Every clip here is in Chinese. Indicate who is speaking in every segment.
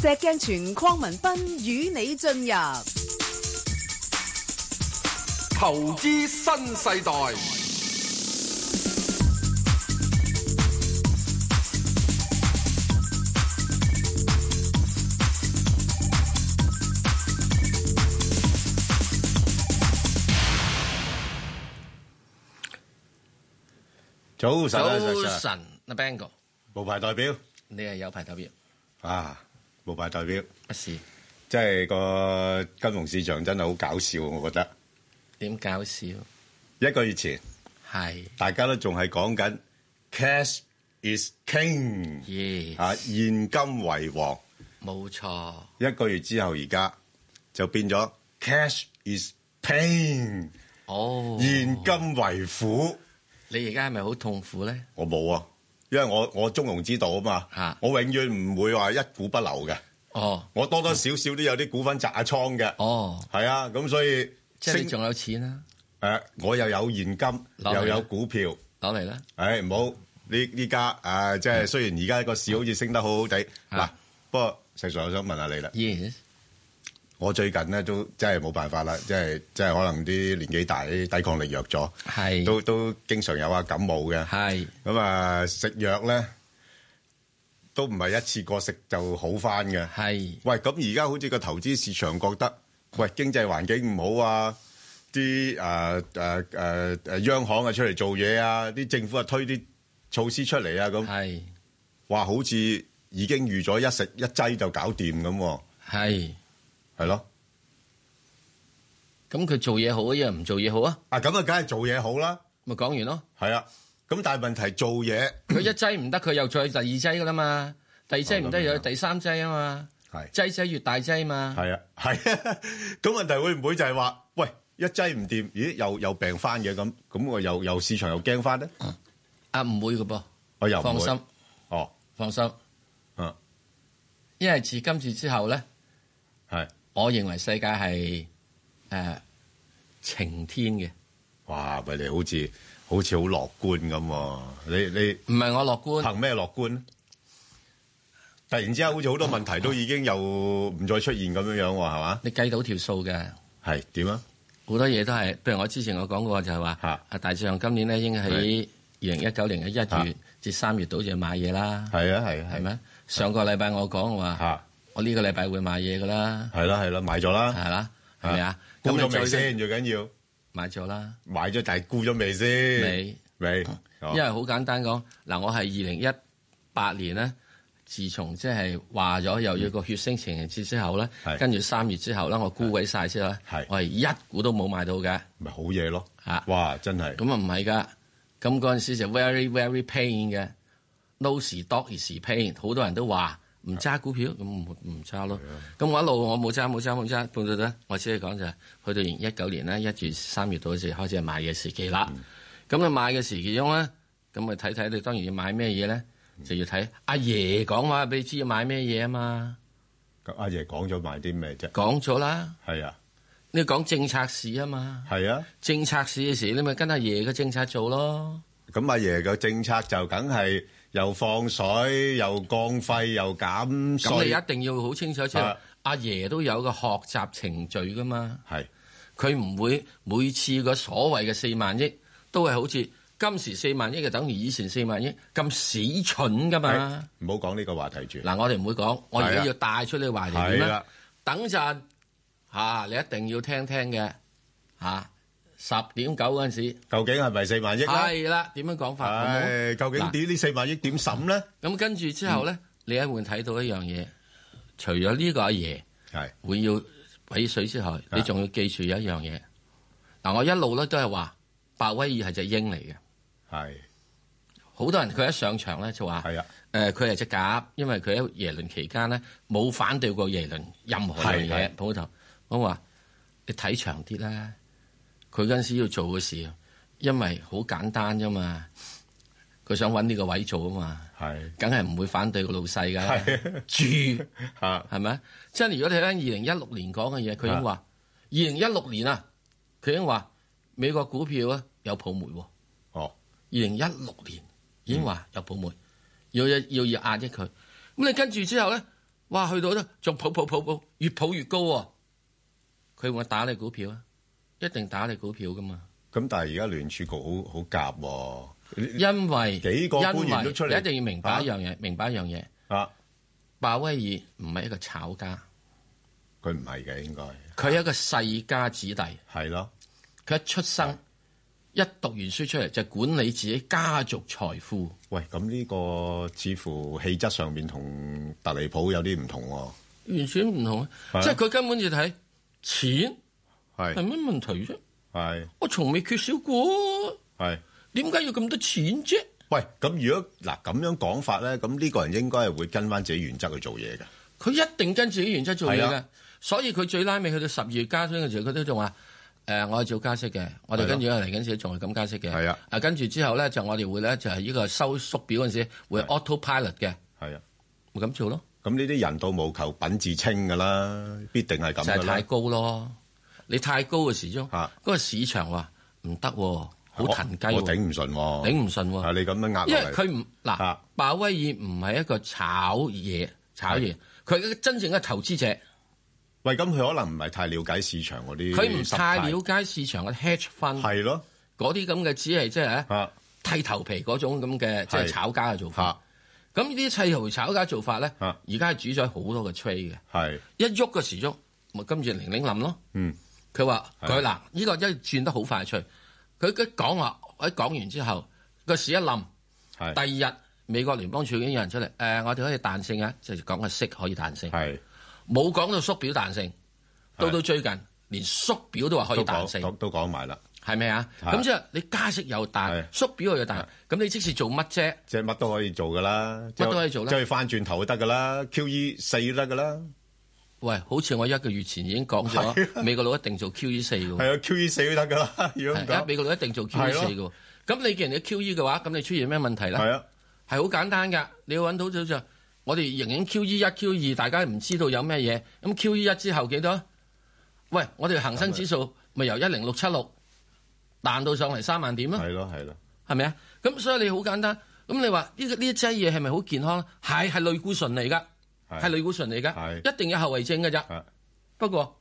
Speaker 1: 石鏡泉鄺民彬與你進入
Speaker 2: 投資新世代，
Speaker 3: 早晨啊，
Speaker 4: 早
Speaker 3: Sir，Sir
Speaker 4: 晨，阿 Bang 哥，
Speaker 3: 無牌代表
Speaker 4: 你係有排投票，
Speaker 3: 啊，無牌代表，
Speaker 4: 不是
Speaker 3: 即係個金融市場真係好搞笑，我覺得
Speaker 4: 點搞笑？
Speaker 3: 一個月前
Speaker 4: 係
Speaker 3: 大家都仲係講緊 cash is king
Speaker 4: 耶，
Speaker 3: 啊，現金為王。
Speaker 4: 冇錯，
Speaker 3: 一個月之後，而家就變咗 cash is pain，
Speaker 4: 哦，
Speaker 3: 現金為苦。
Speaker 4: 你而家係咪好痛苦咧？
Speaker 3: 我冇啊，因為我我中庸之道啊嘛，
Speaker 4: 嚇
Speaker 3: 我永遠唔會話一股不留嘅，
Speaker 4: 哦，
Speaker 3: 我多多少少都有啲股份砸下倉嘅。
Speaker 4: 哦，
Speaker 3: 係啊，咁所以
Speaker 4: 即係你
Speaker 3: 升
Speaker 4: 仲有錢啊啦，
Speaker 3: 誒，我又有現金，
Speaker 4: 攞嚟
Speaker 3: 又有
Speaker 4: 啦
Speaker 3: 股票，
Speaker 4: 攞嚟啦，嗯
Speaker 3: 誒唔好呢呢家啊，即係雖然而家個市好似升得好好地，嗱
Speaker 4: 啊，
Speaker 3: 不過石 Sir，我想問下你啦，
Speaker 4: 耶，
Speaker 3: 我最近咧都真係冇辦法啦，即係即係可能啲年紀大，啲抵抗力弱咗，
Speaker 4: 係
Speaker 3: 都都經常有啊感冒嘅，
Speaker 4: 係
Speaker 3: 咁啊食藥咧都唔係一次過食就好翻嘅。
Speaker 4: 係
Speaker 3: 喂，咁而家好似個投資市場覺得，喂經濟環境唔好啊，啲誒誒誒誒央行啊出嚟做嘢啊，啲政府啊推啲措施出嚟啊，咁
Speaker 4: 係
Speaker 3: 哇好似已經預咗一食一劑就搞掂咁喎，
Speaker 4: 係，
Speaker 3: 係咯？
Speaker 4: 咁佢做嘢好啊，又唔做嘢好啊？
Speaker 3: 啊咁啊，梗係做嘢好啦，
Speaker 4: 咪講完咯。
Speaker 3: 係啊。咁但係問題做嘢
Speaker 4: 佢一劑唔得，佢又再第二劑噶啦嘛，第二劑唔得
Speaker 3: 哦咁樣
Speaker 4: 又有第三劑啊嘛，
Speaker 3: 係
Speaker 4: 劑劑越大劑嘛，
Speaker 3: 係啊係啊， 咁問題會唔會就係話，喂一劑唔掂，咦又又病翻嘅咁，咁我又又市場又驚翻咧？
Speaker 4: 啊唔會噶噃，
Speaker 3: 我又唔
Speaker 4: 放
Speaker 3: 會
Speaker 4: 心
Speaker 3: 哦，
Speaker 4: 放心，
Speaker 3: 嗯
Speaker 4: 因為自今次之後咧，
Speaker 3: 係。
Speaker 4: 我認為世界係誒、呃晴天嘅，
Speaker 3: 哇！喂，你好似好似好樂觀咁喎，你你
Speaker 4: 唔係我樂觀，
Speaker 3: 憑咩樂觀咧？突然之間好似好多問題都已經又唔再出現咁樣樣喎，係嘛？
Speaker 4: 你計到條數嘅，
Speaker 3: 係點啊？
Speaker 4: 好多嘢都係，譬如我之前我講過就係話，
Speaker 3: 嚇
Speaker 4: 啊大致上今年咧應該喺二零一九年嘅一
Speaker 3: 嚇
Speaker 4: 月至三月度就買嘢啦，
Speaker 3: 係啊係啊
Speaker 4: 係？咪？上個禮拜我講我話，
Speaker 3: 嚇
Speaker 4: 我呢個禮拜會買嘢噶啦，
Speaker 3: 係啦係啦，買咗啦，
Speaker 4: 係啦，係咪啊？
Speaker 3: 沽
Speaker 4: 你
Speaker 3: 咗
Speaker 4: 再
Speaker 3: 未先？最緊要
Speaker 4: 買咗啦，
Speaker 3: 買咗，但係沽咗未先？
Speaker 4: 未，嗯
Speaker 3: 未，
Speaker 4: 因
Speaker 3: 哦
Speaker 4: 為好簡單講，嗱，我係二零一八年咧，自從即係話咗又要個血腥情人節之後咧
Speaker 3: 係，
Speaker 4: 跟住三月之後咧，我沽鬼晒之後咧
Speaker 3: 係，
Speaker 4: 我係一股都冇買到嘅
Speaker 3: 咪好嘢咯！
Speaker 4: 嚇，
Speaker 3: 哇！真係
Speaker 4: 咁啊唔係噶，咁嗰陣時就 very very pain 嘅，no 時 dog 時 pain，好多人都話唔揸股票，咁唔唔揸咯。咁我一路我冇揸冇揸冇揸，到到咧，我只係講就係去到二零一九年咧，一月三月度嗰時開始係買嘅時期啦。咁你買嘅時期中咧，咁咪睇睇你當然要買咩嘢咧，
Speaker 3: 嗯
Speaker 4: 就要睇阿爺講話俾你知要買咩嘢啊嘛，
Speaker 3: 咁阿爺講咗買啲咩啫？
Speaker 4: 講咗啦，
Speaker 3: 係啊
Speaker 4: 你講政策市啊嘛，
Speaker 3: 係啊，
Speaker 4: 政策市嘅時你咪跟阿爺嘅政策做咯。
Speaker 3: 咁阿爺嘅政策就梗係又放水，又降費，又減
Speaker 4: 咁你
Speaker 3: 税，
Speaker 4: 一定要好清楚，即係
Speaker 3: 啊
Speaker 4: 阿爺都有個學習程序噶嘛，
Speaker 3: 係。
Speaker 4: 佢唔會每次個所謂嘅四萬億都係好似今時四萬億就等於以前四萬億咁死蠢噶嘛。
Speaker 3: 唔好講呢個話題住。
Speaker 4: 嗱，我哋唔會講，我而
Speaker 3: 係
Speaker 4: 家
Speaker 3: 啊
Speaker 4: 要帶出你話嚟
Speaker 3: 係
Speaker 4: 點
Speaker 3: 啦
Speaker 4: 啦。等陣啊嚇，你一定要聽聽嘅嚇。十點九嗰陣時，
Speaker 3: 究竟係咪四萬億啊咧？
Speaker 4: 係啦，點樣講法？好唔好
Speaker 3: 唉，究竟
Speaker 4: 嗱
Speaker 3: 點呢四萬億點審咧？
Speaker 4: 咁跟住之後咧，你一會睇到一樣嘢，除咗呢個阿爺。
Speaker 3: 係
Speaker 4: 會要俾水之外，你仲要記住有一樣嘢。嗱，我一路咧都係話，白威爾係隻鷹嚟嘅。
Speaker 3: 係
Speaker 4: 好多人佢一上場咧就話，
Speaker 3: 係啊，
Speaker 4: 誒佢係隻鴿，因為佢喺耶倫期間咧冇反對過耶倫任何樣
Speaker 3: 係係
Speaker 4: 嘢。普頭，我話你睇長啲啦，佢嗰陣時要做嘅事，因為好簡單啫嘛，佢想揾呢個位做啊嘛，
Speaker 3: 係
Speaker 4: 梗係唔會反對個老細㗎啦，
Speaker 3: 係
Speaker 4: 住。
Speaker 3: 嚇
Speaker 4: 係咪？即係如果你睇翻二零一六年講嘅嘢，佢已經話二零一六年啊，佢已經話美國股票啊有泡沫喎。
Speaker 3: 哦，嗯
Speaker 4: 二零一六年已經話有泡沫，要要要壓抑佢。咁你跟住之後咧，哇，去到咧仲抱抱抱抱，越抱越高喎、佢會打你股票啊？一定打你股票噶嘛？
Speaker 3: 咁但係而家聯儲局好好夾喎
Speaker 4: 因為
Speaker 3: 幾個官員都出嚟
Speaker 4: 因為你一定要明白一樣嘢，明白一樣嘢，
Speaker 3: 啊！
Speaker 4: 鮑威爾唔係一個炒家，
Speaker 3: 佢唔係嘅應該
Speaker 4: 佢係一個世家子弟，
Speaker 3: 係咯，
Speaker 4: 佢一出生一讀完書出嚟就管理自己家族財富。
Speaker 3: 喂，咁呢個似乎氣質上面同特利普有啲唔同喎，
Speaker 4: 完全唔同
Speaker 3: 係
Speaker 4: 啊！
Speaker 3: 啊
Speaker 4: 即係佢根本就睇錢係
Speaker 3: 係
Speaker 4: 咩問題啫？
Speaker 3: 係
Speaker 4: 我從未缺少過，
Speaker 3: 係。
Speaker 4: 點解要咁多錢啫？
Speaker 3: 喂，咁如果嗱咁樣講法咧，咁呢個人應該係會跟翻自己原則去做嘢嘅。
Speaker 4: 佢一定跟自己原則做嘢
Speaker 3: 係
Speaker 4: 嘅
Speaker 3: 啊，
Speaker 4: 所以佢最拉尾去到十二月加息嘅時候，佢都仲話：誒、呃我係做加息嘅，我哋跟住嚟緊時仲係咁加息嘅。
Speaker 3: 啊係啊，
Speaker 4: 啊跟住之後咧，就我哋會咧就係呢個收縮表嗰陣時會 autopilot 嘅，
Speaker 3: 啊係啊，
Speaker 4: 咪咁做咯，
Speaker 3: 咁呢啲人道無求，品自清㗎啦，必定係咁
Speaker 4: 就
Speaker 3: 㗎
Speaker 4: 係
Speaker 3: 啦
Speaker 4: 太。高咯。你太高嘅時鐘，嗰、
Speaker 3: 啊
Speaker 4: 個市場話唔得喎，好騰雞
Speaker 3: 我
Speaker 4: 喎，
Speaker 3: 我頂唔順喎，
Speaker 4: 頂唔順喎
Speaker 3: 啊！。你咁樣壓
Speaker 4: 因
Speaker 3: 落
Speaker 4: 為
Speaker 3: 嚟，
Speaker 4: 佢唔嗱
Speaker 3: 啊，
Speaker 4: 鮑威爾唔係一個炒嘢炒嘢，佢係一個真正嘅投資者，
Speaker 3: 喂，咁佢可能唔係太了解市場嗰啲，
Speaker 4: 佢唔太了，解市場嘅 hedge fund
Speaker 3: 係咯，
Speaker 4: 嗰啲咁嘅，只係即係
Speaker 3: 嚇
Speaker 4: 剃頭皮嗰種咁嘅即係
Speaker 3: 啊係
Speaker 4: 炒家嘅做法
Speaker 3: 嚇。
Speaker 4: 咁呢啲剃頭皮炒家做法咧，
Speaker 3: 啊
Speaker 4: 而家係主宰好多嘅 trade 嘅，
Speaker 3: 係，
Speaker 4: 一喐嘅時鐘咪跟住零零冧咯。
Speaker 3: 嗯，
Speaker 4: 佢話
Speaker 3: 係
Speaker 4: 佢嗱呢個一轉得好快脆，佢佢講話一講完之後個市一冧。第
Speaker 3: 係，
Speaker 4: 二日美國聯邦儲已經有人出嚟，誒、我哋可以彈性啊，就係講個息可以彈性，
Speaker 3: 係
Speaker 4: 冇講到縮表彈性，到到最近連縮表都話可以
Speaker 3: 都
Speaker 4: 彈
Speaker 3: 講
Speaker 4: 性，
Speaker 3: 都都講埋啦，
Speaker 4: 係咪啊？
Speaker 3: 係
Speaker 4: 咁即係你加息又彈，
Speaker 3: 係
Speaker 4: 縮表又彈，咁你即使做乜啫？
Speaker 3: 即係乜都可以做㗎啦，
Speaker 4: 乜都可以做啦
Speaker 3: 即係翻轉頭就得㗎啦，QE 四都得㗎啦，啊
Speaker 4: 喂，好似我一個月前已經講咗，美國佬一定做 QE 四嘅喎，
Speaker 3: 係啊，QE 四都得㗎啦，如
Speaker 4: 係
Speaker 3: 果咁
Speaker 4: 而家
Speaker 3: 講，
Speaker 4: 美國佬一定做 QE 四嘅喎。咁你既然你 QE 嘅話，咁你出現咩問題咧？
Speaker 3: 係啊，
Speaker 4: 係好簡單㗎，你要揾到就就我哋仍然 QE E 一、QE 二，大家唔知道有咩嘢。咁 QE 一之後幾多？喂，我哋恒生指數咪由一零六七六彈到上嚟三萬點咯，
Speaker 3: 係咯，係咯，
Speaker 4: 係咪啊？咁所以你好簡單。咁你話呢個呢一劑嘢係咪好健康咧？係係類固醇嚟㗎，
Speaker 3: 係
Speaker 4: 係類固醇嚟㗎，
Speaker 3: 係
Speaker 4: 一定有後遺症㗎咋。
Speaker 3: 啊
Speaker 4: 不過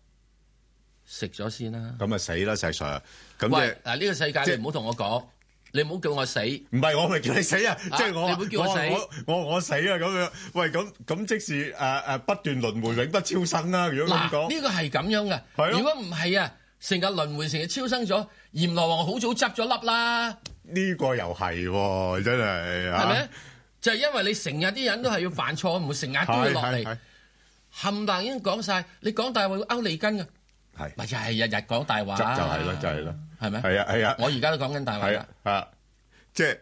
Speaker 4: 食咗先啦。
Speaker 3: 咁啊死啦，石 Sir，咁
Speaker 4: 喂，
Speaker 3: 即係。
Speaker 4: 嗱呢個世界
Speaker 3: 即
Speaker 4: 你唔好同我講，你唔好叫我死。
Speaker 3: 唔係我咪叫你死啊！
Speaker 4: 啊
Speaker 3: 即係我
Speaker 4: 你會叫我死
Speaker 3: 我我我我死啊咁樣。喂，咁咁即是誒誒不斷輪迴，永不超生啦。如果咁
Speaker 4: 嗱，
Speaker 3: 講，
Speaker 4: 呢個係咁樣
Speaker 3: 係
Speaker 4: 嘅。
Speaker 3: 咯
Speaker 4: 如果唔係啊，成日輪迴，成日超生咗，閻羅王好早執咗粒啦，
Speaker 3: 呢個又係喎，真係
Speaker 4: 係
Speaker 3: 係
Speaker 4: 咪？就係因為你成日啲人都係要犯錯，唔會成日都會
Speaker 3: 係
Speaker 4: 落
Speaker 3: 係
Speaker 4: 嚟，冚唪唥已經講晒，你講大話會勾脷根嘅，
Speaker 3: 係
Speaker 4: 咪就係日日講大話
Speaker 3: 就就係啦，就係啦，
Speaker 4: 係咪？
Speaker 3: 係啊係啊
Speaker 4: 我而家都講緊大話
Speaker 3: 係
Speaker 4: 㗎
Speaker 3: 啊，啊！即係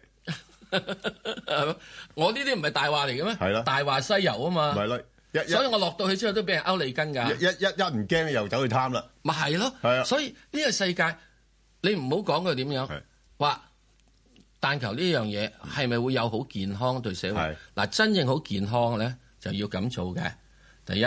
Speaker 4: 係咪 我呢啲唔係大話嚟嘅咩？
Speaker 3: 係啦
Speaker 4: 大話西遊啊
Speaker 3: 唔
Speaker 4: 嘛，
Speaker 3: 係咯？一一
Speaker 4: 所以我落到去之後都俾人勾脷根㗎。
Speaker 3: 一一一一唔驚又走去貪啦，
Speaker 4: 咪係咯
Speaker 3: 係啊，
Speaker 4: 所以呢個世界你唔好講佢點樣
Speaker 3: 係，
Speaker 4: 話但求呢樣嘢係咪會有好健康對社會
Speaker 3: 係？
Speaker 4: 嗱，真正好健康咧就要咁做嘅。第一，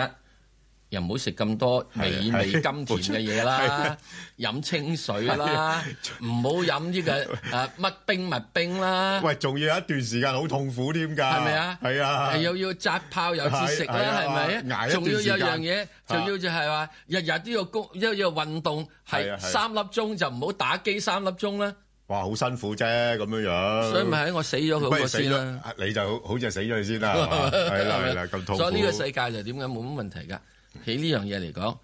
Speaker 4: 又唔好食咁多美
Speaker 3: 係啊
Speaker 4: 味
Speaker 3: 係
Speaker 4: 甘甜嘅嘢
Speaker 3: 冇錯係
Speaker 4: 啦
Speaker 3: 啊，
Speaker 4: 飲清水啦，唔好飲呢個誒乜冰乜冰啦，
Speaker 3: 喂，仲要有一段時間好痛苦添㗎，
Speaker 4: 係咪啊？
Speaker 3: 係啊，
Speaker 4: 係又要扎炮又節食
Speaker 3: 係
Speaker 4: 啦，
Speaker 3: 啊
Speaker 4: 係咪啊？
Speaker 3: 捱一
Speaker 4: 仲
Speaker 3: 段
Speaker 4: 要
Speaker 3: 時
Speaker 4: 有
Speaker 3: 間
Speaker 4: 樣嘢，仲要就係話日日都要工，都要運動，
Speaker 3: 係
Speaker 4: 係
Speaker 3: 啊係啊
Speaker 4: 三粒鐘就唔好打機三粒鐘啦。
Speaker 3: 哇，好辛苦啫咁樣樣，
Speaker 4: 所以咪喺我死咗佢好
Speaker 3: 不如
Speaker 4: 過
Speaker 3: 死
Speaker 4: 先啦。
Speaker 3: 咗，你就好好似死咗佢先 啦，係嘛啊係啦係啦，咁痛苦。
Speaker 4: 所以呢個世界就點解冇乜問題㗎？喺呢樣嘢嚟講，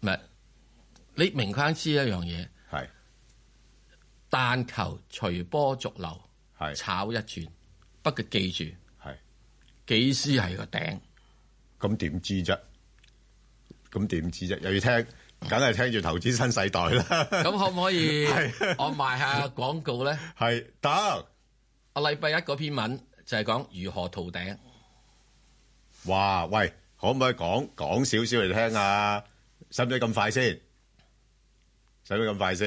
Speaker 4: 唔係你明框知一樣嘢，
Speaker 3: 係
Speaker 4: 但求隨波逐流，
Speaker 3: 係
Speaker 4: 炒一轉，不過記住
Speaker 3: 係，
Speaker 4: 幾時係個頂。
Speaker 3: 咁點知啫？咁點知啫？又要聽，梗係聽住投資新世代啦。
Speaker 4: 咁可唔可 以
Speaker 3: 係
Speaker 4: 我賣下廣告咧？
Speaker 3: 係得，
Speaker 4: 我禮拜一嗰篇文就係講如何逃頂。
Speaker 3: 哇！喂，可唔可以講講少少嚟聽啊？使唔使咁快先？使唔使咁快先？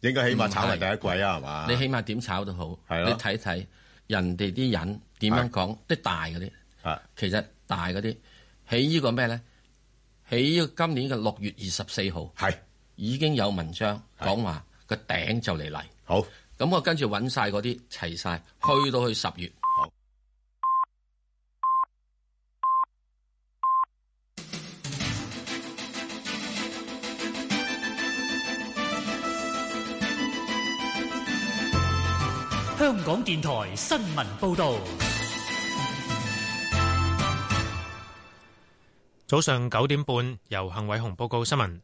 Speaker 3: 應該起碼炒埋第一季啊，係嘛？
Speaker 4: 你起碼點炒都好，
Speaker 3: 係
Speaker 4: 你
Speaker 3: 咯
Speaker 4: 睇睇人哋啲人點樣講，啲大嗰啲，
Speaker 3: 啊
Speaker 4: 其實大嗰啲喺呢個咩咧？喺呢個今年嘅六月二十四號
Speaker 3: 係
Speaker 4: 已經有文章講話個頂就嚟嚟，
Speaker 3: 好
Speaker 4: 咁我跟住揾晒嗰啲齊晒，去到去十月。
Speaker 5: 香港電台新聞報道。
Speaker 6: 早上九點半，由幸偉雄報告新聞。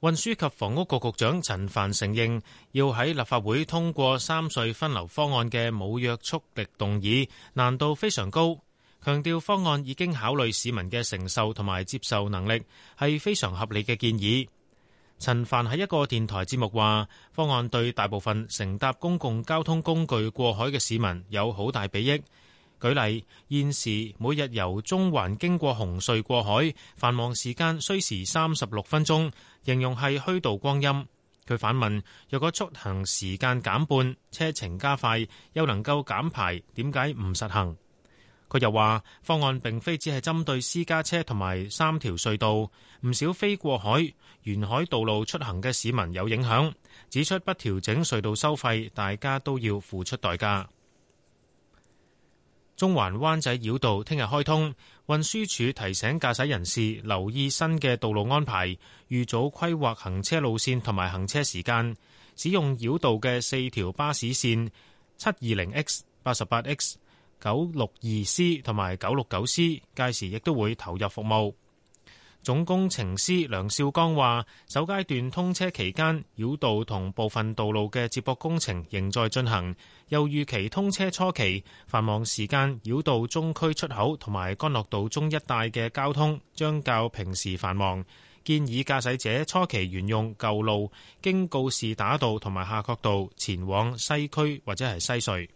Speaker 6: 運輸及房屋局局長陳帆承認，要喺立法會通過三隧分流方案嘅冇約束力動議，難度非常高。強調方案已經考慮市民嘅承受同埋接受能力，係非常合理嘅建議。陳帆喺一個電台節目話，方案對大部分乘搭公共交通工具過海嘅市民有好大裨益。舉例，現時每日由中環經過紅隧過海，繁忙時間需時三十六分鐘，形容係虛度光陰。佢反問：若果出行時間減半，車程加快，又能夠減排，點解唔實行？佢又話：方案並非只係針對私家車同埋三條隧道，唔少非過海、沿海道路出行嘅市民有影響。指出不調整隧道收費，大家都要付出代價。中環灣仔繞道聽日開通，運輸署提醒駕駛人士留意新嘅道路安排，預早規劃行車路線同埋行車時間。使用繞道嘅四條巴士線七二零 X、八十八 X、九六二 C 同埋九六九 C，屆時亦都會投入服務。總工程師梁少剛話：首階段通車期間，繞道同部分道路嘅接駁工程仍在進行，又預期通車初期繁忙時間，繞道中區出口同埋干諾道中一帶嘅交通將較平時繁忙。建議駕駛者初期沿用舊路，經告士打道同埋夏慤道前往西區或者係西隧。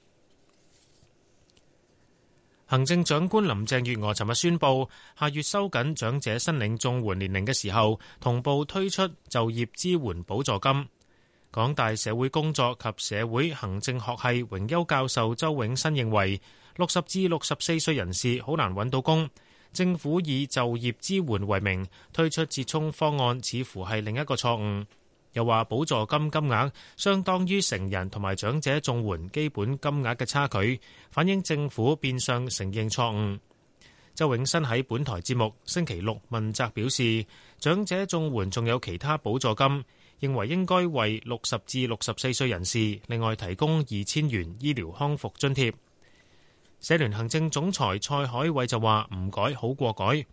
Speaker 6: 行政長官林鄭月娥尋日宣布，下月收緊長者申領綜援年齡嘅時候，同步推出就業支援補助金。港大社會工作及社會行政學系榮休教授周永新認為，六十至六十四歲人士好難揾到工，政府以就業支援為名推出折衷方案，似乎係另一個錯誤。又話補助金金額相當於成人同埋長者綜援基本金額嘅差距，反映政府變相承認錯誤。周永新喺本台節目星期六問責表示，長者綜援仲有其他補助金，認為應該為六十至六十四歲人士另外提供二千元醫療康復津貼。社聯行政總裁蔡海偉就話：唔改好過改。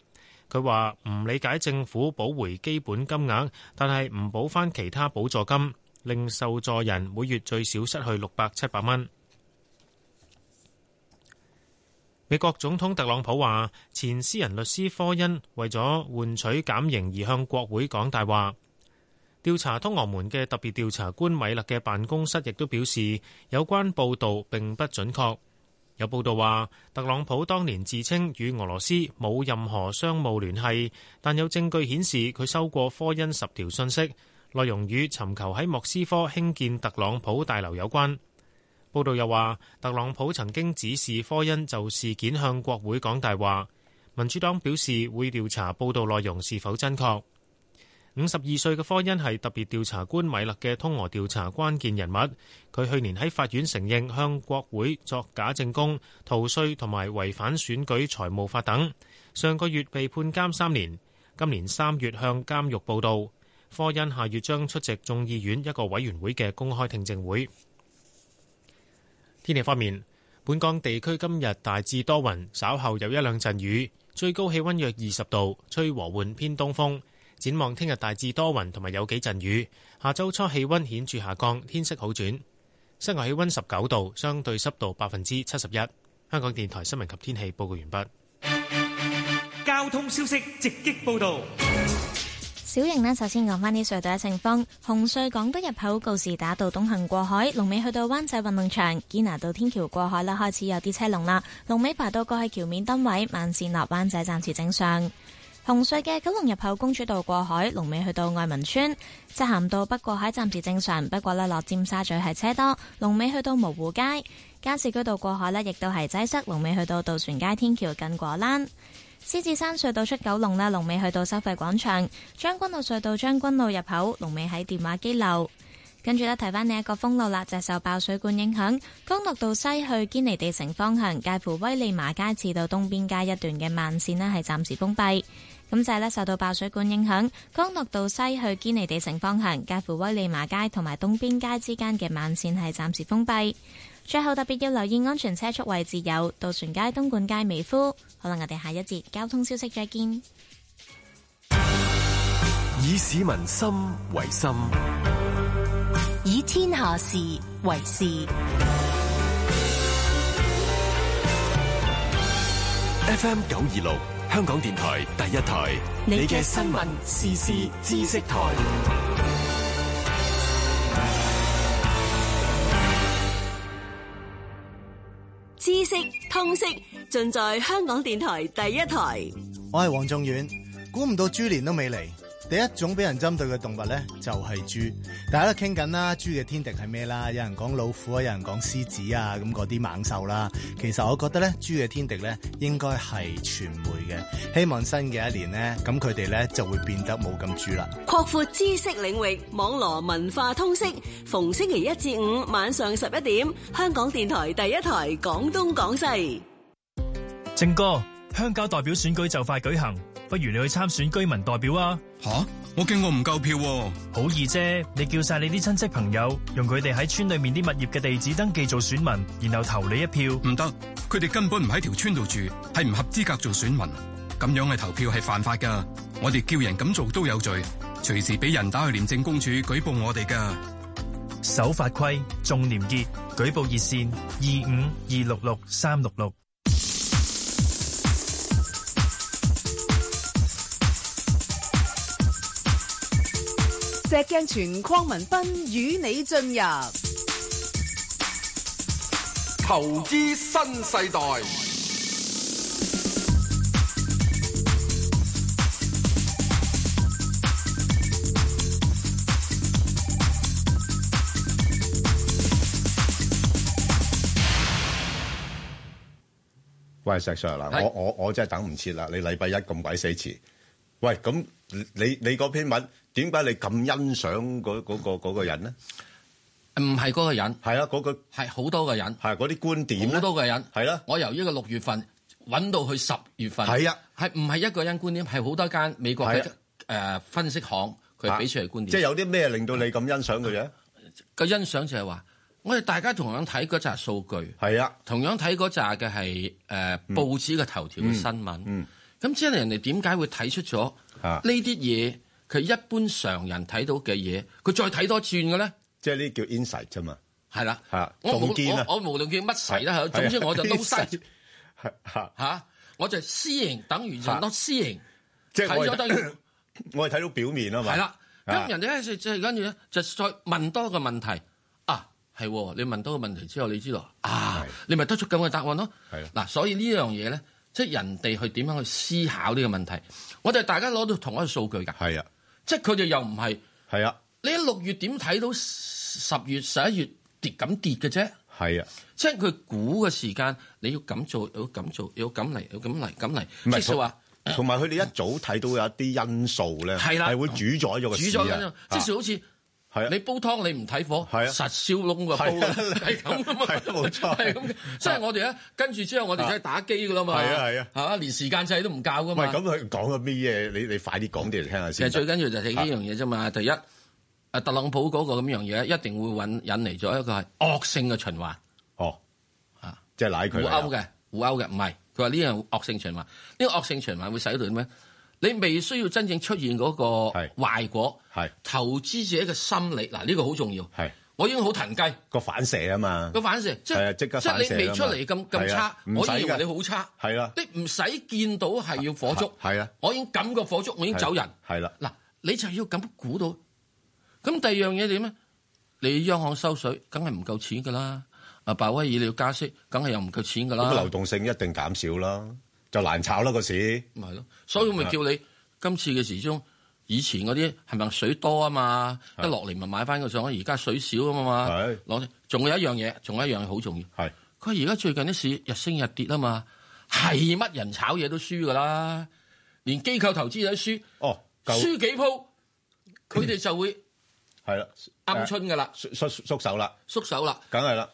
Speaker 6: 佢話唔理解政府補回基本金額，但係唔補翻其他補助金，令受助人每月最少失去六百七百蚊。美國總統特朗普話：前私人律師科恩為咗換取減刑而向國會講大話。調查通俄門嘅特別調查官米勒嘅辦公室亦都表示，有關報導並不準確。有報道話，特朗普當年自稱與俄羅斯冇任何商務聯繫，但有證據顯示佢收過科恩十條信息，內容與尋求喺莫斯科興建特朗普大樓有關。報道又話，特朗普曾經指示科恩就事件向國會講大話。民主黨表示會調查報道內容是否真確。五十二歲嘅科恩係特別調查官米勒嘅通俄調查關鍵人物。佢去年喺法院承認向國會作假證供、逃稅同埋違反選舉財務法等。上個月被判監三年，今年三月向監獄報到。科恩下月將出席眾議院一個委員會嘅公開聽證會。天氣方面，本港地區今日大致多雲，稍後有一兩陣雨，最高氣温約二十度，吹和緩偏東風。展望聽日大致多雲同埋有幾陣雨，下周初氣温顯著下降，天色好轉。室外氣温十九度，相對濕度百分之七十一。香港電台新聞及天氣報告完畢。
Speaker 5: 交通消息直擊報導。
Speaker 7: 小型呢，首先講返啲隧道嘅情況。紅隧港島入口告士打道東行過海，龍尾去到灣仔運動場；堅拿道天橋過海啦，開始有啲車龍啦。龍尾排到過去橋面燈位，慢線落灣仔暫時正常。紅隧嘅九龍入口公主道過海，龍尾去到愛民村；漆咸道北過海暫時正常，不過呢落尖沙咀係車多，龍尾去到蕪湖街；加士居道過海呢亦都係擠塞，龍尾去到渡船街天橋近果欄；獅子山隧道出九龍呢龍尾去到收費廣場；將軍澳隧道將軍澳入口，龍尾喺電話機樓。跟住呢，提翻呢一個封路啦，就係受爆水管影響，干諾道西去堅尼地城方向，介乎威利麻街至到東邊街一段嘅慢線呢係暫時封閉。咁就係咧，受到爆水管影響，干諾道西去堅尼地城方向，介乎威利麻街同埋東邊街之間嘅慢線係暫時封閉。最後特別要留意安全車速位置有渡船街、東莞街、美孚。好啦，我哋下一節交通消息再見。
Speaker 8: 以市民心為心，
Speaker 9: 以天下事為事。
Speaker 8: FM 九二六香港電台第一台，你嘅新聞時事知識台。
Speaker 10: 知識通識盡在香港電台第一台。
Speaker 11: 我係黃仲遠，估唔到豬年都未嚟。第一種俾人針對嘅動物咧，就係豬。大家都傾緊啦，豬嘅天敵係咩啦？有人講老虎啊，有人講獅子啊，咁嗰啲猛獸啦。其實我覺得咧，豬嘅天敵咧應該係傳媒嘅。希望新嘅一年咧，咁佢哋咧就會變得冇咁豬啦。
Speaker 10: 擴闊知識領域，網羅文化通識。逢星期一至五晚上十一點，香港電台第一台廣東廣西。
Speaker 12: 正哥，鄉郊代表選舉就快舉行。不如你去參選居民代表啊！
Speaker 13: 吓，我驚我唔夠票喎。
Speaker 12: 好易啫，你叫晒你啲親戚朋友，用佢哋喺村裏面啲物業嘅地址登記做選民，然後投你一票。
Speaker 13: 唔得，佢哋根本唔喺條村度住，係唔合資格做選民。咁樣係投票係犯法噶，我哋叫人咁做都有罪，隨時俾人打去廉政公署舉報我哋噶。
Speaker 12: 守法規，重廉潔，舉報熱線二五二六六三六六。
Speaker 1: 石鏡泉鄺民彬與你進入
Speaker 2: 投資新世代。
Speaker 3: 喂，石 Sir 嗱，我我我真係等唔切啦！你禮拜一咁鬼死遲，喂咁你你嗰篇文點解你咁欣賞嗰嗰個嗰個人咧？
Speaker 4: 唔係嗰個人，
Speaker 3: 係啊，嗰個
Speaker 4: 係好多個人，
Speaker 3: 係嗰啲觀點
Speaker 4: 好多個人，
Speaker 3: 係啦。
Speaker 4: 我由呢個六月份揾到去十月份，
Speaker 3: 係啊，
Speaker 4: 係唔係一個人觀點？係好多間美國嘅誒分析行佢俾出嚟觀點。
Speaker 3: 啊即係有啲咩令到你咁欣賞佢嘅？
Speaker 4: 個欣賞就係話。我哋大家同樣睇嗰扎數據，
Speaker 3: 係啊，嗯
Speaker 4: 同樣睇嗰扎嘅係誒報紙嘅頭條嘅新聞，嗯，咁即係人哋點解會睇出咗
Speaker 3: 啊
Speaker 4: 呢啲嘢？佢一般常人睇到嘅嘢，佢再睇多轉嘅咧，
Speaker 3: 即係呢叫 insight 啫嘛，
Speaker 4: 係啦，
Speaker 3: 嚇，啊
Speaker 4: 我
Speaker 3: 冇
Speaker 4: 我我無論叫乜事
Speaker 3: 啊
Speaker 4: 啦，啊總之我就撈西，
Speaker 3: 係
Speaker 4: 嚇，我就私營等於就攞私營，
Speaker 3: 即係
Speaker 4: 睇咗等於
Speaker 3: 我係睇到表面啊嘛，
Speaker 4: 係啦，咁人哋咧就跟住咧就再問多個問題啊。係喎，你問到個問題之後，你知道啊，你咪得出咁嘅答案咯。嗱，所以呢樣嘢咧，即係人哋去點樣去思考呢個問題，我哋大家攞到同一個數據㗎。
Speaker 3: 係啊，
Speaker 4: 即係佢哋又唔係。
Speaker 3: 係啊，
Speaker 4: 你喺六月點睇到十月十一月跌咁跌嘅啫。
Speaker 3: 係啊，
Speaker 4: 即係佢估嘅時間，你要咁做，要咁做，要咁嚟，要咁嚟，咁嚟。
Speaker 3: 唔係
Speaker 4: 即係話，
Speaker 3: 同埋佢哋一早睇到有一啲因素咧，
Speaker 4: 係啦，
Speaker 3: 係會主宰咗個市
Speaker 4: 主宰
Speaker 3: 啊
Speaker 4: 緊，即係好似。
Speaker 3: 係啊
Speaker 4: 你煲湯你唔睇火，
Speaker 3: 係啊
Speaker 4: 實燒窿個煲，
Speaker 3: 係啊
Speaker 4: 係咁噶嘛，
Speaker 3: 係啊冇錯啊
Speaker 4: 係咁嘅。即係我哋咧，跟住之後我哋梗係打機噶啦嘛，
Speaker 3: 係啊係啊
Speaker 4: 係嘛，連時間制都唔教噶
Speaker 3: 喂，
Speaker 4: 啊嘛。
Speaker 3: 咁佢講咗咩嘢？你你快啲講啲嚟聽下
Speaker 4: 其實
Speaker 3: 先。
Speaker 4: 最緊要就係呢樣嘢啫嘛。第一，啊特朗普嗰個咁樣嘢，一定會揾引嚟咗一個係惡性嘅循環，
Speaker 3: 哦，
Speaker 4: 啊
Speaker 3: 即係奶佢
Speaker 4: 互
Speaker 3: 嚟
Speaker 4: 勾
Speaker 3: 啊
Speaker 4: 嘅，互勾嘅，唔係。佢話呢樣惡性循環，呢個惡性循環會使到點咩？你未需要真正出現嗰個
Speaker 3: 係
Speaker 4: 壞果，
Speaker 3: 係
Speaker 4: 投資者嘅心理嗱，呢個好重要。
Speaker 3: 係
Speaker 4: 我已經好騰雞。
Speaker 3: 個反射啊嘛
Speaker 4: 個，反射，即
Speaker 3: 係啊
Speaker 4: 係
Speaker 3: 即刻
Speaker 4: 即係
Speaker 3: 反射
Speaker 4: 你未
Speaker 3: 啦
Speaker 4: 出
Speaker 3: 嘛
Speaker 4: 嚟咁
Speaker 3: 係
Speaker 4: 咁
Speaker 3: 啊
Speaker 4: 差，
Speaker 3: 唔使
Speaker 4: 我以為
Speaker 3: 㗎
Speaker 4: 你好差，
Speaker 3: 係啦
Speaker 4: 你唔使見到係要火燭，
Speaker 3: 係啊
Speaker 4: 我已經撳個火燭，我已經走人。
Speaker 3: 係啦，
Speaker 4: 嗱，你就要咁估到。咁第二樣嘢點咧？你央行收水，梗係唔夠錢噶啦。啊，鮑威爾你要加息，梗係又唔夠錢噶啦。
Speaker 3: 咁啊流動性一定減少啦，就難炒啦個市。
Speaker 4: 咪係咯，所以我
Speaker 3: 啊
Speaker 4: 咪叫你今次嘅時鐘，以前嗰啲係咪水多啊嘛？一
Speaker 3: 係
Speaker 4: 落嚟咪買翻個上，而家水少啊嘛。
Speaker 3: 係
Speaker 4: 攞，仲有一樣嘢，仲有一樣嘢好重要。
Speaker 3: 係
Speaker 4: 佢而家最近啲市日升日跌啊嘛，係乜人炒嘢都輸噶啦，連機構投資者都輸，
Speaker 3: 哦，夠
Speaker 4: 輸幾鋪，佢哋就會
Speaker 3: 係啦，
Speaker 4: 鵪鶉噶啦，
Speaker 3: 誒縮縮縮手啦，
Speaker 4: 縮手啦。
Speaker 3: 梗係啦，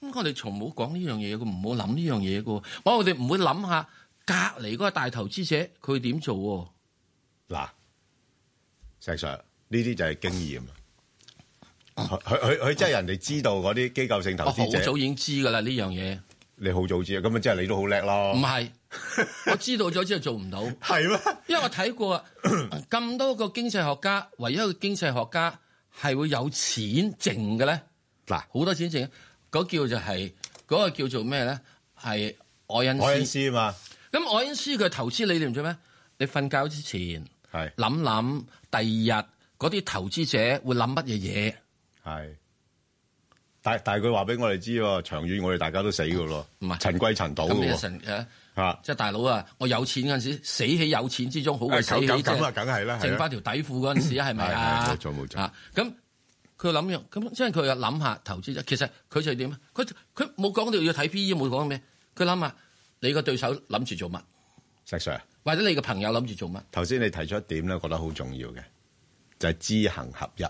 Speaker 4: 咁我哋從冇講呢樣嘢嘅，唔好諗呢樣嘢嘅喎。我哋唔會諗下隔離嗰個大投資者佢點做喎。
Speaker 3: 嗱，石 Sir 呢啲就係經驗啊，佢佢佢即係人哋知道嗰啲機構性投
Speaker 4: 我哦好
Speaker 3: 資者，
Speaker 4: 早已經知㗎啦呢樣嘢。
Speaker 3: 你好早知啊，咁啊即係你都好叻咯。
Speaker 4: 唔係，我知道咗之後做唔到。
Speaker 3: 哦係咩？
Speaker 4: 因為我睇過 咁多個經濟學家，唯一一個經濟學家係會有錢剩嘅咧。
Speaker 3: 嗱，
Speaker 4: 好多錢剩，嗰叫就係嗰個叫做咩咧？係愛因斯
Speaker 3: 愛因斯啊嘛。
Speaker 4: 咁愛因斯佢投資理念做咩？你瞓覺之前
Speaker 3: 係
Speaker 4: 諗諗，第二日嗰啲投資者會諗乜嘢嘢？
Speaker 3: 係，但但係佢話俾我哋知喎，長遠我哋大家都死㗎咯。
Speaker 4: 唔係
Speaker 3: 塵歸塵土
Speaker 4: 咁
Speaker 3: 㗎
Speaker 4: 你
Speaker 3: 喎。
Speaker 4: 神誒，
Speaker 3: 嚇
Speaker 4: 即係大佬啊！我有錢嗰陣時，死喺有錢之中，好過
Speaker 3: 誒
Speaker 4: 死喺
Speaker 3: 咁咁
Speaker 4: 即係
Speaker 3: 咁啊梗係啦係啦
Speaker 4: 剩翻條底褲嗰陣時係咪啊？
Speaker 3: 係係冇錯冇錯
Speaker 4: 啊！咁佢諗樣，咁即係佢又諗下投資者。其實佢就係點啊？佢佢冇講到要睇 P E，冇講到咩。佢諗下你個對手諗住做乜，
Speaker 3: 石 Sir，
Speaker 4: 或者你個朋友諗住做乜。
Speaker 3: 頭先你提出一點咧，覺得好重要嘅，就係、知行合一。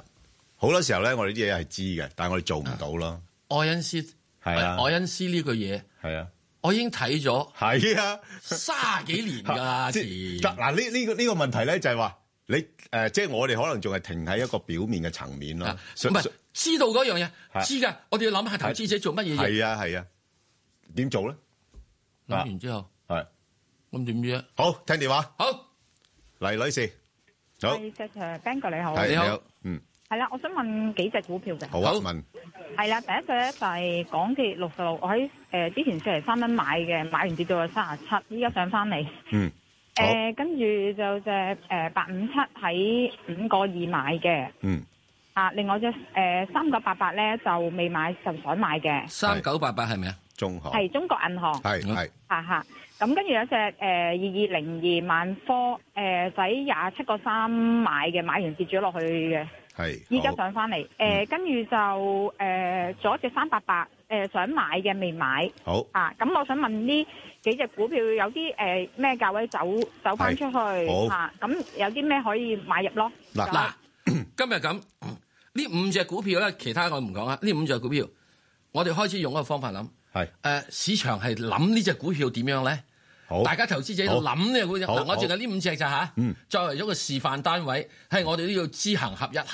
Speaker 3: 好多時候咧，我哋啲嘢係知嘅，但係我哋做唔到咯。
Speaker 4: 愛因斯
Speaker 3: 係啊
Speaker 4: 愛因斯呢句嘢，
Speaker 3: 係啊，
Speaker 4: 我已經睇咗
Speaker 3: 係啊，
Speaker 4: 卅幾年㗎 啦，
Speaker 3: 即嗱嗱呢呢個呢個問題咧，就係話你誒，即係我哋可能仲係停喺一個表面嘅層面咯。
Speaker 4: 啊唔係知道嗰樣嘢，
Speaker 3: 係
Speaker 4: 知㗎。我哋要諗下投資者做乜嘢嘢。
Speaker 3: 係啊係啊，點做咧？啊
Speaker 4: 諗完之後
Speaker 3: 係
Speaker 4: 咁點知啊？
Speaker 3: 好，聽電話。
Speaker 4: 好，
Speaker 3: 黎女士，好，
Speaker 14: 係石 Sir、Ben 哥你好，
Speaker 3: 係，嗯，
Speaker 14: 係啦，我想問幾隻股票嘅，
Speaker 3: 好啊，問
Speaker 14: 係啦，第一隻咧就係港鐵六十六，我喺誒之前四十三蚊買嘅，買完跌到去三十七，依家上翻嚟，
Speaker 3: 嗯，
Speaker 14: 誒跟住就隻誒八五七喺五個二買嘅，
Speaker 3: 嗯，
Speaker 14: 啊，另外隻誒三九八八咧就未買，就想買嘅，
Speaker 4: 三九八八係咪啊？嗯
Speaker 3: 中行
Speaker 14: 係中國銀行，
Speaker 3: 係係
Speaker 14: 嚇嚇。咁跟住有隻誒二二零二萬科誒仔廿七個三買嘅，買完跌咗落去嘅，
Speaker 3: 係
Speaker 14: 依家上翻嚟。誒跟住就誒仲有一隻三八八誒想買嘅未買。
Speaker 3: 好
Speaker 14: 啊，咁我想問呢幾隻股票有啲誒咩價位走走翻出去
Speaker 4: 係好
Speaker 14: 嚇？咁有啲咩可以買入咯？
Speaker 4: 嗱嗱， 今日咁 呢五隻股票咧，其他我唔講啊啦。呢五隻股票，我哋開始用一個方法諗。
Speaker 3: 係
Speaker 4: 誒，市場係諗呢只股票點樣咧？
Speaker 3: 好
Speaker 4: 大家投資者喺度
Speaker 3: 好
Speaker 4: 諗呢只股票。
Speaker 3: 好
Speaker 4: 嗱，我
Speaker 3: 好
Speaker 4: 淨係呢五隻咋吓
Speaker 3: 嗯，
Speaker 4: 作為一個示範單位，係我哋都要知行合一下，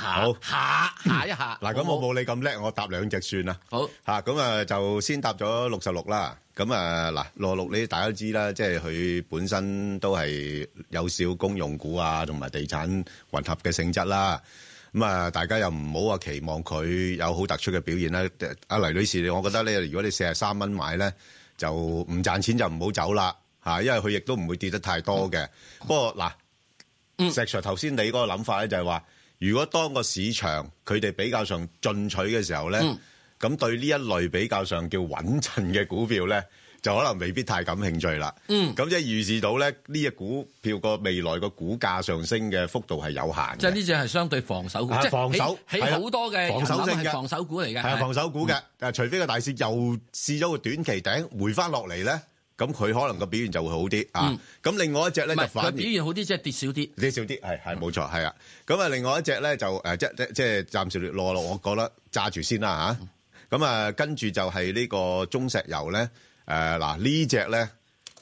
Speaker 4: 下下一下。 哦
Speaker 3: 嗱，咁我冇你咁叻，我答兩隻算啦。
Speaker 4: 好
Speaker 3: 嚇，咁啊就先答咗六十六啦。咁啊嗱，六六呢大家都知啦，即係佢本身都係有少公用股啊，同埋地產混合嘅性質啦。咁啊，大家又唔好話期望佢有好突出嘅表現啦。阿黎女士，我覺得咧，如果你四十三蚊買咧，就唔賺錢就唔好走啦嚇，因為佢亦都唔會跌得太多嘅。不過嗱。石 Sir 頭先你嗰個諗法咧，就係話，如果當個市場佢哋比較上進取嘅時候咧，咁、對呢一類比較上叫穩陣嘅股票咧，就可能未必太感興趣啦。
Speaker 4: 嗯
Speaker 3: 咁即係預示到咧，呢只股票個未來個股價上升嘅幅度係有限嘅。
Speaker 4: 即係呢只係相對防守股，
Speaker 3: 啊
Speaker 4: 即係
Speaker 3: 防守
Speaker 4: 喺
Speaker 3: 係
Speaker 4: 喺
Speaker 3: 啦
Speaker 4: 好多嘅
Speaker 3: 防守
Speaker 4: 人諗
Speaker 3: 性
Speaker 4: 係
Speaker 3: 嘅
Speaker 4: 防守股嚟嘅，
Speaker 3: 係啊，防守股嘅。誒，除非個大市又試咗個短期頂回翻落嚟咧，咁佢可能個表現就會好啲啊。咁另外一隻咧
Speaker 4: 唔
Speaker 3: 就
Speaker 4: 係
Speaker 3: 反
Speaker 4: 佢
Speaker 3: 而
Speaker 4: 表現好啲，即係跌少啲。
Speaker 3: 跌少啲，係係冇錯，係啊。咁啊，另外一隻咧就誒，即即即係暫時落落，我覺得揸住先啦吓。咁啊，跟住就係呢個中石油咧，誒嗱呢只咧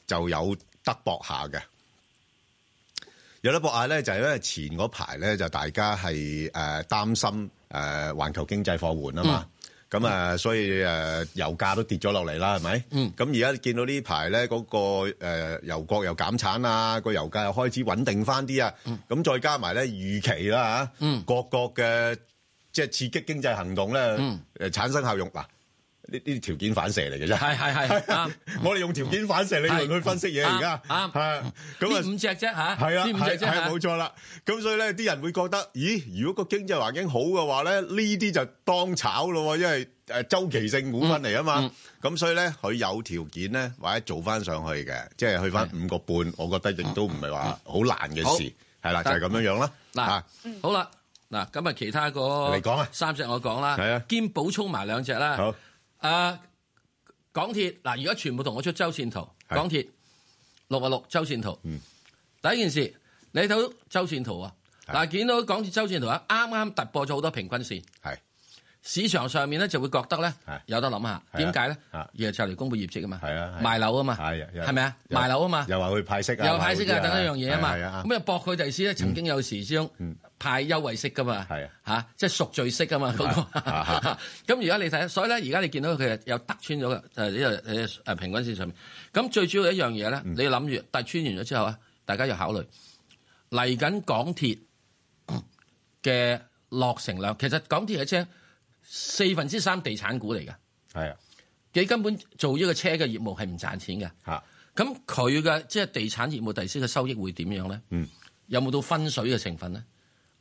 Speaker 3: 就有得搏下嘅。有得搏下咧，就係因為前嗰排咧就大家係誒擔心誒環球經濟放緩啊嘛。咁啊，所以誒油價都跌咗落嚟啦，係咪？嗯。咁而家見到呢排咧，嗰個誒油國又減產啊，個油價又開始穩定翻啲啊。咁再加埋咧預期啦嚇，
Speaker 15: 嗯
Speaker 3: 各國嘅即係刺激經濟行動咧，
Speaker 15: 嗯
Speaker 3: 誒產生效用嗱。呢呢啲條件反射嚟嘅啫，
Speaker 4: 係係 係啱。
Speaker 3: 我哋用條件反射理論去分析嘢而家，
Speaker 4: 啱
Speaker 3: 係咁啊
Speaker 4: 啊呢五隻啫嚇，
Speaker 3: 係啊，
Speaker 4: 呢五隻啫
Speaker 3: 係係
Speaker 4: 嚇
Speaker 3: 冇錯啦。咁所以咧，啲人會覺得，咦？如果個經濟環境好嘅話咧，呢啲就當炒咯喎，因為誒週期性股份嚟啊嘛。咁所以咧，佢有條件咧，或者做翻上去嘅，即係去翻五個半，我覺得亦都唔係話好難嘅事，係啦，就係咁樣樣啦。
Speaker 4: 嗱，好啦，嗱，咁啊，其他嗰
Speaker 3: 啊你講啊
Speaker 4: 三隻我講啦，
Speaker 3: 係啊
Speaker 4: 兼補充埋兩隻啦。
Speaker 3: 好，
Speaker 4: 誒，港鐵嗱，而家全部同我出周線圖，
Speaker 3: 係
Speaker 4: 港鐵六啊六周線圖。
Speaker 3: 嗯，
Speaker 4: 第一件事，你睇到周線圖啊，嗱，見到港鐵周線圖啊，啱啱突破咗好多平均線。
Speaker 3: 係，
Speaker 4: 市場上面咧就會覺得咧有得諗下，
Speaker 3: 啊
Speaker 4: 點解咧？又就嚟公佈業績啊嘛，賣樓啊嘛，係咪啊？賣樓啊嘛，
Speaker 3: 又話佢派息啊，
Speaker 4: 又派息啊，等一樣嘢啊
Speaker 3: 係啊嗯
Speaker 4: 嘛。咁又博佢第時咧，曾經有時之中派優惠息噶嘛，
Speaker 3: 啊
Speaker 4: 嚇，即係贖罪息啊 嘛嗰個。 咁而家你睇，所以咧而家你見到佢係有突穿咗嘅，就係呢個誒誒平均線上面。咁最主要一樣嘢
Speaker 3: 嗯
Speaker 4: 咧，你諗住突穿完咗之後啊，大家要考慮嚟緊港鐵嘅落成量，其實港鐵嘅車。四分之三地產股嚟嘅，
Speaker 3: 係啊，
Speaker 4: 你根本做呢個車嘅業務係唔賺錢嘅，
Speaker 3: 嚇。
Speaker 4: 咁佢嘅即係地產業務第時嘅收益會點樣咧？
Speaker 3: 嗯，
Speaker 4: 有冇到分水嘅成分咧？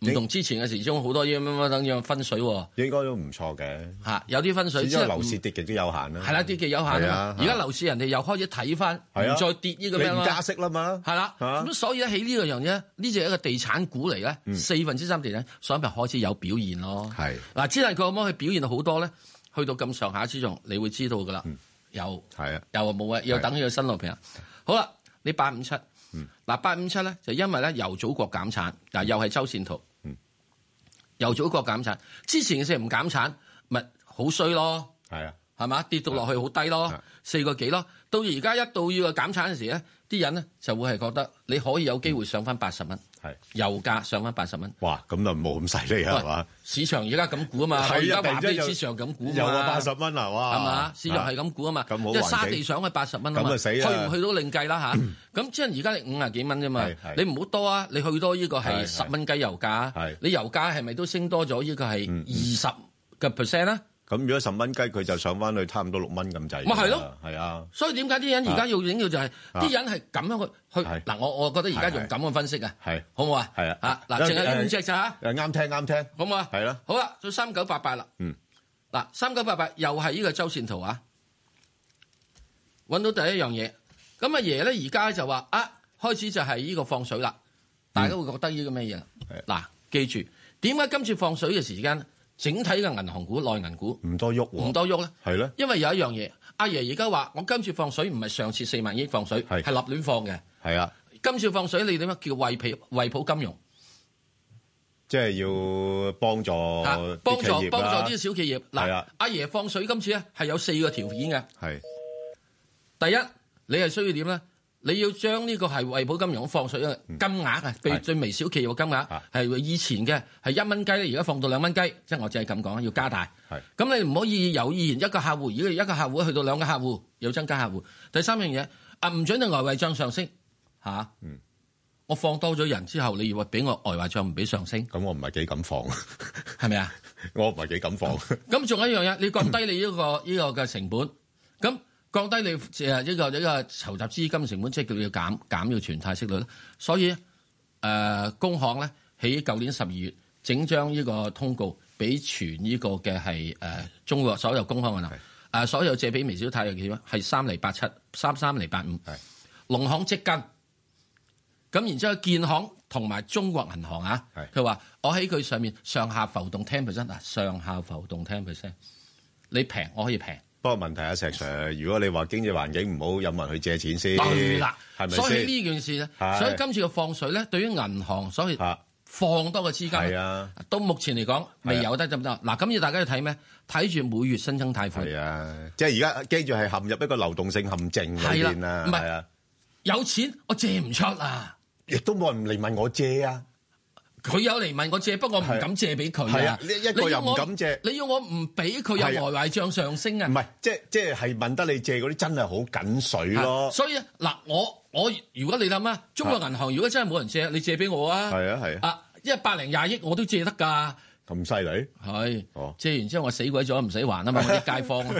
Speaker 4: 唔同之前嘅時鐘好多嘢乜乜等樣分水喎，
Speaker 3: 應該都唔錯嘅。
Speaker 4: 嚇，有啲分水
Speaker 3: 始
Speaker 4: 即
Speaker 3: 終
Speaker 4: 係
Speaker 3: 樓市跌極都有限啦。
Speaker 4: 係啦，啲嘅有限
Speaker 3: 係
Speaker 4: 啊
Speaker 3: 啊
Speaker 4: 嘛。而家樓市人哋又開始睇翻，
Speaker 3: 係啊
Speaker 4: 唔再跌呢個咩
Speaker 3: 你
Speaker 4: 嘛
Speaker 3: 唔加息啦嘛。
Speaker 4: 係啦，
Speaker 3: 啊
Speaker 4: 咁所以咧喺呢個樣嘢咧，呢只係一個地產股嚟咧，四分之三地產，所以咪開始有表現咯。
Speaker 3: 嗯係
Speaker 4: 嗱，只能佢可唔可以表現到好多咧？去到咁上下之中，你會知道噶啦。又
Speaker 3: 嗯係啊，
Speaker 4: 又冇啊，又等佢有新落平。好啦，你八五七，
Speaker 3: 嗯
Speaker 4: 嗱八五七咧就因為咧由祖國減產，嗱又係周線圖，由祖國減產，之前嘅時候唔減產，咪好衰咯。
Speaker 3: 係啊。
Speaker 4: 係嘛？跌到落去好低咯，四個幾咯。到而家一到要減產嘅時咧，啲人咧就會係覺得你可以有機會上翻八十蚊，
Speaker 3: 嗯係
Speaker 4: 油價上翻八十蚊。
Speaker 3: 哇！咁就冇咁犀利啊，係嘛？
Speaker 4: 市場而家咁估啊嘛，我而
Speaker 3: 係
Speaker 4: 家
Speaker 3: 啊，
Speaker 4: 話
Speaker 3: 突然
Speaker 4: 俾
Speaker 3: 間
Speaker 4: 你
Speaker 3: 有
Speaker 4: 知市場咁估啊嘛
Speaker 3: 又話八十蚊啊，哇！
Speaker 4: 係嘛？市場係咁估啊嘛，
Speaker 3: 咁好
Speaker 4: 因為沙
Speaker 3: 環境
Speaker 4: 地上去八十蚊啊
Speaker 3: 咁
Speaker 4: 嘛，
Speaker 3: 啊
Speaker 4: 去
Speaker 3: 死
Speaker 4: 唔
Speaker 3: 啦嗯
Speaker 4: 去到另計啦吓，咁即係而家你五啊幾蚊啫嘛
Speaker 3: 係，係
Speaker 4: 你唔好多啊，你去多呢個係
Speaker 3: 係係
Speaker 4: 十蚊雞油價，你油價係咪都升多咗呢個係二十嘅 percent 咧？
Speaker 3: 咁如果十蚊雞，佢就上翻去差唔多六蚊咁滯。
Speaker 4: 咪係咯，
Speaker 3: 係啊，
Speaker 4: 所以點解啲人而家要影要就係
Speaker 3: 啊
Speaker 4: 啲人係咁樣去去嗱，我我覺得而家用咁嘅分析啊，
Speaker 3: 係
Speaker 4: 好唔好啊？
Speaker 3: 係啊
Speaker 4: 啊，嗱，淨係呢五隻咋
Speaker 3: 誒啱聽啱聽，
Speaker 4: 好唔好啊？
Speaker 3: 係啦，
Speaker 4: 好啦，到三九八八啦。
Speaker 3: 嗯。
Speaker 4: 嗱，三九八八又係呢個周線圖啊，揾到第一樣嘢。咁阿爺咧而家就話啊，開始就係呢個放水啦，大家會覺得呢個咩嘢啦？
Speaker 3: 嗯
Speaker 4: 嗱，記住點解今次放水嘅時間，整體嘅銀行股、內銀股
Speaker 3: 唔多喐喎，
Speaker 4: 唔多喐咧？
Speaker 3: 係咧，
Speaker 4: 因為有一樣嘢，阿爺而家話我今次放水唔係上次四萬億放水，係立亂放嘅。
Speaker 3: 係啊，
Speaker 4: 今次放水你點樣叫惠普惠普金融？
Speaker 3: 即係要幫助
Speaker 4: 幫
Speaker 3: 啲
Speaker 4: 助
Speaker 3: 企業啦
Speaker 4: 幫助啲小企業。
Speaker 3: 係
Speaker 4: 嗱
Speaker 3: 啊，
Speaker 4: 阿爺放水今次咧係有四個條件嘅。
Speaker 3: 係
Speaker 4: 第一，你係需要點咧？你要將呢個係惠普金融放水嘅
Speaker 3: 嗯
Speaker 4: 金額啊，對對微小企業嘅金額
Speaker 3: 啊
Speaker 4: 係以前嘅係一蚊雞咧，而家放到兩蚊雞，即係我只係咁講，要加大。咁你唔可以有以前一個客戶，如果一個客戶去到兩個客戶，有增加客戶。第三樣嘢啊，唔准你外匯帳上升嚇。
Speaker 3: 嗯
Speaker 4: 我放多咗人之後，你以為俾我外匯帳唔俾上升？
Speaker 3: 咁我唔係幾敢放，
Speaker 4: 係咪啊？
Speaker 3: 我唔係幾敢放。
Speaker 4: 咁仲有一樣嘢，你降低你呢、個呢、個嘅成本，咁降低你誒呢個呢、個籌集資金成本，即係叫你要減減呢個存貸息率啦。所以誒、呃工行咧喺舊年十二月整張呢個通告俾全呢個嘅係誒中國所有工行銀行誒所有借俾微小貸嘅企業係三厘八七三三厘八五，農行即跟。咁然之後，建行同埋中國銀行啊，佢話我喺佢上面上下浮動 ten percent 啊，上下浮動 ten percent，你平我可以平。
Speaker 3: 不過問題啊，石 Sir，如果你話經濟環境唔好，有冇人去借錢先？
Speaker 4: 對啦，
Speaker 3: 係咪
Speaker 4: 所以
Speaker 3: 先？
Speaker 4: 呢件事咧，
Speaker 3: 係
Speaker 4: 所以今次嘅放水咧，對於銀行所以放多個資金，
Speaker 3: 啊係啊，
Speaker 4: 到目前嚟講未有得咁得。嗱，咁要大家要睇咩？睇住每月新增貸款。
Speaker 3: 係啊，即係而家驚住係陷入一個流動性陷阱裏
Speaker 4: 係啦
Speaker 3: 邊啦，
Speaker 4: 唔係
Speaker 3: 係啊，
Speaker 4: 有錢我借唔出啊！
Speaker 3: 亦都冇人嚟問我借啊。
Speaker 4: 佢有嚟問我借，不過我唔敢借俾佢
Speaker 3: 係
Speaker 4: 啊
Speaker 3: 啊！一一個
Speaker 4: 你要
Speaker 3: 又唔
Speaker 4: 我
Speaker 3: 敢借
Speaker 4: 你要我唔俾佢有外匯帳上升啊！
Speaker 3: 唔係，即係即係係問得你借嗰啲真係好緊水咯。
Speaker 4: 啊所以嗱，我我如果你諗啊，中國銀行如果真係冇人借，你借俾我啊。
Speaker 3: 係啊係啊
Speaker 4: 啊，因為百零廿億我都借得㗎。
Speaker 3: 咁犀利？哦
Speaker 4: 係。借完之後我死鬼咗，唔使還啊 嘛，我啲街坊啊。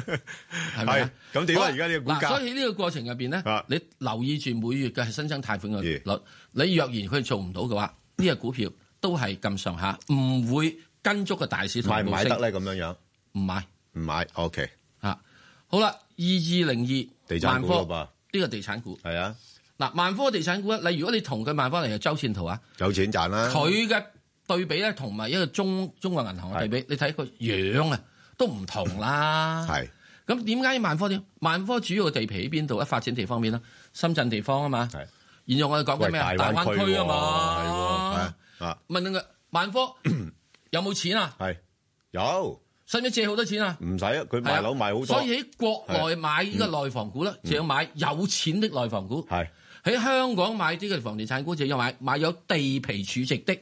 Speaker 4: 係咪啊？
Speaker 3: 係咁點啊
Speaker 4: 好
Speaker 3: 而家呢個股價啊
Speaker 4: 嗱所以喺呢個過程入邊咧，你留意住每月嘅係新增貸款嘅率。你若然佢做唔到嘅話，呢個股票都係咁上下，唔會跟足個大市同
Speaker 3: 買
Speaker 4: 埋
Speaker 3: 唔買得咧？咁樣樣
Speaker 4: 唔買，
Speaker 3: 唔買。OK
Speaker 4: 啊，好啦，二二零二
Speaker 3: 地產股
Speaker 4: 萬科
Speaker 3: 咯
Speaker 4: 呢個地產股
Speaker 3: 係啊。
Speaker 4: 嗱，萬科地產股咧，你如果你同佢萬科嚟嘅周線圖啊，
Speaker 3: 有錢賺啦。
Speaker 4: 佢嘅對比咧，同埋一個中中國銀行嘅對比，你睇個樣啊，都唔同 啦。
Speaker 3: 係。
Speaker 4: 咁點解萬科點？萬科主要嘅地皮喺邊度？一發展地方面啦，深圳地方啊嘛。係。然後我哋講緊咩啊？
Speaker 3: 喂
Speaker 4: 大
Speaker 3: 大灣
Speaker 4: 灣區啊嘛。
Speaker 3: 係喎係啊。
Speaker 4: 問佢萬科有冇錢啊？
Speaker 3: 係有。
Speaker 4: 使唔使借好多錢啊？
Speaker 3: 唔使啊，佢
Speaker 4: 係啊
Speaker 3: 賣樓賣好多。
Speaker 4: 所以喺國內買呢
Speaker 3: 嗯
Speaker 4: 個內房股咧，就要買有錢的內房股。係喺香港買呢個房地產股，就要買買有地皮儲值的，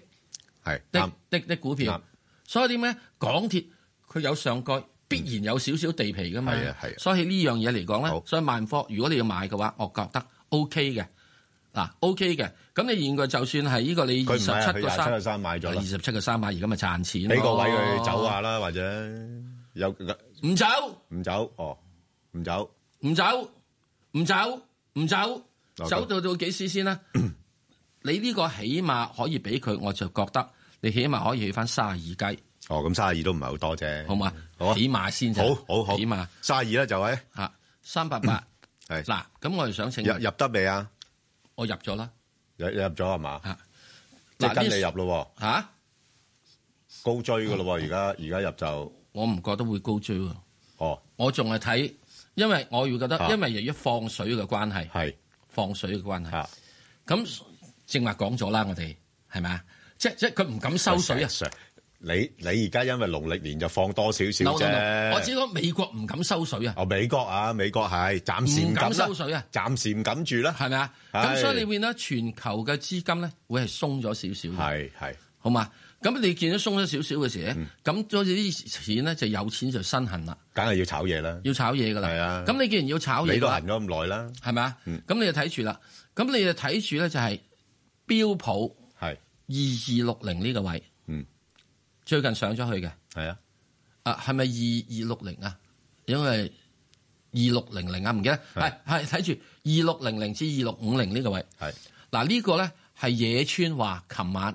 Speaker 3: 係
Speaker 4: 的的的股票。所以點咧？港鐵佢有上蓋，必然有少少地皮噶嘛。
Speaker 3: 係啊係啊
Speaker 4: 所以呢樣嘢嚟講咧，所以萬科如果你要買嘅話，我覺得 OK 嘅。嗱，OK 嘅。咁你現在就算係呢個你
Speaker 3: 佢
Speaker 4: 二
Speaker 3: 唔
Speaker 4: 十
Speaker 3: 係啊
Speaker 4: 七
Speaker 3: 佢
Speaker 4: 個
Speaker 3: 廿七個
Speaker 4: 三，
Speaker 3: 三買咗啦
Speaker 4: 二十七個三買，而家咪賺錢咯。
Speaker 3: 俾個位佢走下啦，或者有
Speaker 4: 唔走，
Speaker 3: 唔走，哦，唔走，
Speaker 4: 唔走，唔走，唔走，
Speaker 3: OK
Speaker 4: 走到到幾時先 啦？你呢個起碼可以俾佢，我就覺得你起碼可以去翻卅二雞。
Speaker 3: 哦，咁卅二都唔係好多啫，
Speaker 4: 好嘛？
Speaker 3: 好啊，
Speaker 4: 起碼先就
Speaker 3: 好好好，
Speaker 4: 起啊碼
Speaker 3: 卅二啦就位
Speaker 4: 嚇三百八
Speaker 3: 係
Speaker 4: 嗱，咁我哋想請
Speaker 3: 入入得未啊？
Speaker 4: 我入咗啦，
Speaker 3: 入入咗係嘛？即
Speaker 4: 嗱
Speaker 3: 係跟
Speaker 4: 呢
Speaker 3: 你入咯
Speaker 4: 喎，嚇
Speaker 3: 高追噶咯喎，而家而家入就
Speaker 4: 我唔覺得會高追喎。
Speaker 3: 哦，
Speaker 4: 我仲係睇，因為我要覺得
Speaker 3: 啊，
Speaker 4: 因為由於放水嘅關係，
Speaker 3: 係
Speaker 4: 放水嘅關係。咁正話講咗啦，我哋係咪啊？即即係佢唔敢收水啊！
Speaker 3: Sir，你你而家因為農曆年就放多少少
Speaker 4: No, no, no，
Speaker 3: 啫，
Speaker 4: 我只講美國唔敢收水啊！
Speaker 3: 哦，美國啊，美國係暫時唔
Speaker 4: 唔敢
Speaker 3: 敢啦
Speaker 4: 收水啊，
Speaker 3: 暫時唔敢住啦，
Speaker 4: 係咪啊？
Speaker 3: 係
Speaker 4: 咁所以你會咧，全球嘅資金咧會係鬆咗少少，
Speaker 3: 係係嗯
Speaker 4: 好嘛？咁你見到鬆咗少少嘅時咧，咁所以啲錢咧就有錢就身痕啦，
Speaker 3: 梗係要炒嘢啦，
Speaker 4: 要炒嘢噶啦。
Speaker 3: 係啊，
Speaker 4: 咁你既然要炒嘢
Speaker 3: 你
Speaker 4: 嘅
Speaker 3: 都
Speaker 4: 話，
Speaker 3: 行咗咁耐啦，嗯
Speaker 4: 係咪啊？咁你就睇住啦，咁你就睇住咧就係標普
Speaker 3: 係
Speaker 4: 二二六零呢個位，
Speaker 3: 嗯，
Speaker 4: 最近上咗去嘅，
Speaker 3: 係啊，
Speaker 4: 啊係咪二二六零啊？因為二六零零啊，唔記得，係係睇住二六零零至二六五零呢個位，
Speaker 3: 係
Speaker 4: 嗱呢個咧係野村話，琴晚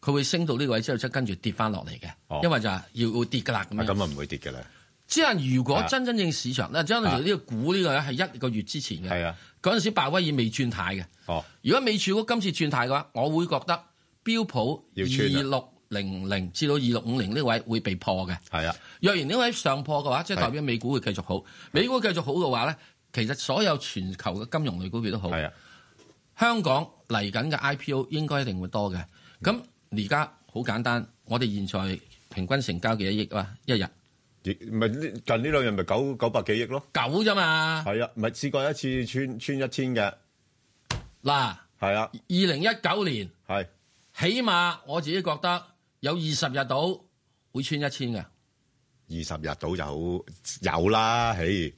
Speaker 4: 佢會升到呢個位之後，即係跟住跌翻落嚟
Speaker 3: 哦
Speaker 4: 嘅，因為就係要要跌噶啦咁樣。
Speaker 3: 咁啊唔會跌嘅啦，
Speaker 4: 即係如果
Speaker 3: 啊
Speaker 4: 真真正市場嗱，真係呢個股呢個係一個月之前嘅，係啊，嗰陣時鮑威爾未轉態嘅。
Speaker 3: 哦，
Speaker 4: 如果美儲局今次轉態嘅話，我會覺得標普
Speaker 3: 要穿
Speaker 4: 二
Speaker 3: 啦
Speaker 4: 六零零至到二六五零呢位會被破嘅。
Speaker 3: 係啊，
Speaker 4: 若然呢位上破嘅話，即係代表美股會繼續好。美股繼續好嘅話咧，其實所有全球嘅金融類股票都好。
Speaker 3: 係啊，
Speaker 4: 香港嚟緊嘅 IPO 應該一定會多嘅。咁而家好簡單，我哋現在平均成交幾多億啊？一日
Speaker 3: 亦咪呢近呢兩日咪九九百幾億咯，
Speaker 4: 九啫嘛，
Speaker 3: 係啊，咪試過一次穿穿一千嘅，
Speaker 4: 嗱，
Speaker 3: 係
Speaker 4: 二
Speaker 3: 啊，
Speaker 4: 零一九年
Speaker 3: 係
Speaker 4: 起碼我自己覺得有二十日到會穿一千嘅。
Speaker 3: 二十日到就好有啦，嘿，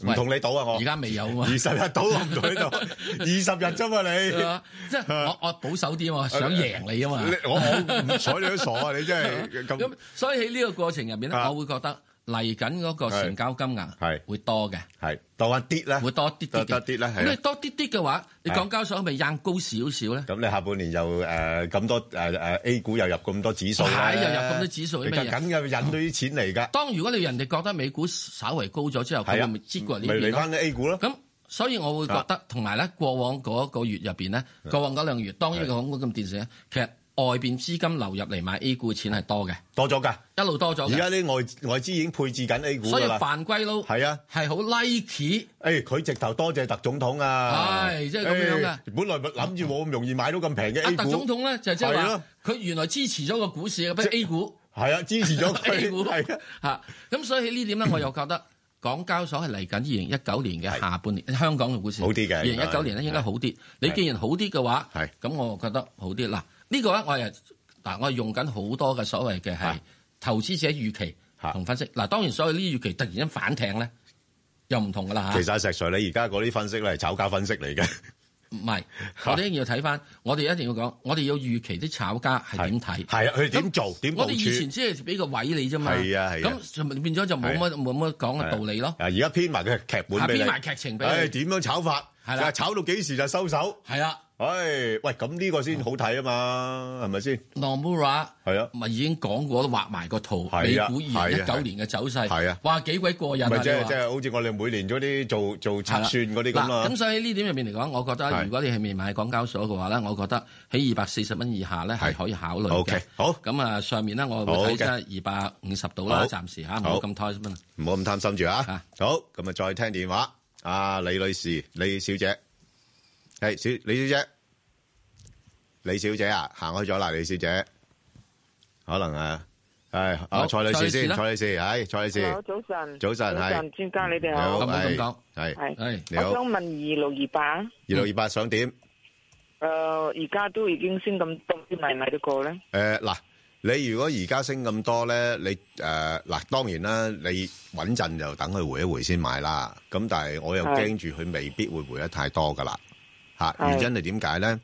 Speaker 3: 唔
Speaker 4: 喂
Speaker 3: 同你賭啊我，
Speaker 4: 而家未有啊嘛
Speaker 3: 二十日到我 唔同你賭，二十日啫嘛
Speaker 4: 係啊
Speaker 3: 你，
Speaker 4: 即係我我保守啲嘛，想贏你啊嘛。
Speaker 3: 我我唔睬你都傻啊，你真係咁。啊
Speaker 4: 所以喺呢個過程入面咧，我會覺得嚟緊嗰個成交金額
Speaker 3: 係
Speaker 4: 會多嘅，
Speaker 3: 係多一啲啦，
Speaker 4: 會多啲啲嘅
Speaker 3: 多啲啦，
Speaker 4: 咁
Speaker 3: 係
Speaker 4: 你
Speaker 3: 啊。
Speaker 4: 多啲啲嘅話，你
Speaker 3: À.
Speaker 4: 港交所咪硬高少少咧？
Speaker 3: 咁你下半年又誒咁多誒誒 à, A 股又入咁多指數啦，
Speaker 4: 係又入咁多指數
Speaker 3: 你
Speaker 4: 咩嘢
Speaker 3: 緊嘅引到啲錢嚟㗎。
Speaker 4: 當如果你人哋覺得美股稍為高咗之後，
Speaker 3: 係
Speaker 4: 佢會
Speaker 3: 啊
Speaker 4: 咪接過嚟呢
Speaker 3: 咪
Speaker 4: 邊
Speaker 3: 嚟返 A 股咯。啊
Speaker 4: 咁所以我會覺得，同埋咧過往嗰個月入邊咧，過往嗰兩個月，當呢個恐怖咁電視咧，其實外邊資金流入嚟買 A 股嘅錢係多嘅，
Speaker 3: 多咗㗎，
Speaker 4: 一路多咗
Speaker 3: 而
Speaker 4: 嘅。
Speaker 3: 家啲外外資已經配置緊 A 股
Speaker 4: 所以
Speaker 3: 㗎啦。
Speaker 4: 犯規佬
Speaker 3: 係啊，
Speaker 4: 係好 like。
Speaker 3: 誒，佢直頭多謝特總統啊！
Speaker 4: 係即係咁樣㗎
Speaker 3: 誒本來諗住冇咁容易買到咁平嘅 A
Speaker 4: 阿
Speaker 3: 股。
Speaker 4: 特總統咧就即
Speaker 3: 係
Speaker 4: 係
Speaker 3: 咯
Speaker 4: 話，佢原來支持咗個股市嘅，不如 A 股
Speaker 3: 係啊，支持 咗
Speaker 4: A
Speaker 3: 佢
Speaker 4: 股
Speaker 3: 係啊
Speaker 4: 嚇。咁所以呢點咧，我又覺得港交所係嚟緊二零一九年嘅下半年，香港嘅股市
Speaker 3: 好啲嘅
Speaker 4: 二零一九年咧應該好啲。你既然好啲嘅話，咁我覺得好啲。嗱呢個咧我係嗱我係用緊好多嘅所謂嘅係投資者預期同分析。嗱當然所有呢啲預期突然間反艇咧，又唔同噶啦嚇。
Speaker 3: 其實阿石 Sir，你而家嗰啲分析咧係炒家分析嚟嘅。
Speaker 4: 唔係，我哋一定要睇翻，我哋一定要講，我哋要預期啲炒家係點睇，
Speaker 3: 係啊佢點做
Speaker 4: 咁
Speaker 3: 點部署
Speaker 4: 我哋以前只係俾個位你啫嘛，
Speaker 3: 係啊係啊
Speaker 4: 咁就變咗就冇乜冇乜講嘅道理咯。
Speaker 3: 啊，而家編埋嘅劇本
Speaker 4: 啊
Speaker 3: 俾你，
Speaker 4: 編埋劇情俾你
Speaker 3: 唉，點樣炒法？
Speaker 4: 係啦
Speaker 3: 就係炒到幾時就收手？
Speaker 4: 係啦。
Speaker 3: 唉，喂，咁呢個先好睇啊嘛，係咪先？
Speaker 4: Nomura
Speaker 3: 係啊，
Speaker 4: 咪已經講過都畫埋個圖，美
Speaker 3: 係啊
Speaker 4: 股二零一九年嘅走勢，係啊，哇幾鬼過癮啊！
Speaker 3: 咪即
Speaker 4: 你
Speaker 3: 係
Speaker 4: 話
Speaker 3: 即係好似我哋每年嗰啲做做
Speaker 4: 係
Speaker 3: 測
Speaker 4: 啦
Speaker 3: 算嗰啲咁
Speaker 4: 嗱咁
Speaker 3: 啊。
Speaker 4: 所以呢點入面嚟講，我覺得
Speaker 3: 係
Speaker 4: 如果你係未買港交所嘅話咧，我覺得喺二百四十蚊以下咧係可以考慮嘅。
Speaker 3: OK，好。
Speaker 4: 咁啊，上面咧我
Speaker 3: 好
Speaker 4: 會
Speaker 3: 嘅
Speaker 4: 睇即係二百五十度啦，
Speaker 3: 好
Speaker 4: 暫時嚇唔好
Speaker 3: 好
Speaker 4: 咁開心啦。啊
Speaker 3: 唔好咁貪心住啊！好，咁啊，再聽電話。啊，李女士，李小姐，係小李小姐，李小姐啊，行開咗啦，李小姐，可能啊誒、係啊，
Speaker 15: 好
Speaker 3: 蔡女士
Speaker 15: 蔡女士
Speaker 3: 先，
Speaker 15: 啦
Speaker 3: 蔡女士，係蔡女士，
Speaker 15: Hello，早啊晨，早
Speaker 3: 早晨
Speaker 15: 晨，
Speaker 3: 係
Speaker 15: 專家你哋
Speaker 3: 你好，
Speaker 15: 好，
Speaker 3: 係，係，
Speaker 15: 係，
Speaker 3: 你好
Speaker 15: 我想問二六二八，誒，
Speaker 3: 二六二八想點？
Speaker 15: 而家都已經升咁多，買唔買得過咧？
Speaker 3: 誒嗱，你如果而家升咁多咧，你誒嗱當然啦，你穩陣就等佢回一回先買啦。咁但係我又
Speaker 15: 係
Speaker 3: 驚住佢未必會回得太多噶啦嚇。
Speaker 15: 係
Speaker 3: 原因係點解咧？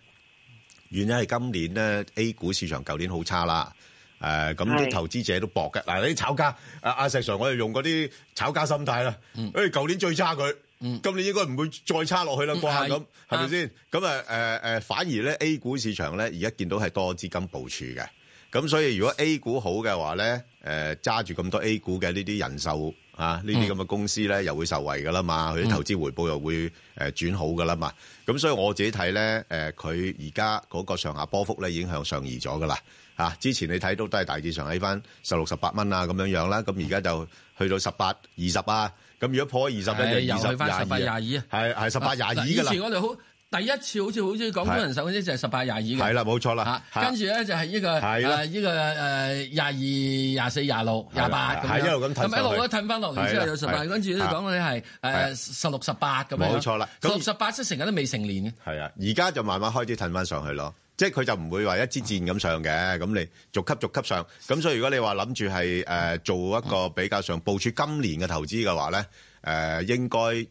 Speaker 3: 原因係今年咧 A 股市場舊年好差啦。誒咁啲
Speaker 15: 係
Speaker 3: 投資者都搏嘅。嗱，你炒家阿阿石 Sir，我哋用嗰啲炒家心態啦。
Speaker 4: 嗯
Speaker 3: 誒，舊年最差佢，今年應該唔會再差落去啦
Speaker 4: 嗯係
Speaker 3: 啩咁。係咪先？咁啊誒誒，反而咧 A 股市場咧，而家見到係多資金部署嘅。咁所以如果 A 股好嘅話咧，誒揸住咁多 A 股嘅呢啲人壽啊，呢啲咁嘅公司
Speaker 4: 嗯
Speaker 3: 咧，又會受惠噶啦嘛，佢啲投資回報又會誒轉好噶啦嘛。咁所以我自己睇咧，誒佢而家嗰個上下波幅咧已經向上移咗噶啦。啊，之前你睇到都係大致上喺翻十六、十八蚊啊咁樣樣啦。咁而家就去到十八、二十啊。咁如果破咗二十
Speaker 4: 係
Speaker 3: 咧，就
Speaker 4: 又
Speaker 3: 二
Speaker 4: 去
Speaker 3: 十、
Speaker 4: 返
Speaker 3: 廿
Speaker 4: 18
Speaker 3: 二，
Speaker 4: 22
Speaker 3: 係係十八、廿二
Speaker 4: 啊嗱
Speaker 3: 噶
Speaker 4: 以前
Speaker 3: 啦。
Speaker 4: 我哋好第一次好似好似講
Speaker 3: 係
Speaker 4: 到人手嗰啲就係十八廿二嘅。
Speaker 3: 係啦，冇錯啦。嚇
Speaker 4: 跟住咧就係呢個
Speaker 3: 係啦
Speaker 4: 誒呢個誒廿二、廿四、廿六、廿八咁
Speaker 3: 係
Speaker 4: 樣，
Speaker 3: 一路咁褪上去
Speaker 4: 咁一路都褪翻落嚟之後有十
Speaker 3: 係
Speaker 4: 八，
Speaker 3: 啦
Speaker 4: 跟住咧
Speaker 3: 係
Speaker 4: 講你係
Speaker 3: 係
Speaker 4: 誒十六十八咁樣。
Speaker 3: 冇錯啦
Speaker 4: 十
Speaker 3: 咁
Speaker 4: 六十八即係成日都未成年嘅。
Speaker 3: 係啊，而家就慢慢開始褪翻上去咯。即係佢就唔會話一支箭咁上嘅，咁你逐級逐級上。咁所以如果你話諗住係誒做一個比較上部署今年嘅投資嘅話咧，誒、呃、應該誒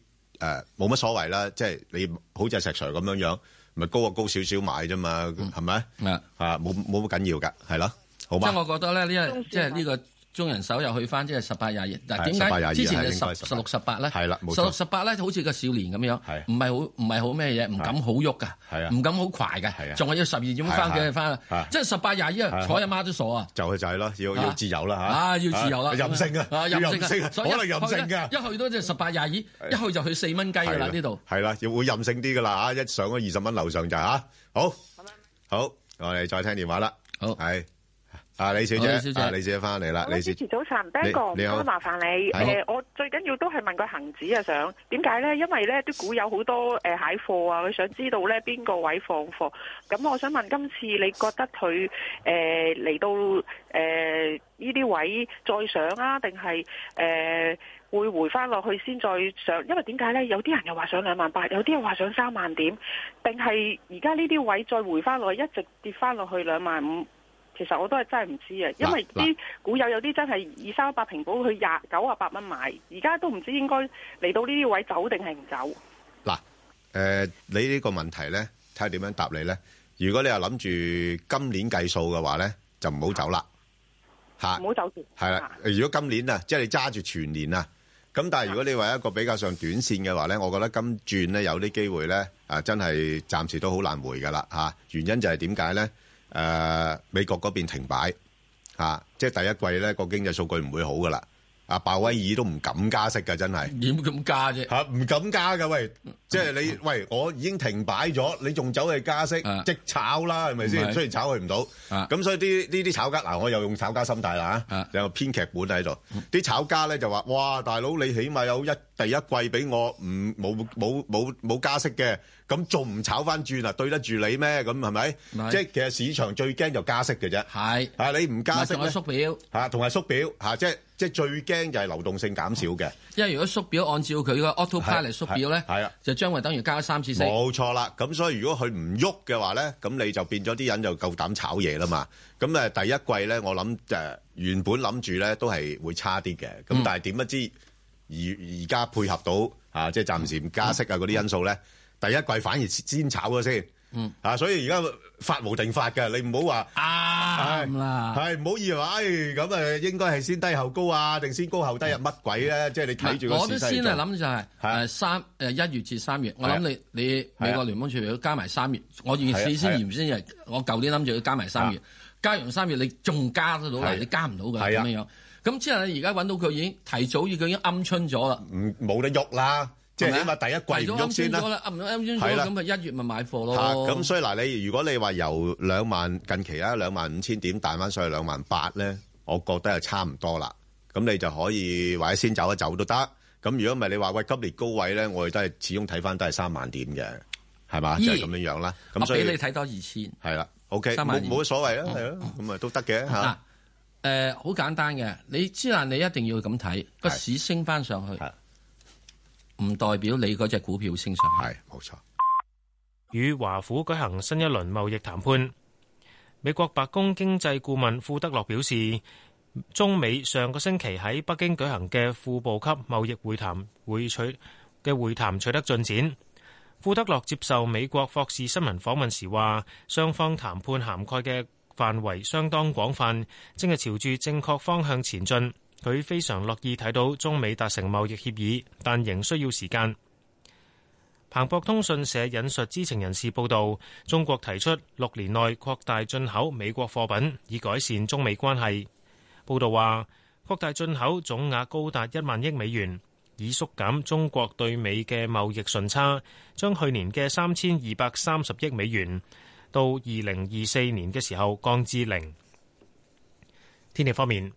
Speaker 3: 冇乜所謂啦。即係你好似阿石 Sir 咁樣樣，咪高啊高少少買啫嘛，係咪、啊，冇冇乜緊要㗎，係咯，好
Speaker 4: 即
Speaker 3: 嘛？
Speaker 4: 係我覺得咧，呢個即係呢個中人手又去翻即係十八廿二。嗱
Speaker 3: 係
Speaker 4: 點
Speaker 3: 18廿
Speaker 4: 解
Speaker 3: 二
Speaker 4: 之前
Speaker 3: 係應該
Speaker 4: 就
Speaker 3: 係
Speaker 4: 十
Speaker 3: 18
Speaker 4: 十六十八咧？
Speaker 3: 係啦冇錯
Speaker 4: 十六十八咧好似個少年咁樣，唔係好唔係好咩嘢，唔敢好喐㗎，
Speaker 3: 係啊啊
Speaker 4: 唔敢好快㗎，仲係要十二點翻
Speaker 3: 係
Speaker 4: 嘅
Speaker 3: 啊
Speaker 4: 翻
Speaker 3: 係
Speaker 4: 啊
Speaker 3: 啊！
Speaker 4: 即係十八廿二，
Speaker 3: 係
Speaker 4: 坐阿媽都傻啊！
Speaker 3: 就係就係咯，要
Speaker 4: 啊
Speaker 3: 要自由啦嚇，
Speaker 4: 啊，要自由啦，
Speaker 3: 任性啊，要
Speaker 4: 任
Speaker 3: 任性啊，可
Speaker 4: 所以
Speaker 3: 能任性㗎。
Speaker 4: 一去到即係十八廿二，一去就去四蚊雞㗎啦呢度。
Speaker 3: 係啦，要會任性啲噶啦嚇，一上咗二十蚊樓上就嚇，好，好，我哋再聽電話啦，
Speaker 4: 好，
Speaker 3: 係，啊李小
Speaker 4: 好李小
Speaker 3: 姐，
Speaker 4: 姐
Speaker 3: 啊李小姐翻嚟啦，李小
Speaker 16: 支持早晨，Ben
Speaker 3: 你
Speaker 16: 哥，唔
Speaker 3: 你好
Speaker 16: 該麻煩你。
Speaker 3: 係
Speaker 16: 誒，我最緊要都係問個恒指啊，想點解咧？因為咧啲股有好多誒蟹貨啊，佢想知道咧邊個位放貨。咁我想問，今次你覺得佢誒嚟到誒呢啲位再上啊，定係誒會回翻落去先再上？因為點解咧？有啲人又話上兩萬八，有啲人話上三萬點，定係而家呢啲位再回翻落去，一直跌翻落去兩萬五？其實我都係真係唔知啊，因為啲股友有啲真係二三百平保去廿九啊八蚊買，而家都唔知應該嚟到呢啲位走定係唔走。
Speaker 3: 嗱，誒你呢個問題咧，睇下點樣答你咧。如果你又諗住今年計數嘅話咧，就唔好走啦，嚇，
Speaker 16: 唔好走住。
Speaker 3: 係啦，如果今年啊，即係你揸住全年啊，咁但係如果你話一個比較上短線嘅話咧，我覺得今轉咧有啲機會咧，啊真係暫時都好難回噶啦嚇。原因就係點解咧？誒、美國嗰邊停擺嚇、啊即係第一季咧個經濟數據唔會好噶啦。阿鮑威爾都唔敢加息㗎，真係
Speaker 4: 點咁加啫？
Speaker 3: 嚇、唔敢加㗎喂！即係你喂，我已經停擺咗，你仲走去加息，即炒啦，係咪
Speaker 15: 唔係
Speaker 3: 先？雖然炒佢唔到，咁所以啲呢啲炒家嗱，我又用炒家心態啦嚇，有個編劇本喺度。啲炒家咧就話：哇，大佬你起碼有一第一季俾我唔冇冇冇冇加息嘅，咁仲唔炒翻轉啊？對得住你咩？咁係咪？即係其實市場最驚就加息嘅啫。
Speaker 4: 係
Speaker 3: 啊，你唔加息
Speaker 4: 同埋
Speaker 3: 咧，
Speaker 4: 縮表
Speaker 3: 嚇，同埋縮表嚇，即係即係最驚就係流動性減少嘅。
Speaker 4: 因為如果縮表按照佢個 autopilot
Speaker 3: 係
Speaker 4: 縮表咧，
Speaker 3: 係啊，
Speaker 4: 就將會等於加三次息。
Speaker 3: 冇錯啦，咁所以如果佢唔喐嘅話咧，咁你就變咗啲人就夠膽炒嘢啦嘛。咁誒第一季咧，我諗誒、呃原本諗住咧都係會差啲嘅，咁但係點不知而而家配合到啊，即係暫時唔加息啊嗰啲因素咧，第一季反而先炒咗先。嗯，啊，所以而家法無定法嘅，你唔好話
Speaker 4: 啱啦，
Speaker 3: 係唔好以為，唉，咁誒應該係先低後高啊，定先高後低啊，乜鬼咧？即係你睇住個
Speaker 4: 我都
Speaker 3: 市勢
Speaker 4: 先係
Speaker 3: 做
Speaker 4: 諗就係誒三誒一月至三月，我
Speaker 3: 係啊
Speaker 4: 諗你你
Speaker 3: 啊
Speaker 4: 美國聯邦儲備局加埋三月，我原
Speaker 3: 係啊
Speaker 4: 先
Speaker 3: 係
Speaker 4: 先
Speaker 3: 啊
Speaker 4: 原先係我舊年諗住要加埋三月，加完三月你仲加得到
Speaker 3: 係
Speaker 4: 嚟，
Speaker 3: 啊
Speaker 4: 你加唔到㗎
Speaker 3: 係
Speaker 4: 咁
Speaker 3: 啊
Speaker 4: 樣樣。咁之後你而家揾到佢已經提早，佢已經鵪鶉咗啦，啊
Speaker 3: 唔冇得喐啦，即係起碼第一
Speaker 4: 提
Speaker 3: 季
Speaker 4: 早
Speaker 3: 唔
Speaker 4: 鵪
Speaker 3: 喐
Speaker 4: 鶉
Speaker 3: 先
Speaker 4: 咗
Speaker 3: 啦
Speaker 4: 啦。，鵪鶉咗
Speaker 3: 係啦
Speaker 4: 咁咪一月咪買貨咯。
Speaker 3: 嚇咁所以嗱，你如果你話由兩萬近期啦，兩萬五千點彈翻上去兩萬八咧，我覺得係差唔多啦。咁你就可以或者先走一走都得。咁如果唔係你話喂今年高位咧，我哋都係始終睇翻都係三萬點嘅，係嘛？
Speaker 4: 咦
Speaker 3: 就係咁樣樣啦。
Speaker 4: 我
Speaker 3: 咁所
Speaker 4: 啊俾
Speaker 3: 以
Speaker 4: 你睇多二千。
Speaker 3: 係啦，OK，
Speaker 4: 三萬
Speaker 3: 冇
Speaker 4: 二
Speaker 3: 冇乜所謂啊，係咯，咁啊都得嘅嚇。
Speaker 4: 誒呃好簡單嘅，你知啦，你一定要咁睇個市升翻上去，唔代表你嗰只股票升上去。係
Speaker 3: 冇錯。
Speaker 6: 與華府舉行新一輪貿易談判。美國白宮經濟顧問庫德洛表示，中美上個星期喺北京舉行嘅副部級貿易會談會取嘅會談取得進展。庫德洛接受美國霍士新聞訪問時話，雙方談判涵蓋嘅範圍相當廣泛，正係朝住正確方向前進。佢非常樂意睇到中美達成貿易協議，但仍需要時間。彭博通訊社引述知情人士報道，中國提出六年內擴大進口美國貨品，以改善中美關係。報道話，擴大進口總額高達一萬億美元，以縮減中國對美嘅貿易順差，將去年嘅三千二百三十億美元到二零二四年嘅時候降至零。天氣方面。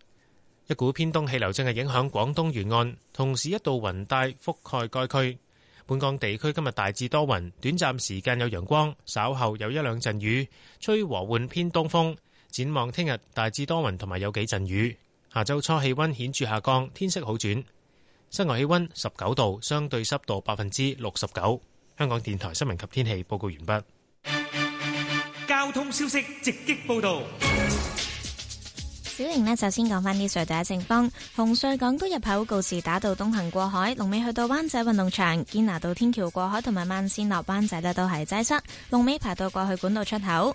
Speaker 6: 一股偏東氣流正係影響廣東沿岸，同時一道雲帶覆蓋該區。本港地區今日大致多雲，短暫時間有陽光，稍後有一兩陣雨，吹和緩偏東風。展望聽日大致多雲同埋有幾陣雨。下周初氣温顯著下降，天色好轉。室外氣温十九度，相對濕度百分之六十九。香港電台新聞及天氣報告完
Speaker 5: 畢。交通消息直擊報導。
Speaker 7: 小瑩呢，就先講翻啲隧道嘅情況。紅隧港島入口告士打道東行過海，龍尾去到灣仔運動場；堅拿道天橋過海同埋慢線落灣仔呢，都係擠塞。龍尾排到過去管道出口。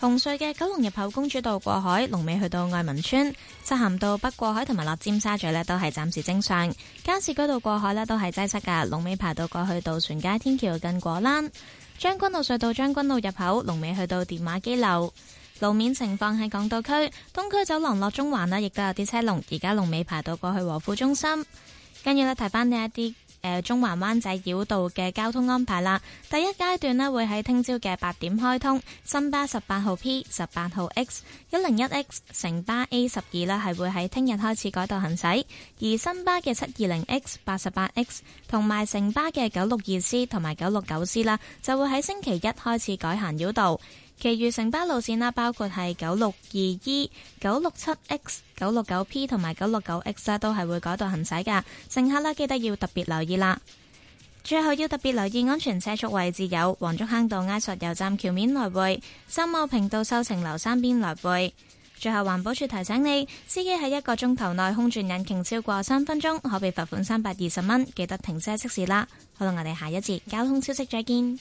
Speaker 7: 紅隧嘅九龍入口公主道過海，龍尾去到愛民村；漆咸道北過海同埋落尖沙咀呢，都係暫時正常。加士居道過海呢，都係擠塞噶，龍尾排到過去渡船街天橋近果欄。將軍澳隧道將軍澳入口，龍尾去到電話機樓。路面情況喺港島區東區走廊落中環啦，亦都有啲車龍，而家龍尾排到過去和富中心。跟住咧，提翻呢一啲誒、呃、中環灣仔繞道嘅交通安排啦。第一階段呢，會喺聽朝嘅八點開通，新巴十八號 P、十八號 X、一零一 X、城巴 A 十二啦，係會喺聽日開始改道行駛。而新巴嘅七二零 X、八十八 X 同埋城巴嘅九六二 C 同埋九六九 C 啦，就會喺星期一開始改行繞道。其餘城巴路線啦，包括係九六二 E、九六七 X、九六九 P 同埋九六九 X 啦，都係會改道行駛㗎。乘客啦，記得要特別留意啦。最後要特別留意安全車速位置有黃竹坑道埃索油站橋面來回、三茂坪道秀晴樓山邊來回。最後環保署提醒你，司機喺一個鐘頭內空轉引擎超過三分鐘，可被罰款三百二十蚊。記得停車熄匙啦。好啦，我哋下一節交通消息再見。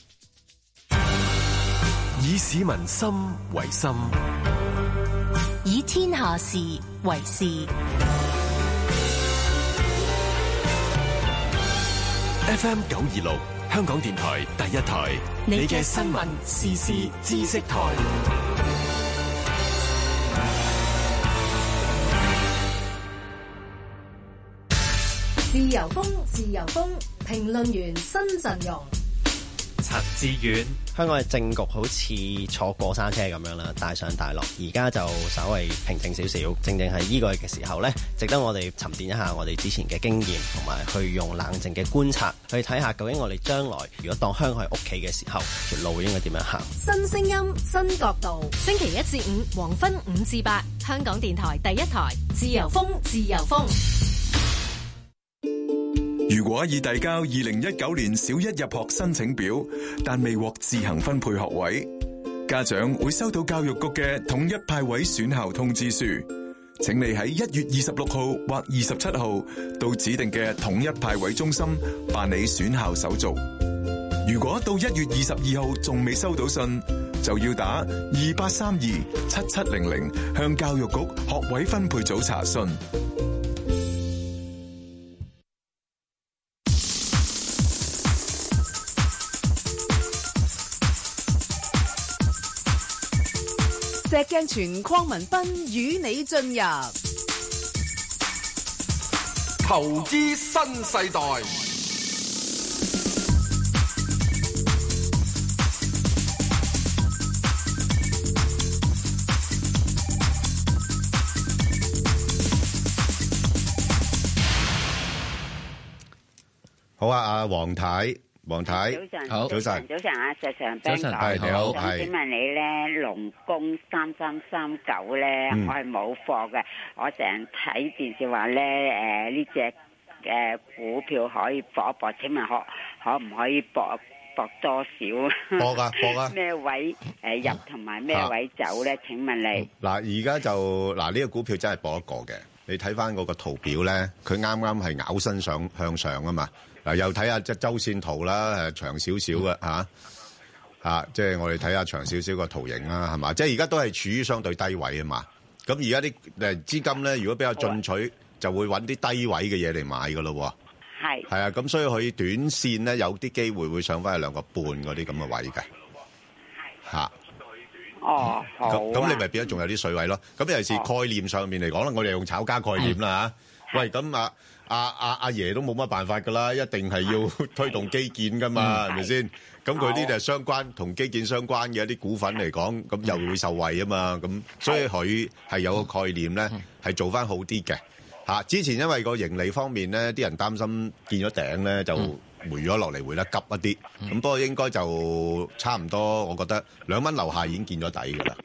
Speaker 8: 以市民心為心，
Speaker 9: 以天下事為事。
Speaker 8: FM 九二六，香港電台第一台，你嘅新聞、時事、知識台。
Speaker 17: 自由風，自由風，評論員新陣容。
Speaker 18: 陳志遠，
Speaker 19: 香港嘅政局好似坐過山車咁樣啦，大上大落。而家就稍微平靜少少，正正係呢個嘅時候呢，值得我哋沉澱一下我哋之前嘅經驗，同埋去用冷靜嘅觀察去睇下究竟我哋將來如果當香港係屋企嘅時候，條路應該點樣行？
Speaker 17: 新聲音，新角度，星期一至五黃昏五至八，香港電台第一台，自由風，自由風。
Speaker 20: 如果已遞交二零一九年小一入學申請表，但未獲自行分配學位，家長會收到教育局嘅統一派位選校通知書。請你喺一月二十六號或二十七號到指定嘅統一派位中心辦理選校手續。如果到一月二十二號仲未收到信，就要打二八三二七七零零向教育局學位分配組查詢。
Speaker 1: 石鏡泉鄺民彬與你進入
Speaker 2: 投資新世代。
Speaker 3: 好啊，阿黃太，黃太，
Speaker 21: 早晨，
Speaker 3: 好，早晨，
Speaker 21: 早晨啊，石常
Speaker 3: 早
Speaker 21: Ben
Speaker 3: 晨係你好係
Speaker 21: 請問你咧，龍工三三三九咧，
Speaker 3: 嗯
Speaker 21: 我係冇貨嘅，我成日睇電視話咧，誒呢只誒股票可以搏一搏，請問可可唔可以搏搏多少？
Speaker 3: 搏啊搏啊
Speaker 21: 咩位誒入同埋咩位走咧？請問你
Speaker 3: 嗱，而家就嗱呢個股票真係搏一個嘅。你睇翻嗰個圖表咧，佢啱啱係咬身上向上啊嘛。嗱，又睇下即係周線圖啦，誒長少少嘅嚇嚇，即係我哋睇下長少少個圖形啦，係嘛？即係而家都係處於相對低位啊嘛。咁而家啲誒資金咧，如果比較進取，
Speaker 21: 啊
Speaker 3: 就會揾啲低位嘅嘢嚟買噶咯喎。
Speaker 21: 係
Speaker 3: 係啊，咁所以佢短線咧有啲機會會上翻去兩個半嗰啲咁嘅位嘅嚇。
Speaker 21: 哦好
Speaker 3: 咁咁你
Speaker 21: 啊，
Speaker 3: 咪變咗仲有啲水位咯。咁尤其是概念上面嚟講啦，我哋用炒家概念啦嚇。喂，咁啊阿阿阿爺都冇乜辦法㗎啦，一定係要推動基建㗎嘛，
Speaker 22: 嗯
Speaker 3: 係咪先？咁佢呢啲係相關同基建相關嘅一啲股份嚟講，咁又會受惠啊嘛。咁所以佢係有個概念咧，係做翻好啲嘅嚇。之前因為個盈利方面咧，啲人擔心見咗頂咧就。回咗落嚟，回得急一啲，咁不過應該就差唔多，我覺得兩蚊樓下已經見咗底㗎啦。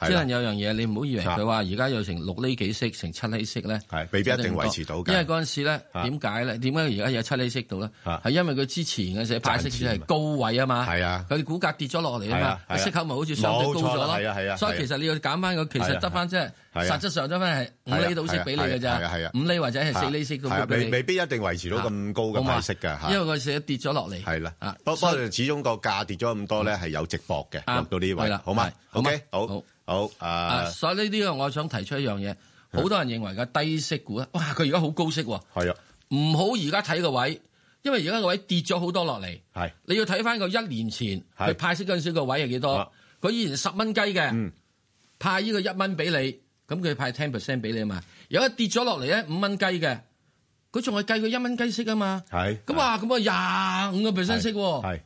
Speaker 4: 即係有樣嘢，你唔好以為佢話而家有成六厘幾息，成七厘息咧，
Speaker 3: 係未必一定維持到㗎
Speaker 4: 因為嗰陣時咧，點解咧？點解而家有七厘息度咧？係因為佢之前嘅時候派息只係高位啊嘛，
Speaker 3: 係啊，
Speaker 4: 佢哋股價跌咗落嚟
Speaker 3: 係
Speaker 4: 啊
Speaker 3: 啊係
Speaker 4: 嘛，
Speaker 3: 啊
Speaker 4: 息口咪好似相對高咗
Speaker 3: 冇錯啦
Speaker 4: 咯，
Speaker 3: 係啊係啊
Speaker 4: 所
Speaker 3: 係
Speaker 4: 以
Speaker 3: 啊
Speaker 4: 其實你要減翻佢，其
Speaker 3: 係啊
Speaker 4: 實得翻即係
Speaker 3: 係啊
Speaker 4: 實質上得翻係五厘到息俾你㗎
Speaker 3: 係啊係啊係啊
Speaker 4: 咋，五厘或者係四厘息都
Speaker 3: 係啊
Speaker 4: 俾
Speaker 3: 未
Speaker 4: 你。
Speaker 3: 未必一定維持到咁高嘅派息㗎嚇。
Speaker 4: 因為佢成日跌咗落嚟。
Speaker 3: 係啦，啊
Speaker 4: 啊
Speaker 3: 不不過始終個價跌咗咁多咧，係有直播嘅
Speaker 4: 啱
Speaker 3: 落到呢
Speaker 4: 嗯啊係
Speaker 3: 位
Speaker 4: 啦，
Speaker 3: 好嘛
Speaker 4: 係好嘛
Speaker 3: ？OK，好，好
Speaker 4: 啊，
Speaker 3: 啊，
Speaker 4: 所以呢啲我想提出一樣嘢，好多人認為嘅低息股啊咧，哇，佢而家好高息喎，
Speaker 3: 嗯係啊，
Speaker 4: 唔好而家睇個位，因為而家個位跌咗好多落嚟，
Speaker 3: 係
Speaker 4: 你要睇翻個一年前佢派息嗰陣時個位係幾
Speaker 3: 啊
Speaker 4: 多，佢以前十蚊雞
Speaker 3: 嗯
Speaker 4: 嘅，派呢個一蚊俾你，咁佢派 ten percent 俾你啊嘛，而家跌咗落嚟咧五蚊雞嘅，佢仲係計佢一蚊雞息啊嘛，
Speaker 3: 係
Speaker 4: 咁啊咁啊廿五個 percent 息喎，
Speaker 3: 係，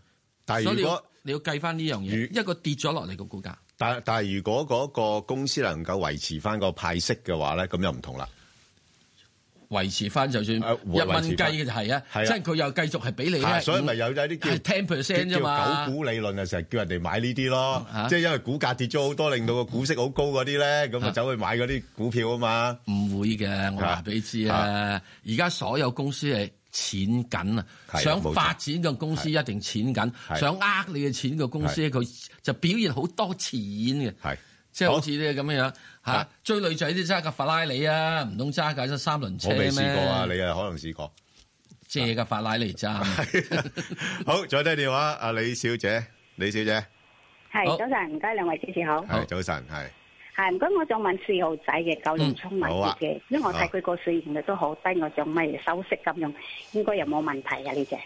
Speaker 3: 但
Speaker 4: 所
Speaker 3: 係
Speaker 4: 以你
Speaker 3: 如
Speaker 4: 要
Speaker 3: 果
Speaker 4: 你要計翻呢樣嘢，一個跌咗落嚟個股價。
Speaker 3: 但但係如果嗰個公司能夠維持翻個派息嘅話咧，咁又唔同啦。啊
Speaker 4: 維持翻就算一蚊雞嘅就係啊，
Speaker 3: 係啊
Speaker 4: 即係佢又繼續係俾你
Speaker 3: 係
Speaker 4: 咧，
Speaker 3: 所以咪有有啲叫
Speaker 4: ten percent 啫
Speaker 3: 叫
Speaker 4: 嘛啊
Speaker 3: 狗。股理論啊，成日叫人哋買呢啲咯，即係因為股價跌咗好多，令到個股息好高嗰啲咧，咁啊走去買嗰啲股票啊嘛。
Speaker 4: 唔會嘅，我話俾你知啊！而家所有公司係錢緊啊，
Speaker 3: 係
Speaker 4: 想
Speaker 3: 冇錯
Speaker 4: 發展嘅公司一定錢緊，
Speaker 3: 係
Speaker 4: 想呃你嘅錢嘅公司
Speaker 3: 係
Speaker 4: 佢就表現好多錢嘅。
Speaker 3: 係，
Speaker 4: 即係好似呢咁樣樣嚇，追女仔都揸架法拉利啊，唔通揸架咗三輪車
Speaker 3: 我
Speaker 4: 咩？
Speaker 3: 未試過啊，你啊可能試過。
Speaker 4: 借架法拉利揸。
Speaker 3: 好，再聽電話，阿李小姐，李小姐，
Speaker 23: 係早晨，唔該兩位主持好。
Speaker 3: 係早晨，係
Speaker 23: 係唔該，我想問四號仔嘅九年聰明
Speaker 3: 嗯好啊
Speaker 23: 啲嘅，因為我睇
Speaker 3: 好
Speaker 23: 佢個市盈率都好低，我想乜嘢收息咁樣，應該又冇問題啊嘅呢只。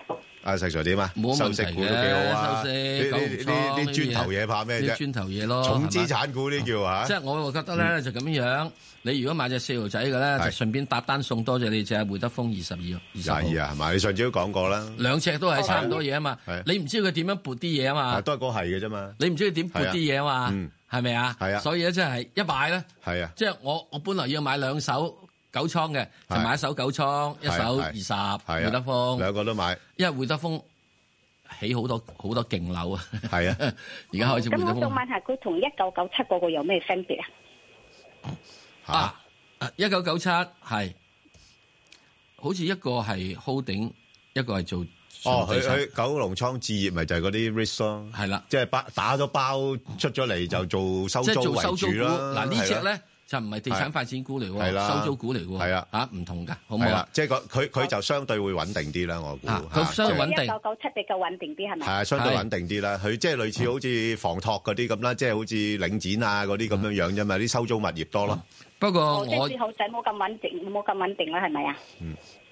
Speaker 3: 阿石 Sir 點啊？
Speaker 4: 冇
Speaker 3: 收
Speaker 4: 問
Speaker 3: 息
Speaker 4: 題
Speaker 3: 股都幾好啊！
Speaker 4: 嘅，收
Speaker 3: 呢
Speaker 4: 息九
Speaker 3: 呢
Speaker 4: 唔
Speaker 3: 呢
Speaker 4: 錯
Speaker 3: 啲磚頭嘢怕咩啫？
Speaker 4: 啲磚頭嘢咯，
Speaker 3: 重資產股呢叫
Speaker 4: 係嘛
Speaker 3: 啊？
Speaker 4: 即係我又覺得咧就咁樣，你如果買只四號仔嘅咧，就順便搭單送多謝你只會德豐二十二二十號
Speaker 3: 廿二啊，係嘛？你上次都講過啦，
Speaker 4: 兩隻都係差唔多嘢啊嘛
Speaker 3: 係。
Speaker 4: 你唔知佢點樣撥啲嘢啊嘛，
Speaker 3: 都係個係嘅啫嘛。
Speaker 4: 你唔知佢點撥啲嘢啊
Speaker 3: 係啊嗯
Speaker 4: 嘛，係咪啊？
Speaker 3: 係啊
Speaker 4: 所以咧即係一買咧，
Speaker 3: 係啊，
Speaker 4: 即係我我本來要買兩手九倉嘅，就
Speaker 3: 係
Speaker 4: 買一手九倉，一手
Speaker 3: 係
Speaker 4: 二十
Speaker 3: 係啊
Speaker 4: 會德豐，
Speaker 3: 兩個都買，
Speaker 4: 因為會德豐起好多好多勁樓啊。
Speaker 3: 係啊，
Speaker 4: 而家開始會
Speaker 23: 咁
Speaker 4: 德
Speaker 23: 我想
Speaker 4: 豐。
Speaker 23: 問下佢同一九九七嗰個有咩分別啊？
Speaker 4: 啊，一九九七係，好似一個係 holding，一個係做純
Speaker 3: 哦，佢
Speaker 4: 地產
Speaker 3: 佢九龍倉置業咪就係嗰啲 risk 咯，
Speaker 4: 係啦，
Speaker 3: 即係打打咗包出咗嚟就做收
Speaker 4: 即係
Speaker 3: 租
Speaker 4: 做
Speaker 3: 為
Speaker 4: 收租股。
Speaker 3: 主啦。
Speaker 4: 嗱呢
Speaker 3: 係
Speaker 4: 只
Speaker 3: 啦
Speaker 4: 咧就唔係地產發展股嚟
Speaker 3: 係
Speaker 4: 喎，
Speaker 3: 啦
Speaker 4: 收租股嚟喎，係啊，嚇唔同㗎，好唔好
Speaker 3: 係
Speaker 4: 啊
Speaker 3: 啦，？即係個佢佢就相對會穩定啲啦，我估。
Speaker 4: 啊
Speaker 3: 嚇
Speaker 4: 佢相對穩定
Speaker 23: 一九九七比較哦穩定啲係咪？
Speaker 3: 係啊，相對穩定啲啦。佢即係類似好似房託嗰啲咁啦，即係好似領展啊嗰啲咁樣樣啫嘛，啲收租物業多咯。
Speaker 4: 不過
Speaker 23: 哦。即係
Speaker 4: 我
Speaker 23: 四號仔冇咁穩定，冇咁穩定啦，係咪啊？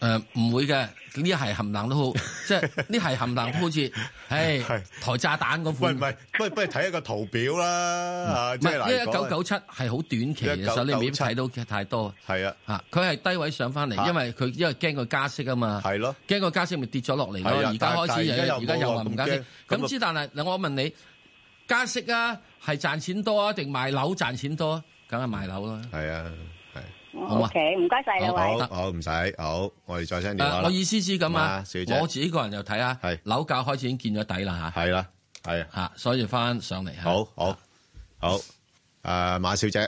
Speaker 4: 誒呃唔會嘅，呢係冚冷都好，即係呢係冚冷都好 似，唉台炸彈嗰
Speaker 3: 喂
Speaker 4: 款
Speaker 3: 唔。係，不如不如睇一個圖表啦。
Speaker 4: 唔
Speaker 3: 嚇啊即係嗱
Speaker 4: 係，因為
Speaker 3: 你講
Speaker 4: 九九七係好短期嘅，
Speaker 3: 1997
Speaker 4: 所以你未必睇到太多。
Speaker 3: 係啊，
Speaker 4: 嚇佢係低位上翻
Speaker 3: 嚇
Speaker 4: 嚟，因為佢因為驚佢加息啊嘛。
Speaker 3: 係咯，
Speaker 4: 驚個加息咪跌咗落嚟咯。
Speaker 3: 係啊
Speaker 4: 而
Speaker 3: 但
Speaker 4: 家開始
Speaker 3: 但而家又
Speaker 4: 又而家又話
Speaker 3: 冇喎
Speaker 4: 唔加
Speaker 3: 咁
Speaker 4: 息
Speaker 3: 驚，咁啊
Speaker 4: 咁之但係嗱，我問你加息啊，係賺錢多啊，定賣樓賺錢多啊？梗係賣樓啦。
Speaker 3: 係啊，係。
Speaker 4: 好嘛？
Speaker 23: OK，唔該晒兩位。
Speaker 3: 好好唔使，好我哋再 send 電話
Speaker 4: 誒
Speaker 3: 啦。
Speaker 4: 我意思知咁啊
Speaker 3: 小姐，
Speaker 4: 我自己個人就睇下，樓價開始已經見咗底啦嚇。
Speaker 3: 係啦，係
Speaker 4: 啊，所以翻上嚟
Speaker 3: 好好好，誒馬小姐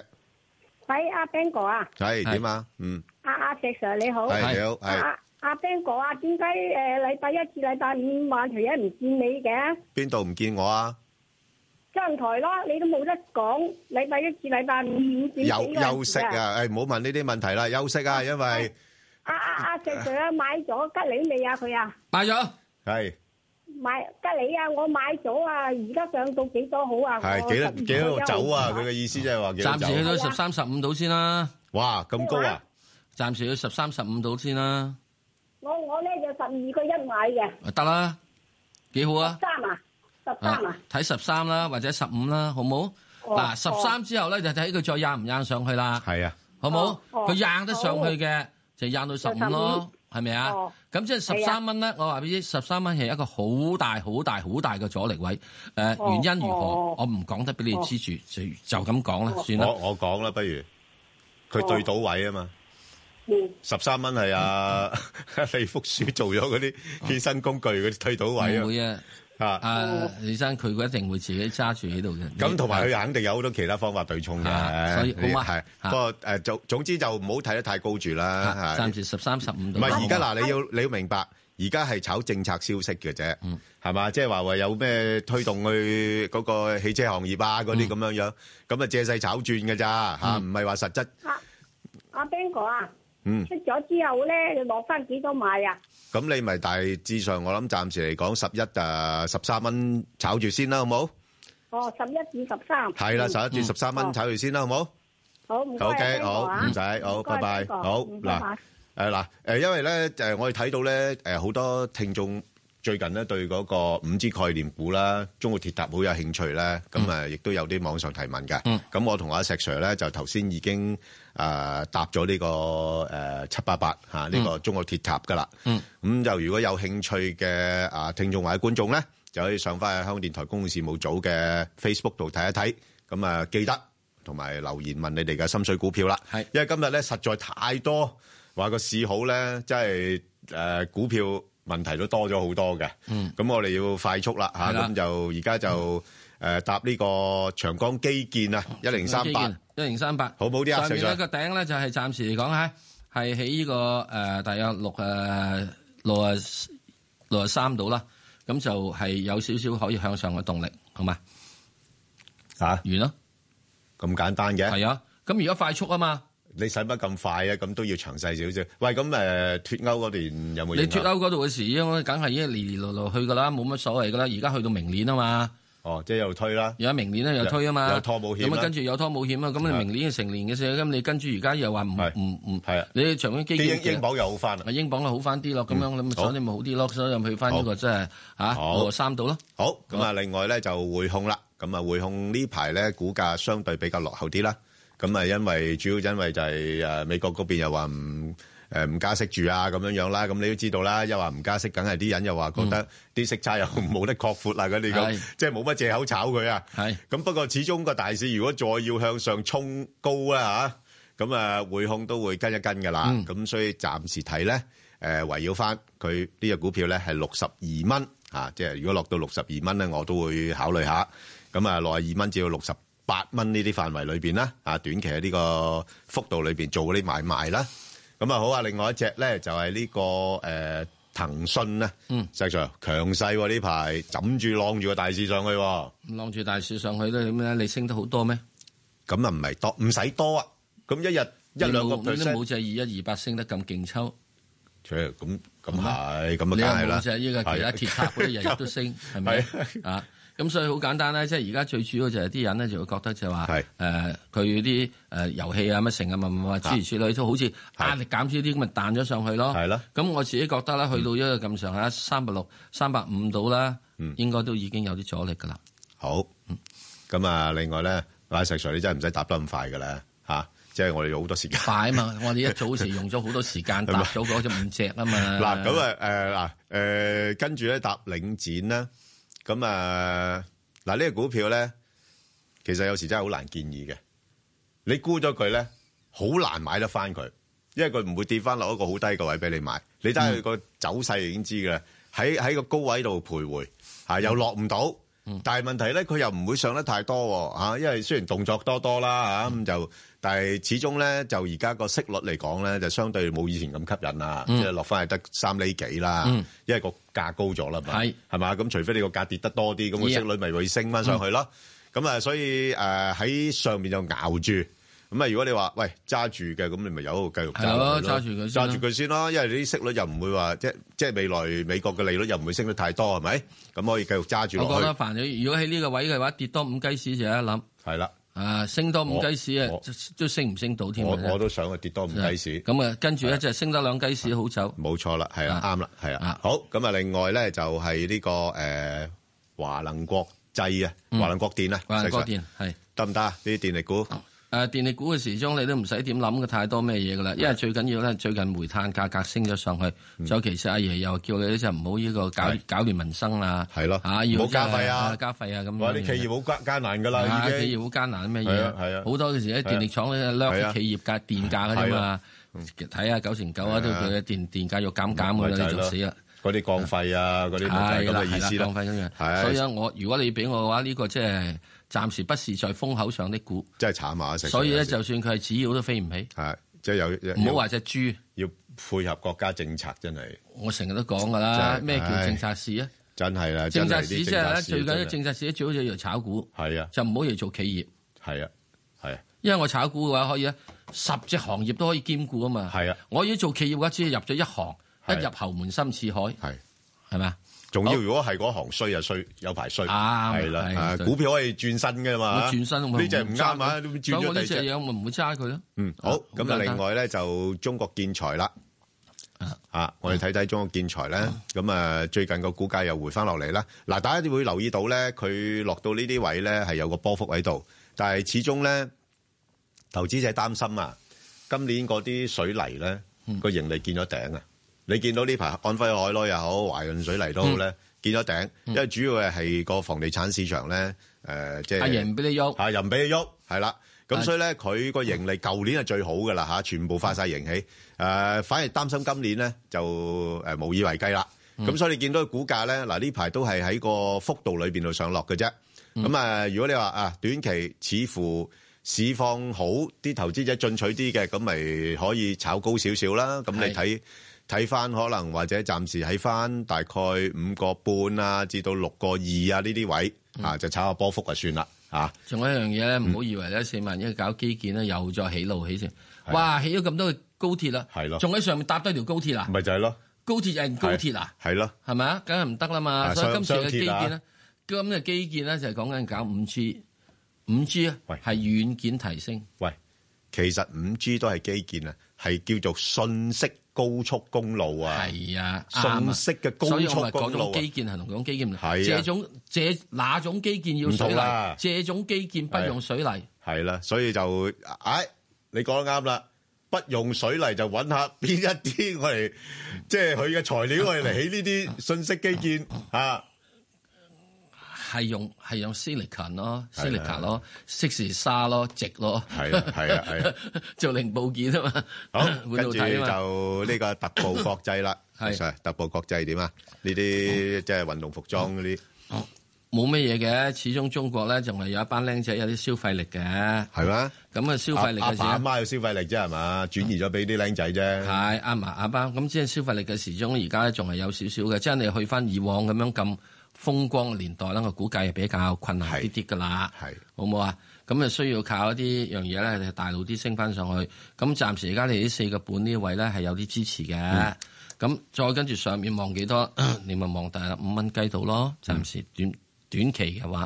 Speaker 10: 喂，阿 Ben 哥啊，
Speaker 3: 係點啊？嗯，
Speaker 10: 阿阿石 Sir 你好，
Speaker 3: 係你好係
Speaker 10: 阿阿 Ben 哥啊，點解誒禮拜一至禮拜五萬條嘢唔見你嘅？
Speaker 3: 邊度唔見我啊？
Speaker 10: 張台咯，你都冇得講。禮拜一至禮拜五五點幾
Speaker 3: 休
Speaker 10: 嗰陣時
Speaker 3: 休息！啊！誒唔好問呢啲問題啦，休息啊，因為
Speaker 10: 阿阿阿石 Sir 啊，買咗吉利未啊？佢啊，
Speaker 4: 買咗
Speaker 3: 係
Speaker 10: 買吉利啊，我買咗啊，而家上到幾多好啊？
Speaker 3: 係幾多幾多度走啊？佢嘅意思即係話幾多
Speaker 4: 暫
Speaker 3: 度走？
Speaker 4: 時去到十三十五度先啦。
Speaker 3: 哇，咁
Speaker 10: 高啊！
Speaker 4: 暫時去十三十五度先啦，
Speaker 10: 我我咧就十二個一買嘅，
Speaker 4: 得啦，幾好啊！
Speaker 10: 三啊，十三啊，
Speaker 4: 睇十三啦，或者十五啦，好冇？
Speaker 10: 哦
Speaker 4: 嗱，十三之後咧就睇佢再硬唔硬上去啦。
Speaker 3: 係啊，
Speaker 4: 好冇
Speaker 10: 哦？哦
Speaker 4: 佢硬得上去嘅就硬到十五咯，係咪啊
Speaker 10: 哦？
Speaker 4: 咁即係
Speaker 10: 係啊
Speaker 4: 十三蚊咧，我話俾你知，十三蚊係一個好大、好大、好大嘅阻力位。呃
Speaker 10: 哦
Speaker 4: 誒，原因如何
Speaker 10: 哦？
Speaker 4: 我唔講得俾你知住，就就咁講啦，算啦。
Speaker 3: 我我講啦，不如佢對到位啊嘛。
Speaker 10: 嗯，
Speaker 3: 十三蚊係啊，
Speaker 4: 嗯
Speaker 3: 李福樹做咗嗰啲健身工具嗰啲推倒位啊。
Speaker 4: 哦唔會啊，
Speaker 10: 哦
Speaker 3: 啊，
Speaker 4: 李生佢一定會自己揸住喺度嘅。
Speaker 3: 咁同埋佢肯定有好多其他方法對沖嘅，
Speaker 4: 啊所以好嘛
Speaker 3: 係
Speaker 4: 啊
Speaker 3: 不過誒，總總之就唔好睇得太高住啦。
Speaker 4: 暫時十三
Speaker 10: 啊
Speaker 4: 十五
Speaker 3: 唔
Speaker 4: 度。
Speaker 3: 係而家嗱，你要你要明白，而家係炒政策消息嘅啫，
Speaker 10: 嗯
Speaker 3: 係嘛？即係話話有咩推動去嗰個汽車行業啊嗰
Speaker 10: 嗯
Speaker 3: 啲咁樣樣，咁啊借勢炒轉嘅咋嚇，唔係話實質。
Speaker 10: À, 阿 Ben 哥啊，
Speaker 3: 嗯
Speaker 10: 出咗之後咧，你落翻幾多買啊？
Speaker 3: 咁你咪大致上，我諗暫時嚟講，十一誒十三蚊炒住先啦，好冇？
Speaker 10: 哦，十一至十三，
Speaker 3: 係啦，十一至
Speaker 10: 嗯
Speaker 3: 十三蚊炒住先啦，好冇？
Speaker 10: 好唔該
Speaker 3: O
Speaker 10: 啊
Speaker 3: K，
Speaker 10: ，Ben 哥
Speaker 3: 好，
Speaker 10: 啊
Speaker 3: 唔使，好，
Speaker 10: 唔該嗯
Speaker 3: 拜拜，
Speaker 10: ，Ben 哥
Speaker 3: 好
Speaker 10: 唔該
Speaker 3: 嗱
Speaker 10: 拜，
Speaker 3: 誒呃嗱，誒因為咧，誒我哋睇到咧，誒好多聽眾最近咧對嗰個五 G 概念股啦、中國鐵塔好有興趣咧，咁誒亦都有啲網上提問嘅。咁我同阿石 Sir 咧就頭先已經誒答咗呢個誒七八八嚇呢個中國鐵塔噶啦。
Speaker 4: 嗯
Speaker 3: 咁就如果有興趣嘅啊聽眾或者觀眾咧，就可以上翻去香港電台公共事務組嘅 Facebook 度睇一睇。咁啊，記得同埋留言問你哋嘅心水股票啦。係，因為今日咧實在太多話個市好咧，即係誒股票問題都多咗好多嘅。
Speaker 11: 嗯
Speaker 3: 咁我哋要快速啦嚇，
Speaker 11: 係啦
Speaker 3: 咁就而家就誒搭呢個長江基建啊，一零三八，
Speaker 4: 一零三八，
Speaker 3: 好唔好啲啊？
Speaker 4: 上面
Speaker 3: 石 Sir？
Speaker 4: 呢個頂咧就係暫時嚟講嚇，係喺呢個誒大約六誒六啊六啊三度啦，咁就係有少少可以向上嘅動力，好嘛？
Speaker 3: 嚇
Speaker 4: 完啦，
Speaker 3: 啊咁簡單嘅
Speaker 4: 係啊。咁而家快速啊嘛，
Speaker 3: 你使乜咁快啊？咁都要詳細少少。喂，咁誒脱歐嗰段有冇
Speaker 4: 你
Speaker 3: 影響
Speaker 4: 脱
Speaker 3: 啊
Speaker 4: 歐嗰度嘅時，因為梗係已經嚟嚟落落去噶啦，冇乜所謂噶啦。而家去到明年啊嘛，
Speaker 3: 哦，即係又推啦。
Speaker 4: 而家明年咧又推啊嘛，
Speaker 3: 有有拖保險啦
Speaker 4: 咁啊跟住有拖保險啊，咁你明年成年嘅時候，咁你跟住而家又話唔唔唔，你長遠基
Speaker 3: 啊啲
Speaker 4: 建啊
Speaker 3: 英英鎊又好啊翻啦。
Speaker 4: 英鎊好翻啲咯，咁樣咁所以咪好啲咯，所以咪去翻呢個即係嚇
Speaker 3: 好
Speaker 4: 六三度咯。
Speaker 3: 好，咁啊，另外咧就匯控啦，咁啊匯控呢排咧股價相對比較落後啲啦，咁啊因為主要因為就係誒美國嗰邊又話唔誒唔加息住啊咁樣樣啦，咁你都知道啦，又話唔加息，梗係啲人又話覺得啲息差又冇得擴闊啦嗰啲咁
Speaker 4: 係，
Speaker 3: 即係冇乜藉口炒佢啊。
Speaker 4: 係，
Speaker 3: 咁不過始終個大市如果再要向上衝高啦嚇，咁啊匯控都會跟一跟噶啦，咁、所以暫時睇咧，誒、圍繞翻佢呢只股票咧係六十二蚊啊，即係如果落到六十二蚊咧，我都會考慮下。咁啊，六廿二蚊至到六十八蚊呢啲範圍裏邊啦，啊短期喺呢個幅度裏邊做嗰啲買賣啦。咁啊好啊，另外一隻咧就係、呢、個誒、呃、騰訊咧，
Speaker 4: 嗯
Speaker 3: 石 Sir 強勢喎呢排，枕住浪住個大市上去喎。
Speaker 4: 晾住大市上去咧，點咧？你升得好多咩？
Speaker 3: 咁啊唔係多，唔使多啊。咁一日一兩個 percent，
Speaker 4: 冇隻二一二八升得咁勁抽。
Speaker 3: 咁咁係，咁啊梗係啦。
Speaker 4: 你又冇隻呢個其他鐵塔嗰啲 日日都升，係咪啊？咁所以好簡單咧，即係而家最主要就係啲人咧就會覺得就話誒佢啲誒遊戲啊乜成啊乜乜乜諸如此類，都好似壓力減少啲咁咪彈咗上去咯。係
Speaker 3: 啦。嗯
Speaker 4: 咁我自己覺得啦，去到一個咁上下三百六、三百五度啦，應該都已經有啲阻力㗎啦。
Speaker 3: 好，咁啊，另外咧，阿石 Sir 你真係唔使答得咁快噶啦，嚇，即係我哋有好多時間。
Speaker 4: 快啊嘛！我哋一早時用咗好多時間搭咗嗰只五隻啊嘛。
Speaker 3: 嗱，咁啊，誒嗱，誒跟住咧搭領展啦，咁啊，嗱呢個股票咧，其實有時真係好難建議嘅。你沽咗佢咧，好難買得翻佢，因為佢唔會跌翻落一個好低嘅位俾你買。你睇下佢個走勢已經知嘅啦，喺喺個高位度徘徊嚇，又落唔到。但係問題咧，佢又唔會上得太多嚇，因為雖然動作多多啦嚇，咁就但係始終咧就而家個息率嚟講咧，就相對冇以前咁吸引啦，即
Speaker 4: 嗯
Speaker 3: 係落翻係得三厘幾啦
Speaker 4: 嗯，
Speaker 3: 因為個價高咗啦嘛，
Speaker 4: 係
Speaker 3: 係嘛？咁除非你個價跌得多啲，咁個息
Speaker 4: Yeah
Speaker 3: 率咪會升翻上去咯。咁啊，所以誒喺上面就咬住。咁啊，如果你話喂揸住嘅，咁你咪有繼續揸落去咯
Speaker 4: 係咯揸住佢先啦
Speaker 3: 揸住佢先啦，因為你啲息率又唔會話即即係未來美國嘅利率又唔會升得太多，係咪？咁可以繼續揸住
Speaker 4: 我
Speaker 3: 落
Speaker 4: 覺
Speaker 3: 去
Speaker 4: 得。煩咗。如果喺呢個位嘅話，跌多五雞屎就有一諗。
Speaker 3: 係啦，
Speaker 4: 啊，升多五雞屎啊，都升唔升到添啊
Speaker 3: 我
Speaker 4: 真係
Speaker 3: 我都想佢跌多五雞屎。
Speaker 4: 咁啊，跟住咧就升得兩雞屎好走。
Speaker 3: 冇錯啦，係啦，啱啦，係啦。好，咁啊，另外咧就係呢個誒華能國際啊，
Speaker 4: 嗯
Speaker 3: 華能國電啊，
Speaker 4: 華能國電
Speaker 3: 係得唔得啊？呢啲電力股
Speaker 4: 誒啊電力股嘅時鐘你都唔使點諗嘅太多咩嘢㗎
Speaker 3: 嗯
Speaker 4: 啦，因為最緊要咧最近煤炭價格升咗上去，再其實阿爺又叫你咧就唔好呢個搞搞亂民生啦，
Speaker 3: 係咯，
Speaker 4: 嚇
Speaker 3: 唔
Speaker 4: 要
Speaker 3: 好加費啊，
Speaker 4: 加費啊咁樣
Speaker 3: 哇！啲企業好艱艱難㗎啦，
Speaker 4: 啊
Speaker 3: 已經
Speaker 4: 企業好艱難咩嘢？
Speaker 3: 係啊係啊
Speaker 4: 好多嘅時喺
Speaker 3: 係啊
Speaker 4: 電力廠咧掠
Speaker 3: 係啊
Speaker 4: 啲企業價電價㗎啫嘛，睇下九成九啊都
Speaker 3: 係啊
Speaker 4: 叫你電電價要減減
Speaker 3: 咪
Speaker 4: 㗎
Speaker 3: 就
Speaker 4: 啦，
Speaker 3: 係
Speaker 4: 你就
Speaker 3: 咯
Speaker 4: 死啦。
Speaker 3: 嗰啲降費啊，嗰啲咪
Speaker 4: 係
Speaker 3: 就係
Speaker 4: 啦
Speaker 3: 咁嘅意思
Speaker 4: 係啦
Speaker 3: 啦。
Speaker 4: 浪費咁樣
Speaker 3: 係
Speaker 4: 所以我如果你俾我嘅話，呢個即係暫時不是在風口上的股，
Speaker 3: 真係慘啊！成
Speaker 4: 所以
Speaker 3: 件
Speaker 4: 咧，
Speaker 3: 事
Speaker 4: 就算佢係紙鷂都飛唔起。
Speaker 3: 係即係有
Speaker 4: 唔好話只豬，
Speaker 3: 要配合國家政策，真係
Speaker 4: 我成日都講㗎啦，咩叫政策？市啊？
Speaker 3: 真係啦，
Speaker 4: 政
Speaker 3: 真
Speaker 4: 策
Speaker 3: 係
Speaker 4: 市
Speaker 3: 啲
Speaker 4: 即係咧，
Speaker 3: 政策
Speaker 4: 最緊要
Speaker 3: 真係
Speaker 4: 政策市最好就要炒股，
Speaker 3: 係啊，
Speaker 4: 就唔好要做企業。
Speaker 3: 係啊，係啊，
Speaker 4: 因為我炒股嘅話可以咧，十隻行業都可以兼顧啊嘛。
Speaker 3: 係啊，
Speaker 4: 我要做企業嘅話，只係入咗一行，一
Speaker 3: 係
Speaker 4: 入侯門深似海。
Speaker 3: 係
Speaker 4: 係咪啊？
Speaker 3: 仲要如果係嗰行衰就衰，有排衰。
Speaker 4: 啱
Speaker 3: 係啦，
Speaker 4: 係
Speaker 3: 啊
Speaker 4: 對
Speaker 3: 股票可以轉身嘅嘛。
Speaker 4: 我轉身
Speaker 3: 啊呢隻唔啱啊，轉
Speaker 4: 所以
Speaker 3: 咗
Speaker 4: 我
Speaker 3: 第
Speaker 4: 呢隻
Speaker 3: 二隻。
Speaker 4: 嘢我咪唔會揸佢咯。
Speaker 3: 嗯，好。咁啊，
Speaker 4: 簡單
Speaker 3: 另外咧就中國建材啦。啊，我哋睇睇中國建材咧，咁啊最近個股價又回翻落嚟啦。嗱，大家會留意到咧，佢落到呢啲位咧係有個波幅喺度，但係始終咧投資者擔心啊，今年嗰啲水泥咧個盈利見咗頂啊！你見到呢排安徽海螺又好，華潤水泥都好咧，見咗頂，因為主要係個房地產市場咧，誒即係
Speaker 4: 阿爺唔俾你喐，
Speaker 3: 係又唔俾你喐，係啦。咁
Speaker 4: 啊
Speaker 3: 所以咧，佢個盈利舊年係最好噶啦嚇，全部發晒盈喜。誒、反而擔心今年咧就誒、無以為繼啦。咁、所以你見到個股價咧，嗱呢排都係喺個幅度裏邊度上落嘅啫。咁啊、如果你話啊短期似乎市況好，啲投資者進取啲嘅，咁咪可以炒高少少啦。咁你
Speaker 4: 係
Speaker 3: 睇睇翻可能或者暫時喺翻大概五個半啊，至到六個二啊呢啲位、
Speaker 4: 嗯
Speaker 3: 啊，就炒下波幅就算啦啊嚇。
Speaker 4: 仲有一樣嘢咧，唔好以為咧四萬一搞基建咧又再起路起先，哇起咗咁多嘅高鐵啦，
Speaker 3: 係咯
Speaker 4: 仲喺上面搭多條高鐵啊，
Speaker 3: 咪就係咯，
Speaker 4: 高鐵又係高鐵啊，
Speaker 3: 係咯，
Speaker 4: 係咪啊？梗係唔得啦嘛，
Speaker 3: 啊
Speaker 4: 所以今次
Speaker 3: 雙
Speaker 4: 嘅基建
Speaker 3: 雙鐵
Speaker 4: 咧，咁嘅基建咧就係講緊搞五 G，五 G 啊係軟件提升，
Speaker 3: 喂，其實五 G 都係基建啊，係叫做信息高速公路啊，
Speaker 4: 係啊，啱啊
Speaker 3: 信息嘅高
Speaker 4: 所以我咪
Speaker 3: 速
Speaker 4: 講種
Speaker 3: 公路啊
Speaker 4: 基，建係同講基建唔同，
Speaker 3: 係啊
Speaker 4: 這種這哪種基建要水
Speaker 3: 唔同
Speaker 4: 泥
Speaker 3: 啦，
Speaker 4: 這種基建不用水泥。
Speaker 3: 係啦，所以就，唉，你講得啱啦。不用水泥就揾下邊一啲我哋，即係佢嘅材料我哋嚟起呢啲信息基建啊，
Speaker 4: 係用係用 silicon 咯
Speaker 3: 係啦
Speaker 4: ，silicon 咯，即時沙咯，直咯，
Speaker 3: 係啦係 啦係啦，啊
Speaker 4: 做零部件啊嘛，
Speaker 3: 好，
Speaker 4: 會
Speaker 3: 跟
Speaker 4: 到
Speaker 3: 住
Speaker 4: 睇啊嘛，
Speaker 3: 就呢個特步國際啦，
Speaker 4: 係
Speaker 3: Sir，特步國際點啊？呢啲即係運動服裝嗰啲，
Speaker 4: 哦冇乜嘢嘅，始終中國咧仲係有一班僆仔有啲消費力嘅，係
Speaker 3: 係咩？
Speaker 4: 咁啊消費力嘅
Speaker 3: 阿阿
Speaker 4: 時
Speaker 3: 爸阿媽有消費力啫係嘛，轉移咗俾啲僆仔啫。
Speaker 4: 係啱埋啱啱，咁即係消費力嘅時鐘，而家仲係有少少嘅，即係你去翻以往咁樣咁風光嘅年代啦，我估計係比較困難啲啲㗎啦，係好唔好啊？咁啊需要靠一啲樣嘢咧，大路啲升翻上去。咁暫時而家你呢四個半呢位咧係有啲支持嘅。
Speaker 11: 嗯
Speaker 4: 咁、再跟住上面望幾多， 你咪望大約五蚊雞度咯。
Speaker 3: 嗯
Speaker 4: 暫時短、短期嘅話，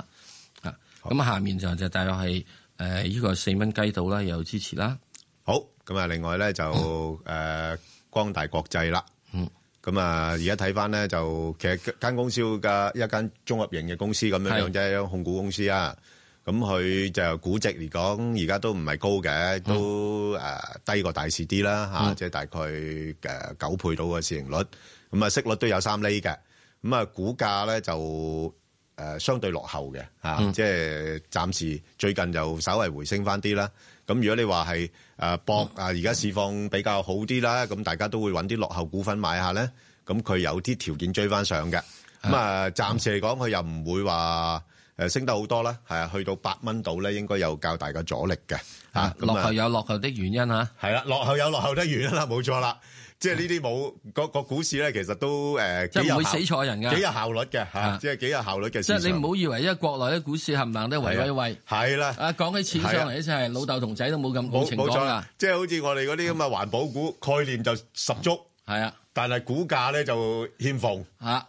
Speaker 4: 啊，咁下面就就大約係誒呢個四蚊雞度啦，有支持啦。
Speaker 3: 好，咁啊，另外咧就誒、呃光大國際啦。
Speaker 4: 嗯。
Speaker 3: 咁啊，而家睇翻咧就其實間公司嘅一間綜合型嘅公司咁樣樣啫，一間控股公司啊。咁佢就估值嚟講，而家都唔係高嘅，都誒、呃低過大市啲啦嚇，
Speaker 4: 嗯
Speaker 3: 即係大概誒九倍到嘅市盈率。咁啊，息率都有三厘嘅。咁啊，股價咧就誒相對落後嘅嚇，即係暫時最近就稍為回升翻啲啦。咁如果你話係誒博啊，而家市況比較好啲啦，咁大家都會揾啲落後股份買下咧。咁佢有啲條件追翻上嘅。咁啊，暫時嚟講佢又唔會話誒升得好多啦，係啊，去到八蚊度咧，應該有較大嘅阻力嘅嚇。咁
Speaker 4: 落
Speaker 3: 啊
Speaker 4: 後有落後的原因啊嚇，
Speaker 3: 係啦，落後有落後得原因啦， 冇錯啦。即係呢啲冇個個股市咧，其實都誒
Speaker 4: 即係
Speaker 3: 幾有
Speaker 4: 唔會
Speaker 3: 效
Speaker 4: 死錯人㗎
Speaker 3: 幾有效率嘅嚇
Speaker 4: 啊，
Speaker 3: 即係幾有效率嘅市
Speaker 4: 即
Speaker 3: 場。
Speaker 4: 係你唔好以為因為國內啲股市冚唪唥都係
Speaker 3: 係
Speaker 4: 維
Speaker 3: 啊
Speaker 4: 威威，
Speaker 3: 係啦，
Speaker 4: 啊講起錢上嚟就係老豆同仔都冇咁冇
Speaker 3: 冇
Speaker 4: 情
Speaker 3: 冇
Speaker 4: 講
Speaker 3: 錯
Speaker 4: 啦
Speaker 3: 啦，，即係好似我哋嗰啲咁嘅環保股概念就十足，
Speaker 4: 係啊，
Speaker 3: 但係股價咧就欠奉，
Speaker 4: 嚇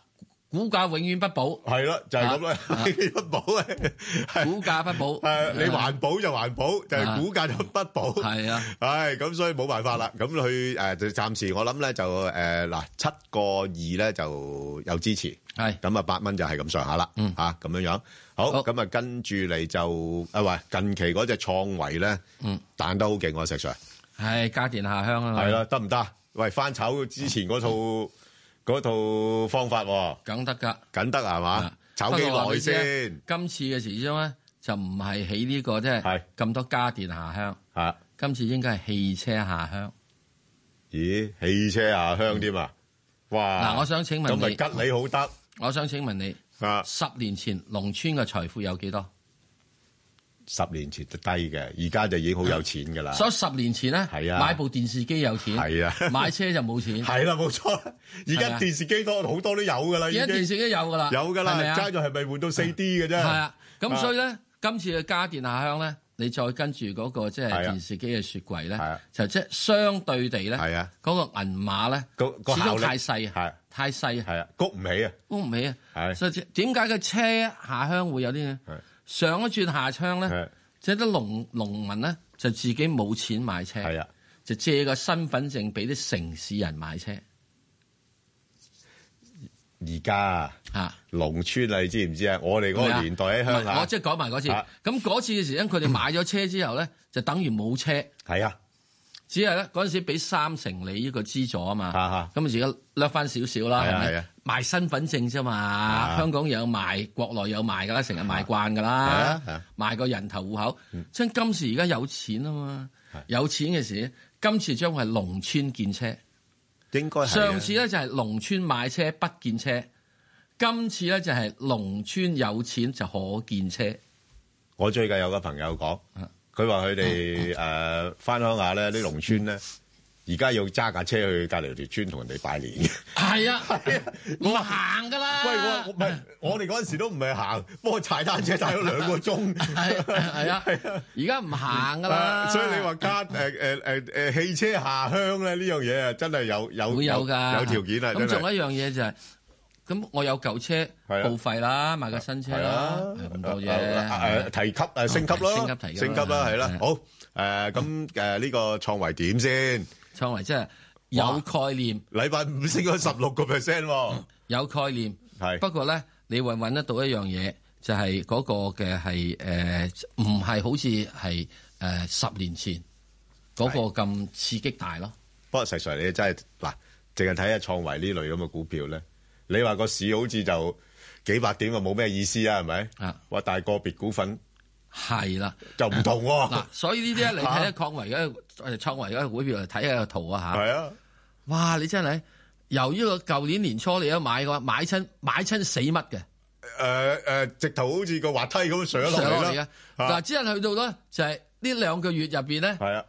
Speaker 4: 股價永遠不保，
Speaker 3: 係咯，就係咁啦， 不保啊，
Speaker 4: 股價 不保，
Speaker 3: 誒你環保就環保，就係股價就不保，
Speaker 4: 啊係啊，
Speaker 3: 係咁，所以冇辦法啦。咁佢誒就暫時我諗咧就誒嗱七個二咧就有支持，
Speaker 4: 係嗯
Speaker 3: 咁啊八蚊就係咁上下啦，嚇咁樣樣。好，咁啊跟住嚟就啊喂，近期嗰只創維咧
Speaker 4: 嗯，
Speaker 3: 彈得好勁喎，石 Sir。
Speaker 4: 係家電下鄉啊嗯嘛，
Speaker 3: 係啦，得唔得？喂，翻炒之前嗰套嗰套方法喎，
Speaker 4: 梗得㗎，啊
Speaker 3: 梗得啊係嘛？炒幾
Speaker 4: 不過我話
Speaker 3: 耐
Speaker 4: 你知啊
Speaker 3: 先？？
Speaker 4: 今次嘅時鐘咧就唔係起呢個即係咁多家電下
Speaker 3: 鄉，
Speaker 4: 今次應該係汽車下鄉。
Speaker 3: 咦，汽車下鄉添啊！哇！
Speaker 4: 嗱，我想請問
Speaker 3: 咁
Speaker 4: 你，
Speaker 3: 咪吉利好得？啊
Speaker 4: 我想請問你，十年前農村嘅財富有幾多？
Speaker 3: 十年前就低嘅，而家就已經好有錢㗎啦。
Speaker 4: 所以十年前咧，
Speaker 3: 係啊
Speaker 4: 買部電視機有錢，
Speaker 3: 係啊
Speaker 4: 買車就冇錢。
Speaker 3: 係啦，冇錯。而
Speaker 4: 係
Speaker 3: 家
Speaker 4: 啊
Speaker 3: 電視機多好多都有㗎啦，
Speaker 4: 而
Speaker 3: 已經
Speaker 4: 家電視機有㗎啦，
Speaker 3: 有㗎
Speaker 4: 係咪
Speaker 3: 啦，
Speaker 4: 啊
Speaker 3: 爭咗係咪換到四 D 嘅啫？
Speaker 4: 係啊，咁所以
Speaker 3: 啊
Speaker 4: 咧，今次嘅家電下鄉咧，你再跟住嗰個即係
Speaker 3: 係啊啊
Speaker 4: 電視機嘅雪櫃咧，就即係相對地咧，嗰個銀碼咧，
Speaker 3: 個
Speaker 4: 始終
Speaker 3: 效率
Speaker 4: 太細啊，太細
Speaker 3: 係啊，谷唔起啊，
Speaker 4: 谷唔起啊，
Speaker 3: 係
Speaker 4: 所以點解個車下鄉會有啲呢上一轉下鄉咧，即係啲農農民咧就自己冇錢買車，
Speaker 3: 啊
Speaker 4: 就借個身份證俾啲城市人買車，
Speaker 3: 而家
Speaker 4: 啊
Speaker 3: 農村啊，你知唔知啊？我哋嗰個年代喺鄉
Speaker 4: 唔係
Speaker 3: 下，
Speaker 4: 我即係講埋嗰次，
Speaker 3: 啊
Speaker 4: 咁嗰次嘅時因佢哋買咗車之後咧，就等於冇車。
Speaker 3: 係啊，
Speaker 4: 只係咧嗰陣時俾三成你呢個資助啊嘛。咁而家掠翻少少啦，
Speaker 3: 係啊
Speaker 4: 係
Speaker 3: 係
Speaker 4: 咪
Speaker 3: 啊？
Speaker 4: 賣身份證啫嘛，香港有賣，國內有賣㗎啦，成日賣慣㗎啦
Speaker 3: 啊係啊係啊，嗯
Speaker 4: 賣個人頭戶口。即係今時而家有錢啊嘛，有錢嘅時，今次將會係農村建車。
Speaker 3: 應該係啊
Speaker 4: 上次咧就係農村買車不建車，今次咧就係農村有錢就可建車。
Speaker 3: 我最近有個朋友講，
Speaker 4: 啊
Speaker 3: 佢話
Speaker 4: 嗯
Speaker 3: 佢哋誒翻鄉下咧，啲農村咧，而家要揸架車去隔離條村同人哋拜年嘅。
Speaker 4: 係啊， 我行㗎啦。
Speaker 3: 喂，我 我唔係我哋嗰陣時都唔係行，不過踩單車踩咗兩個鐘。
Speaker 4: 係 係啊，而家唔行㗎啦。
Speaker 3: 所以你話加誒誒誒誒汽車下鄉咧呢樣嘢啊，真係有有
Speaker 4: 會有㗎，
Speaker 3: 有條件啊！
Speaker 4: 咁
Speaker 3: 真係
Speaker 4: 仲有一樣嘢就係，咁我有舊車報廢啦，買架新車啦，係咁多嘢。
Speaker 3: 誒提級誒升級咯，
Speaker 4: 升級提級啦
Speaker 3: 升級啦，係啦
Speaker 4: 係。
Speaker 3: 好誒咁誒呢個創維點先？
Speaker 4: 創維即係有概念。
Speaker 3: 禮拜五升咗十六個 percent 喎。
Speaker 4: 有概念
Speaker 3: 係。
Speaker 4: 不過咧，你會揾得到一樣嘢，就係嗰個嘅係誒，唔係好似係誒十年前嗰個咁刺激大咯。
Speaker 3: 不過實際你真係嗱，淨係睇下創維呢類咁嘅股票咧，你話個市好似就幾百點啊，冇咩意思啊，係咪？
Speaker 4: 啊，
Speaker 3: 哇！但係個別股份
Speaker 4: 係啦，
Speaker 3: 就唔同喎。
Speaker 4: 嗱，所以呢啲咧，你睇下
Speaker 3: 嚇
Speaker 4: 創維嗰個誒創維嗰個股票，睇下個圖啊嚇。
Speaker 3: 係啊，
Speaker 4: 哇！你真係由呢個舊年年初你都買嘅話，買親買親死乜嘅。
Speaker 3: 誒誒，直頭好似個滑梯咁上咗
Speaker 4: 上
Speaker 3: 落
Speaker 4: 落
Speaker 3: 嚟
Speaker 4: 嚟嘅
Speaker 3: 啦。。啊
Speaker 4: 嗱，只係去到咧，就係呢兩個月入邊咧，
Speaker 3: 係啊，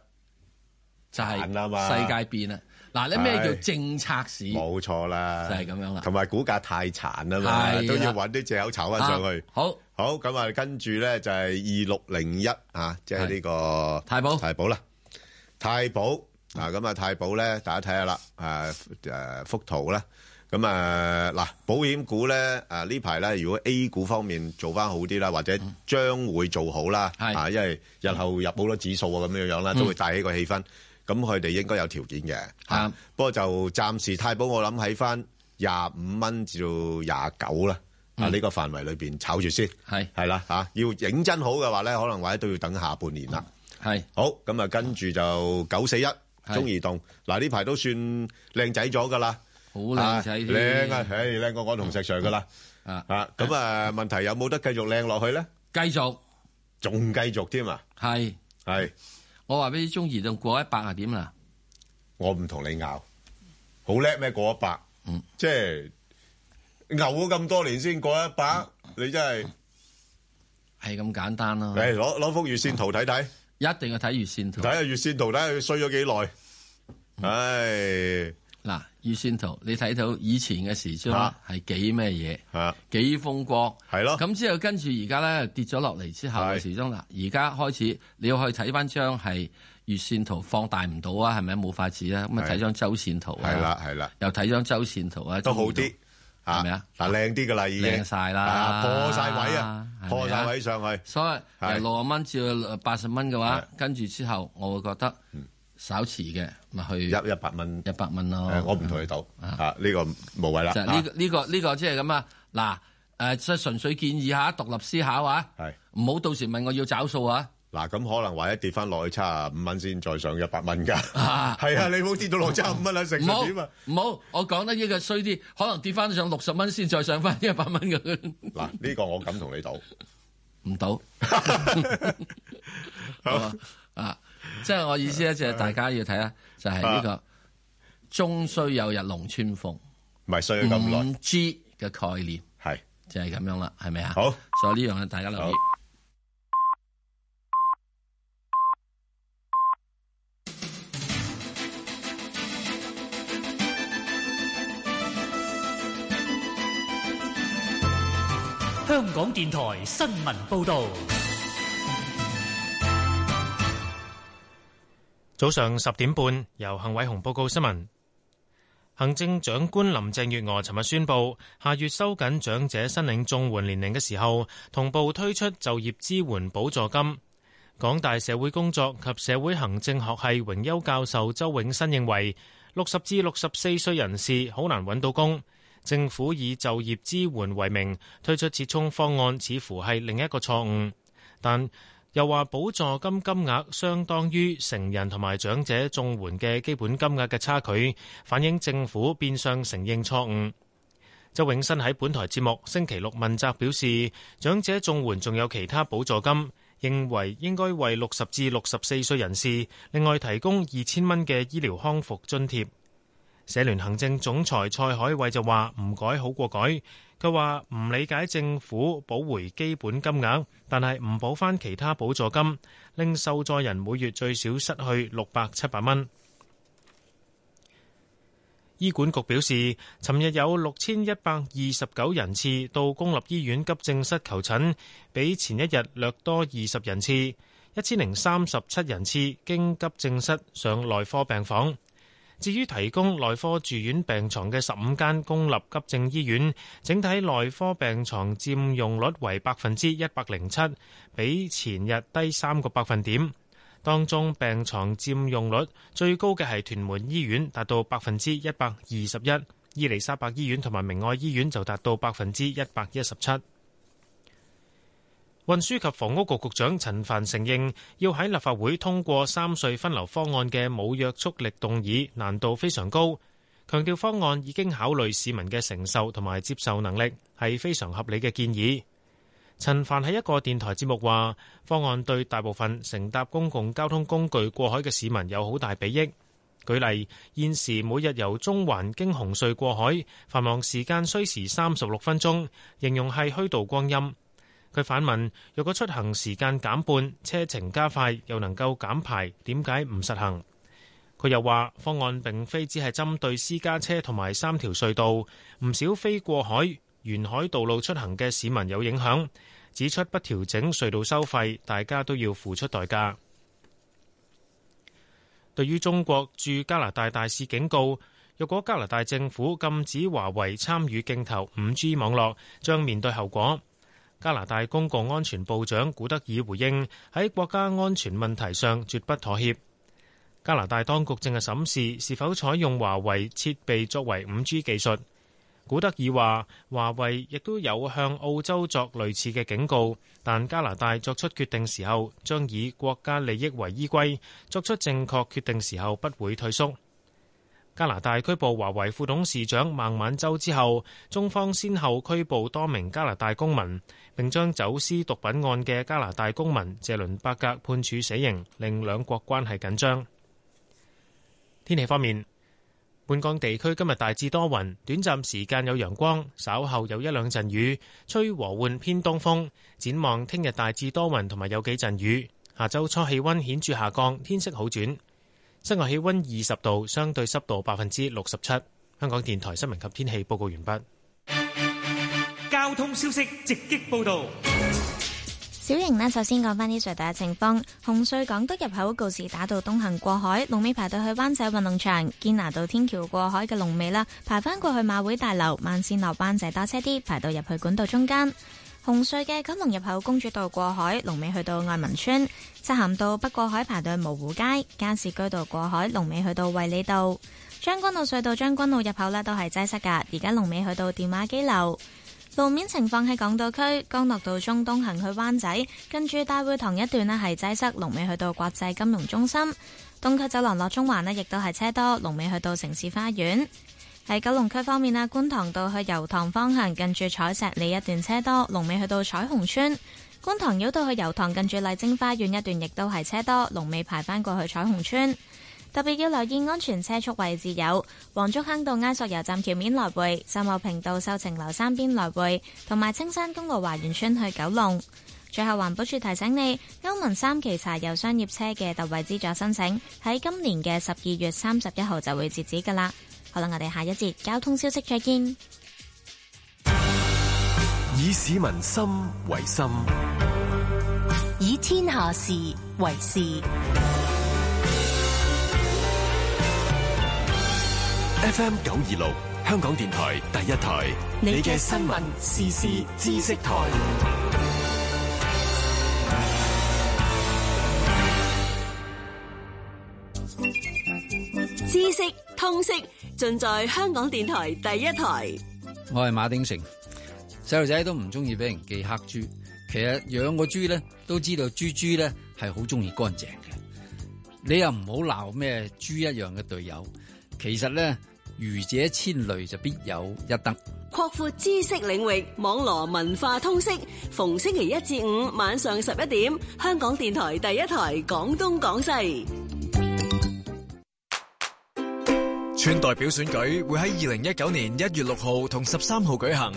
Speaker 4: 就
Speaker 3: 啊
Speaker 4: 係
Speaker 3: 嘛
Speaker 4: 世界變啦。嗱，你咩
Speaker 3: 係
Speaker 4: 叫政策市？
Speaker 3: 冇錯啦，
Speaker 4: 就係咁樣啦
Speaker 3: 同埋股價太殘啊嘛，
Speaker 4: 係啦
Speaker 3: 都要揾啲藉口炒翻上去
Speaker 4: 啊。好，
Speaker 3: 好咁啊，跟住咧就係二六零一啊，即係呢個
Speaker 4: 太保
Speaker 3: 太保啦，太保啊，咁啊太保咧，大家睇下啦，誒誒幅圖啦。咁啊嗱，保險股咧啊呢排咧，如果 A 股方面做翻好啲啦，或者
Speaker 4: 嗯
Speaker 3: 將會做好啦，啊，因為日後入好多指數啊咁樣樣
Speaker 4: 嗯
Speaker 3: 啦，都會帶起個氣氛。咁佢哋應該有條件嘅。
Speaker 4: 啊，
Speaker 3: 不過就暫時太保，我諗喺翻廿五蚊至到廿九啦，啊
Speaker 4: 嗯
Speaker 3: 呢個範圍裏邊炒住先。
Speaker 4: 係
Speaker 3: 係啦嚇，要認真好嘅話咧，可能或者都要等下半年啦。
Speaker 4: 係
Speaker 3: 好咁啊，跟住就九四一中移動嗱，呢排都算靚仔咗噶啦，好
Speaker 4: 靚仔添
Speaker 3: 靚啊，唉靚過我同石 Sir 噶啦。啊，咁啊，問題有冇得繼續靚落去咧？
Speaker 4: 繼續，
Speaker 3: 仲繼續添啊！
Speaker 4: 係
Speaker 3: 係，
Speaker 4: 我話俾你中移動過一百係點啦？
Speaker 3: 我唔同你拗，好叻咩？過一百，即係拗咗咁多年先過一百，你真係
Speaker 4: 係咁簡單咯。
Speaker 3: 嚟攞攞幅月線圖睇睇，
Speaker 4: 一定要睇月線圖，
Speaker 3: 睇下月線圖睇下佢衰咗幾耐。唉，
Speaker 4: 嗱，月線圖你睇到以前嘅時鐘係幾咩嘢？幾風光？
Speaker 3: 係咯。
Speaker 4: 咁之後跟住而家咧跌咗落嚟之後嘅時鐘啦，而家開始你要去睇翻張係。月線圖放大唔到啊，係咪冇法子啊？咁啊睇張周線圖啊，
Speaker 3: 係啦係啦，
Speaker 4: 又睇張周線圖啊，
Speaker 3: 都好啲
Speaker 4: 係咪啊？
Speaker 3: 嗱靚啲㗎啦，已經
Speaker 4: 靚晒啦，
Speaker 3: 破晒位啊，破晒位上去。
Speaker 4: 所以由六十蚊至到八十蚊嘅話，跟住之後我會覺得
Speaker 3: 嗯
Speaker 4: 稍遲嘅咪去
Speaker 3: 一一百蚊，
Speaker 4: 一百蚊咯。
Speaker 3: 我唔同你賭啊，呢個無謂啦。
Speaker 4: 就呢
Speaker 3: 啊
Speaker 4: 個呢個呢個即係咁啊嗱誒，即係純粹建議下，獨立思考啊，唔好到時問我要找數啊。
Speaker 3: 嗱，咁可能或者跌翻落去差五蚊 先，再上一百蚊㗎。
Speaker 4: 係
Speaker 3: 啊，你冇跌到落差五蚊啦，成點啊？
Speaker 4: 唔好，我講得呢個衰啲，可能跌翻上六十蚊先，再上翻一百蚊咁。
Speaker 3: 嗱，呢個我敢同你賭，
Speaker 4: 唔 賭。好啊，即係我意思咧，
Speaker 3: 啊
Speaker 4: 就係大家要睇下，就係呢個終須有日龍穿鳳，
Speaker 3: 唔係衰咗咁耐。
Speaker 4: 五 G 嘅概念
Speaker 3: 係
Speaker 4: 就係咁樣啦，係咪啊？
Speaker 3: 好，
Speaker 4: 所以呢樣大家留意。
Speaker 5: 香港電台新聞報導，
Speaker 6: 早上十點半，由幸偉雄報告新聞。行政長官林鄭月娥尋日宣布，下月收緊長者申領綜援年齡嘅時候，同步推出就業支援補助金。港大社會工作及社會行政學系榮休教授周永新認為，六十至六十四歲人士好難揾到工。政府以就業支援為名推出折衷方案，似乎係另一個錯誤。但又話補助金金額相當於成人同埋長者綜援嘅基本金額嘅差距，反映政府變相承認錯誤。周永新喺本台節目星期六問責表示，長者綜援仲有其他補助金，認為應該為六十至六十四歲人士另外提供二千蚊嘅醫療康復津貼。社聯行政總裁蔡海偉就話：唔改好過改。佢話唔理解政府補回基本金額，但係唔補翻其他補助金，令受助人每月最少失去六百七百蚊。醫管局表示，尋日有六千一百二十九人次到公立醫院急症室求診，比前一日略多二十人次，一千零三十七人次經急症室上內科病房。至於提供內科住院病床嘅十五間公立急症醫院，整體內科病床佔用率為百分之一百零七，比前日低三個百分點。當中病床佔用率最高嘅係屯門醫院，達到百分之一百二十一；伊利沙伯醫院同埋明愛醫院就達到百分之一百一十七。運輸及房屋局局長陳帆承認，要喺立法會通過三隧分流方案嘅冇約束力動議，難度非常高。強調方案已經考慮市民嘅承受同埋接受能力，係非常合理嘅建議。陳帆喺一個電台節目話，方案對大部分乘搭公共交通工具過海嘅市民有好大裨益。舉例，現時每日由中環經紅隧過海，繁忙時間需時三十六分鐘，形容係虛度光陰。佢反問：若果出行時間減半，車程加快，又能夠減排，點解唔實行？佢又話：方案並非只係針對私家車同埋三條隧道，唔少非過海、沿海道路出行嘅市民有影響。指出不調整隧道收費，大家都要付出代價。對於中國駐加拿大大使警告，若果加拿大政府禁止華為參與競投 5G 網絡，將面對後果。加拿大公共安全部長古德爾回應，喺國家安全問題上絕不妥協。加拿大當局正係審視是否採用華為設備作為 5G 技術。古德爾話，華為亦都有向澳洲作類似嘅警告，但加拿大作出決定時候將以國家利益為依歸，作出正確決定時候不會退縮。加拿大拘捕華為副董事長孟晚舟之後，中方先後拘捕多名加拿大公民，並將走私毒品案嘅加拿大公民謝倫伯格判處死刑，令兩國關係緊張。天氣方面，本港地區今日大致多雲，短暫時間有陽光，稍後有一兩陣雨，吹和緩偏東風。展望聽日大致多雲同埋有幾陣雨，下周初氣温顯著下降，天色好轉。室外氣温二十度，相對濕度百分之六十七。香港電台新聞及天氣報告完
Speaker 5: 畢。交通消息直擊報導。
Speaker 7: 小瑩呢，首先講返啲隧道嘅情況。紅隧港島入口告士打道東行過海，龍尾排到去灣仔運動場；堅拿道天橋過海嘅龍尾啦，排返過去馬會大樓；慢線落灣仔多車啲，排到入去管道中間。紅隧嘅九龍入口公主道過海，龍尾去到愛民村；漆咸道北過海排到蕪湖街；加士居道過海，龍尾去到衛理道；將軍澳隧道將軍澳入口呢都係擠塞㗎，而家龍尾去到電話機樓。路面情況喺港島區，干諾道中東行去灣仔，跟住大會堂一段呢係擠塞，龍尾去到國際金融中心；東區走廊落中環呢亦都係車多，龍尾去到城市花園。喺九龍區方面啦，觀塘道去油塘方向，近住彩石里一段車多，龍尾去到彩虹村；觀塘繞道去油塘，近住麗晶花園一段亦都係車多，龍尾排返過去彩虹村。特別要留意安全車速位置有黃竹坑道埃索油站橋面來回、秀茂坪道秀晴樓山邊來回，同埋青山公路華園村去九龍。最後，環保署提醒你，歐盟三期柴油商業車嘅特惠資助申請喺今年嘅十二月三十一號就會截止㗎喇。好啦，我哋下一節交通消息再見。
Speaker 8: 以市民心為心，
Speaker 9: 以天下事為事。
Speaker 8: FM 九二六，香港電台第一台，你嘅新聞、時事、知識台。
Speaker 11: 知識、通識，盡在香港電台第一台。
Speaker 13: 我係馬鼎盛，細路仔都唔中意俾人記黑豬。其實養個豬咧，都知道豬豬咧係好中意乾淨嘅。你又唔好鬧咩豬一樣嘅隊友。其實咧，愚者千慮就必有一得。
Speaker 11: 擴闊知識領域，網羅文化通識。逢星期一至五晚上十一點，香港電台第一台廣東廣西。
Speaker 22: 村代表選舉會喺二零一九年一月六號同十三號舉行，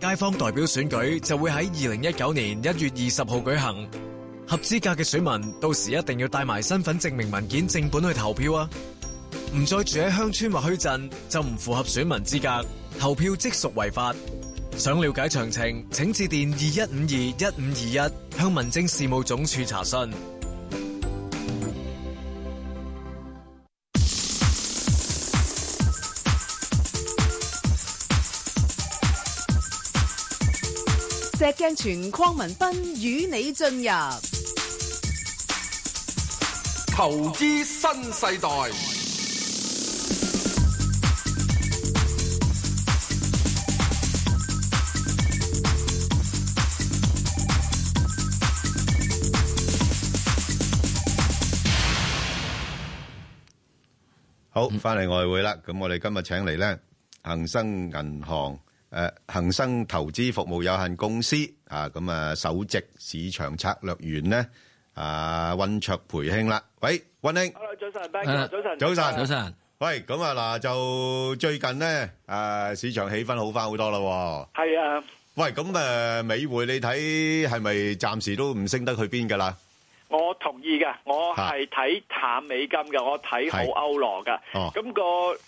Speaker 22: 街坊代表選舉就會喺二零一九年一月二十號舉行。合資格嘅選民到時一定要帶埋身份證明文件正本去投票啊！唔再住喺鄉村或墟鎮就唔符合選民資格，投票即屬違法。想了解詳情，請致電二一五二一五二一向民政事務總署查詢。
Speaker 1: 石鏡泉鄺民彬與你進入
Speaker 2: 投資新世代。
Speaker 3: 好，翻嚟外匯啦。咁我哋今日請嚟咧，恒生銀行誒恒生投資服務有限公司啊，咁啊首席市場策略員咧啊，溫灼培兄啦。喂，溫兄。
Speaker 24: Hello，早
Speaker 22: Vâng,
Speaker 24: 晨，
Speaker 4: Ờ,
Speaker 24: 早晨，
Speaker 3: 早
Speaker 4: 早
Speaker 3: 晨，
Speaker 4: 晨。
Speaker 3: 喂，咁啊嗱，就最近咧誒市場氣氛好翻好多啦。
Speaker 24: 係啊。
Speaker 3: 喂，咁誒美匯你睇係咪暫時都唔升得去邊㗎啦？
Speaker 24: 我同意嘅，我係睇淡美金嘅，我睇好歐羅嘅。咁個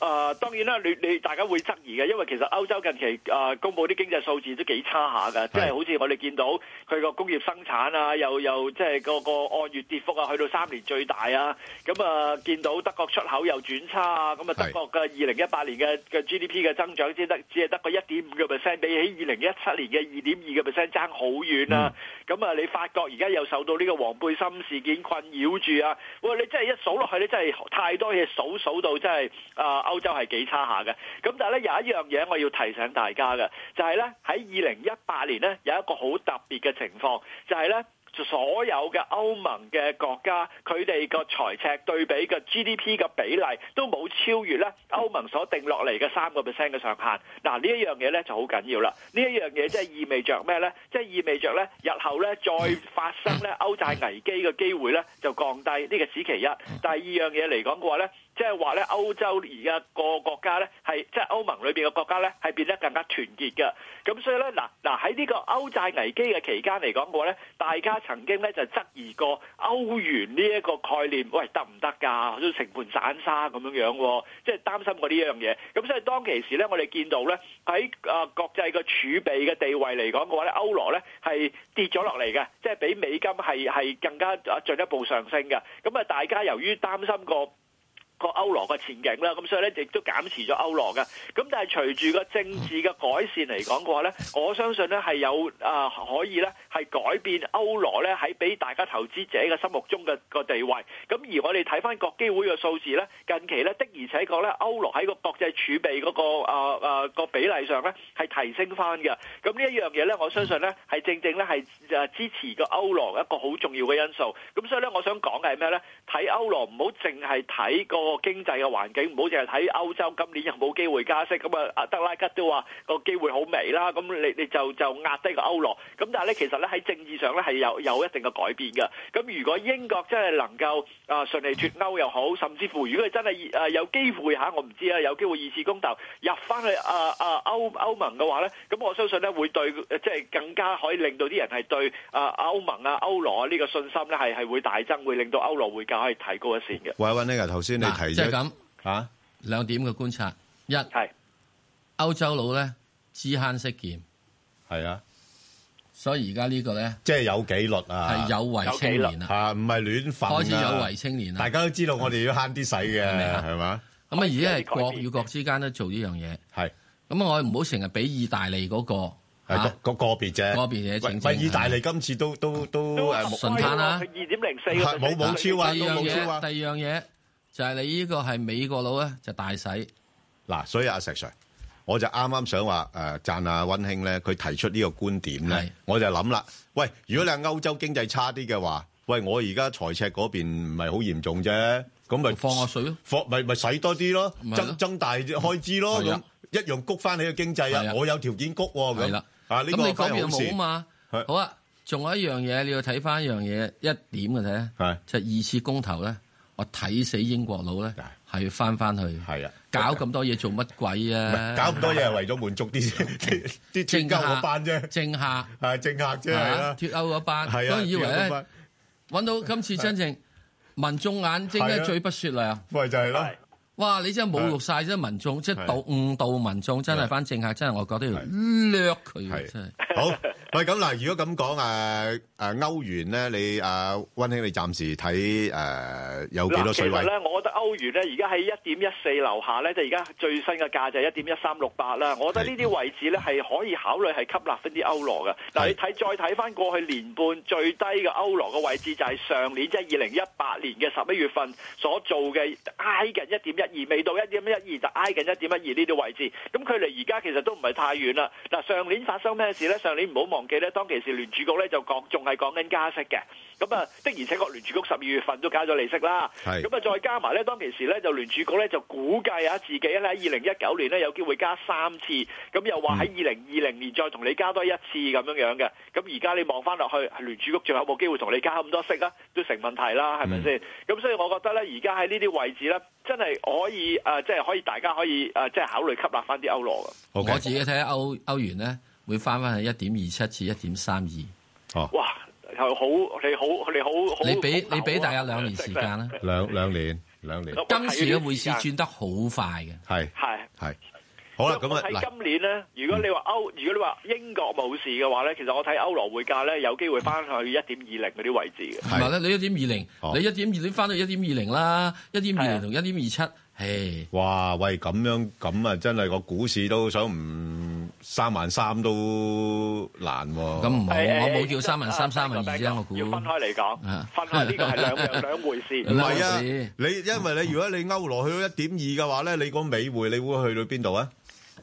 Speaker 24: 誒當然啦，你你大家會質疑嘅，因為其實歐洲近期誒公佈啲經濟數字都幾差下㗎，即係好似我哋見到佢個工業生產啊，又又即係個個按月跌幅啊，去到三年最大啊。咁啊，見到德國出口又轉差啊，咁啊德國嘅二零一八年嘅嘅 GDP 嘅增長先得只係得個一點五個 percent，比起二零一七年嘅二點二個 percent 爭好遠啊。咁啊，你發覺而家又受到呢個黃背心事件困擾住啊！喂，你真係一數落去咧，真係太多嘢數數到真係啊、呃！歐洲係幾差下嘅。咁但係咧有一樣嘢我要提醒大家嘅，就係咧喺二零一八年咧有一個好特別嘅情況，就係咧。所有嘅歐盟嘅國家，佢哋個財赤對比嘅 GDP 嘅比例都冇超越咧歐盟所定落嚟嘅三個 percent 嘅上限。嗱，呢一樣嘢咧就好緊要啦。呢一樣嘢即係意味着咩咧？即係意味着咧，日後咧再發生咧歐債危機嘅機會咧就降低。呢個此其一。第二樣嘢嚟講嘅話咧。即係話咧，歐洲而家個國家咧係即係歐盟裏邊嘅國家咧係變得更加團結嘅。咁所以咧嗱嗱喺呢個歐債危機嘅期間嚟講過咧，大家曾經咧就質疑過歐元呢一個概念，喂得唔得㗎？都成盤散沙咁樣樣喎，即係擔心過呢樣嘢。咁所以當其時咧，我哋見到咧喺啊國際嘅儲備嘅地位嚟講嘅話咧，歐羅咧係跌咗落嚟嘅，即係比美金係係更加啊進一步上升嘅。咁啊，大家由於擔心過。個歐羅嘅前景啦，咁所以咧亦都減持咗歐羅嘅。咁但係隨住個政治嘅改善嚟講嘅話咧，我相信咧係有啊、呃、可以咧係改變歐羅咧喺俾大家投資者嘅心目中嘅個地位。咁而我哋睇翻國基會嘅數字咧，近期咧的而且確咧歐羅喺個國際儲備嗰、嗰個啊啊個比例上咧係提升翻嘅。咁呢一樣嘢咧，我相信咧係正正咧係誒支持個歐羅一個好重要嘅因素。咁所以咧，我想講嘅係咩咧？睇歐羅唔好淨係睇個。個經濟嘅環境，唔好淨係睇歐洲今年有冇機會加息，咁啊阿德拉吉都話個機會好微啦，咁你你就就壓低個歐羅，咁但係咧其實咧喺政治上咧係有有一定嘅改變嘅，咁如果英國真係能夠啊順利脱歐又好，甚至乎如果佢真係啊有機會嚇，我唔知啊有機會二次公投入翻去啊啊歐歐盟嘅話咧，咁我相信咧會對即係更加可以令到啲人係對啊歐盟啊歐羅啊呢個信心咧係係會大增，會令到歐羅匯價可以提高一線嘅。
Speaker 3: 喂，温呢頭先你。
Speaker 4: 即係咁
Speaker 3: 嚇，
Speaker 4: 兩點嘅觀察，一
Speaker 24: 係
Speaker 4: 歐洲佬咧知慳識儉，
Speaker 3: 係啊，
Speaker 4: 所以而家呢個咧，
Speaker 3: 即係有紀律啊，
Speaker 4: 係有為青年
Speaker 3: 啊，唔係亂份，
Speaker 4: 開始有為青年啦。
Speaker 3: 大家都知道我哋要慳啲使嘅，係嘛？
Speaker 4: 咁啊，而家係國與國之間都做呢樣嘢，
Speaker 3: 係
Speaker 4: 咁啊我唔好成日俾意大利嗰個。
Speaker 3: 係個個別啫，
Speaker 4: 個別嘢啊
Speaker 3: 喂，意大利今次都都都呃
Speaker 24: 誒
Speaker 4: 順攤啦，
Speaker 24: 二點零四
Speaker 3: 冇冇超啊，
Speaker 4: 第二樣
Speaker 3: 冇超
Speaker 4: 嘢，
Speaker 3: 啊。
Speaker 4: 第二樣嘢。就係你呢個係美國佬咧，就大洗
Speaker 3: 嗱，所以阿石 Sir，我就啱啱想話誒讚阿温兄咧，佢提出呢個觀點咧，我就諗啦，喂，如果你係歐洲經濟差啲嘅話，喂，我而家財赤嗰邊唔係好嚴重啫，咁咪
Speaker 4: 放下水咯，
Speaker 3: 放咪咪使多啲咯，增增大開支咯，咁一樣谷翻你嘅經濟啊！我有條件谷喎，咁啊呢個
Speaker 4: 咁你嗰
Speaker 3: 係
Speaker 4: 邊
Speaker 3: 好事
Speaker 4: 冇啊嘛，好啊，仲有一樣嘢你要睇翻一樣嘢一點嘅睇，就係二次公投咧。我睇死英國佬咧，係要翻翻去，
Speaker 3: 係啊，
Speaker 4: 搞咁多嘢做乜鬼 啊？
Speaker 3: 搞咁多嘢 係為咗滿足啲啲政客嗰班啫，
Speaker 4: 政客
Speaker 3: 係政客啫，係啦，
Speaker 4: 啊脱歐嗰班，
Speaker 3: 係啊
Speaker 4: 當然以為
Speaker 3: 脫歐嗰班
Speaker 4: 咧揾到今次真正民眾眼睛
Speaker 3: 係
Speaker 4: 咧
Speaker 3: 啊
Speaker 4: 最不雪亮。
Speaker 3: 喂就係咯，
Speaker 4: 哇！你真係侮辱晒啫民眾，即係導誤導民眾，真係翻政客，真係我覺得要掠佢啊，真係。
Speaker 3: 好，喂，咁嗱，如果咁講，誒誒歐元咧，你啊温兄，你暫時睇誒有幾多水位
Speaker 24: 嗱其實？咧，我覺得歐元咧而家喺一點一四樓下咧，就而家最新嘅價就係一點一三六八啦。我覺得呢啲位置咧係可以考慮係吸納翻啲歐羅嘅。嗱，你睇再睇翻過去年半最低嘅歐羅嘅位置就係上年即係二零一八年嘅十一月份所做嘅挨近一點一二，未到一點一二就挨近一點一二呢啲位置。咁距離而家其實都唔係太遠啦。嗱，上年發生咩事咧？上年唔好忘記咧，當其時聯儲局咧就講仲係講緊加息嘅。咁啊，的而且確聯儲局十二月份都加咗利息啦。
Speaker 3: 係
Speaker 24: 咁啊，再加埋咧，當其時咧就聯儲局咧就估計啊，自己咧喺二零一九年咧有機會加三次，咁又話喺二零二零年再同你加多一次咁樣樣嘅。咁而家你望翻落去，聯儲局仲有冇機會同你加咁多息啊？都成問題啦，係咪先？咁、所以我覺得咧，而家喺呢啲位置咧，真係可以誒、呃即係可以大家可以誒、呃即係考慮吸納翻啲歐羅嘅。啊
Speaker 4: 我自己睇歐歐元咧會翻翻去一點二七至一點三二。
Speaker 3: 哦，
Speaker 24: 哇！又好，你好，你好，好
Speaker 4: 你俾
Speaker 24: 好
Speaker 4: 你俾
Speaker 24: 牛啊
Speaker 4: 大家兩年時間啦。
Speaker 3: 兩兩年，兩年。
Speaker 4: 今次嘅匯市轉得好快嘅，
Speaker 3: 係
Speaker 24: 係
Speaker 3: 係。好啦，咁啊
Speaker 24: 睇
Speaker 3: 嗱，
Speaker 24: 今年咧，如果你話歐，如果你話英國冇事嘅話咧，其實我睇歐羅匯價咧有機會翻去一點二零嗰啲位置嘅。
Speaker 4: 同埋咧你一點
Speaker 3: 哦
Speaker 4: 二零，你一點二你翻到一點二零啦，一點二零同一點二七，唉，
Speaker 3: 哇，喂，咁樣咁啊，真係個股市都想唔三萬三都難喎。
Speaker 4: 咁唔好，
Speaker 24: 係
Speaker 4: 我冇
Speaker 24: 係
Speaker 4: 叫三萬三、三萬二啫，我估。啊
Speaker 24: 分開嚟講，分開呢個係兩樣兩回事。
Speaker 3: 唔係啊，你因為你如果你歐羅去到一點二嘅話咧，你個美匯你會去到邊度啊？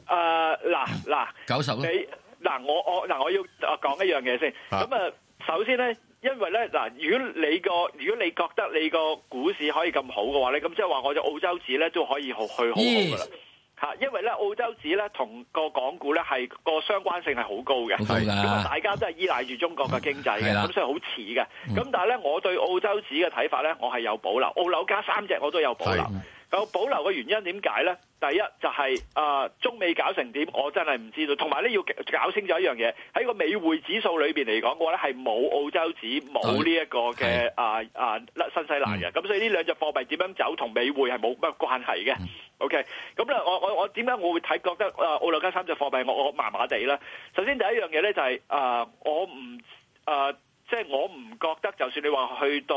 Speaker 24: 誒呃嗱嗱，
Speaker 4: 嗯90咯
Speaker 24: 呃你嗱我我嗱我要誒講一樣嘢先。咁啊，首先咧，因為咧嗱，如果你個如果你覺得你個股市可以咁好嘅話咧，咁即係話我隻澳洲紙咧都可以好去好好噶啦。嚇，因為咧澳洲紙咧同個港股咧係個相關性係好高嘅，
Speaker 4: 好高㗎
Speaker 24: 咁啊大家都係依賴住中國嘅經濟嘅，
Speaker 4: 係啦嗯
Speaker 24: 咁所以好似嘅。咁但係咧，我對澳洲紙嘅睇法咧，我係有保留，澳紐加三隻我都有保留。有保留嘅原因點解咧？第一就係、啊、中美搞成點，我真係唔知道。同埋咧要搞清楚一樣嘢，喺個美匯指數裏面嚟講嘅話咧，係冇澳洲紙冇呢一個嘅啊啊新西蘭嘅。咁所以呢兩隻貨幣點樣走同美匯係冇乜關係嘅。OK，咁咧我我我點解我會睇覺得啊澳紐加三隻貨幣我我麻麻地啦？首先第一樣嘢咧就係、啊我唔啊即係我唔覺得，就算你話去到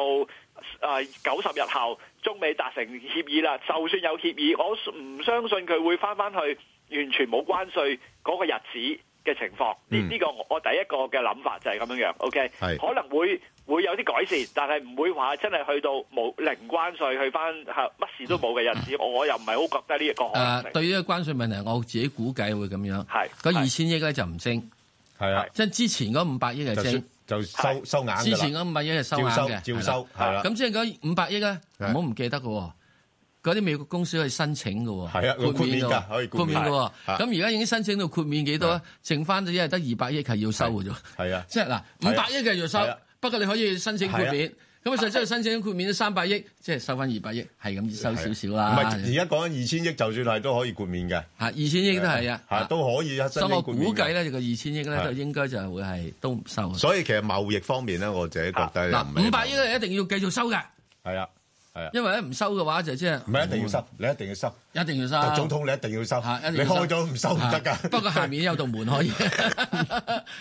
Speaker 24: 誒九十日後，中美達成協議啦，就算有協議，我唔相信佢會翻翻去完全冇關稅嗰個日子嘅情況。呢
Speaker 12: 嗯
Speaker 24: 呢、個我我第一個嘅諗法就係咁樣樣。OK，
Speaker 12: 係
Speaker 24: 可能會會有啲改善，但係唔會話真係去到冇零關稅，去翻嚇乜事都冇嘅日子，我又唔係好覺得呢一個可能
Speaker 4: 誒
Speaker 24: 性。
Speaker 4: 對於個關稅問題，我自己估計會咁樣。
Speaker 24: 係
Speaker 4: 嗰二千億咧就唔升，
Speaker 3: 係啊，
Speaker 4: 即係之前嗰五百億係
Speaker 3: 就
Speaker 4: 升
Speaker 3: 算，就收收硬㗎啦
Speaker 4: 之前嗰五百億係收硬嘅，
Speaker 3: 照收照收係啦
Speaker 4: 咁即係嗰五百億咧，唔好唔記得嘅喎。嗰啲美國公司可以申請嘅喎，
Speaker 3: 係啊
Speaker 4: 豁免
Speaker 3: 豁免
Speaker 4: 㗎
Speaker 3: 㗎，可以
Speaker 4: 豁
Speaker 3: 豁
Speaker 4: 免
Speaker 3: 免
Speaker 4: 嘅喎。
Speaker 3: 係
Speaker 4: 咁而家已經申請到豁免幾多啊？剩翻咗一係得二百億係要收嘅啫。
Speaker 3: 係啊，
Speaker 4: 即係嗱，
Speaker 3: 係啊
Speaker 4: 五百億嘅要
Speaker 3: 係
Speaker 4: 收
Speaker 3: 啊，
Speaker 4: 不過你可以申請豁
Speaker 3: 係
Speaker 4: 免。咁啊，實際申請豁免咗三百億，即係收翻二百億，係咁收少少啦。
Speaker 3: 唔係而家講緊二千億，就算係都可以豁免嘅。嚇，
Speaker 4: 二千億都係啊
Speaker 3: 嚇都可以啊。
Speaker 4: 所以我估計咧，
Speaker 3: 呢
Speaker 4: 個二千億咧就應該就係會係都唔收。啊
Speaker 3: 所以其實貿易方面咧，我自己覺得又唔啊
Speaker 4: 嗱，五百億咧一定要繼續收嘅，
Speaker 3: 係啊，係啊，
Speaker 4: 因為咧唔收嘅話就即係
Speaker 3: 唔係一定要收，你一定要收，
Speaker 4: 一定要收
Speaker 3: 總統你一定要收，
Speaker 4: 一
Speaker 3: 你
Speaker 4: 定要收
Speaker 3: 開咗唔收唔得㗎。
Speaker 4: 啊不過下面有道門 可以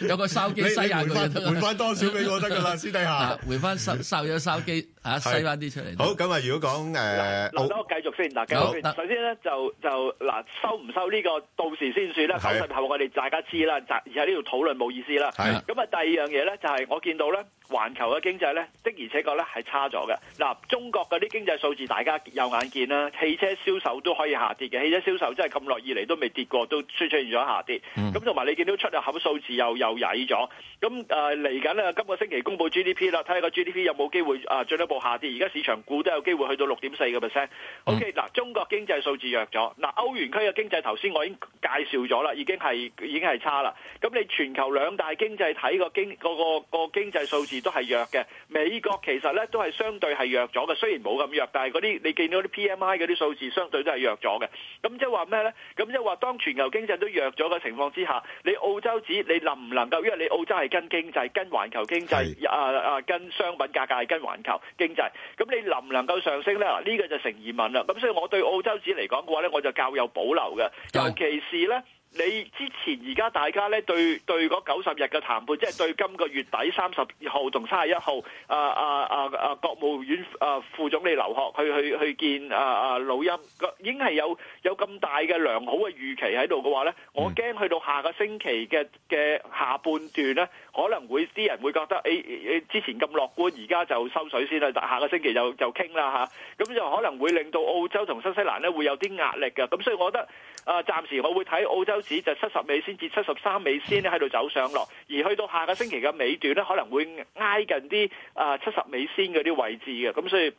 Speaker 4: 有個收機
Speaker 3: 你
Speaker 4: 西下佢
Speaker 3: 你
Speaker 4: 就得啦
Speaker 3: 回返回返多少俾我得㗎 啦私底下
Speaker 4: 啊回翻收收咗收機啊，
Speaker 3: 係
Speaker 4: 西翻啲出嚟。
Speaker 3: 好，咁啊，如果講誒
Speaker 24: 嗱，等我繼續先，嗱，繼續先。首先咧就就嗱，收唔收呢個到時先算啦。九
Speaker 3: 係
Speaker 24: 十後我哋大家知啦，而喺呢度討論冇意思啦。
Speaker 3: 係
Speaker 24: 咁啊，第二樣嘢咧就係我見到咧，環球嘅經濟咧的而且確咧係差咗嘅。嗱，中國嗰啲經濟數字大家有眼見啦，汽車銷售都可以下跌嘅，汽車銷售真係咁耐以嚟都未跌過，都出出現咗下跌。
Speaker 14: 嗯
Speaker 24: 咁同埋你見到出入口數字又又曳咗。咁誒呃嚟緊咧，今個星期公布 GDP 啦，睇下個 GDP 有冇機會啊進一步下跌。而家市場估都有機會去到六點四個 percent。OK，嗱，中國經濟數字弱咗，嗱，歐元區嘅經濟頭先我已經介紹咗啦，已經係已經係差啦。咁你全球兩大經濟體個經個個個經濟數字都係弱嘅，美國其實咧都係相對係弱咗嘅，雖然冇咁弱，但係嗰啲你見到啲 PMI 嗰啲數字相對都係弱咗嘅。咁即係話咩咧？咁即係話當全球經濟都弱咗嘅情況之下，你澳洲指你能唔能夠？因為你澳洲係跟經濟、跟環球經濟，啊啊跟商品價格係跟環球經濟，咁你能唔能夠上升咧？嗱呢個就成疑問啦。咁所以我對澳洲指嚟講嘅話咧，我就較有保留嘅，尤其是咧。你之前而家大家咧對對嗰九十日嘅談判，即係對今個月底三十號同三十一號，啊啊啊啊國務院啊副總理劉鶴去去去見啊啊老欽，個已經係有有咁大嘅良好嘅預期喺度嘅話咧，我驚去到下個星期嘅嘅下半段咧，可能會啲人會覺得誒誒、誒之前咁樂觀，而家就收水先啦，但下個星期就就傾啦嚇，咁就可能會令到澳洲同新西蘭咧會有啲壓力嘅，咁所以我覺得。啊，暫時我會睇澳洲指就七十美仙至七十三美仙咧喺度走上落，而去到下個星期嘅尾段咧，可能會挨近啲啊七十美仙嗰啲位置嘅，咁所以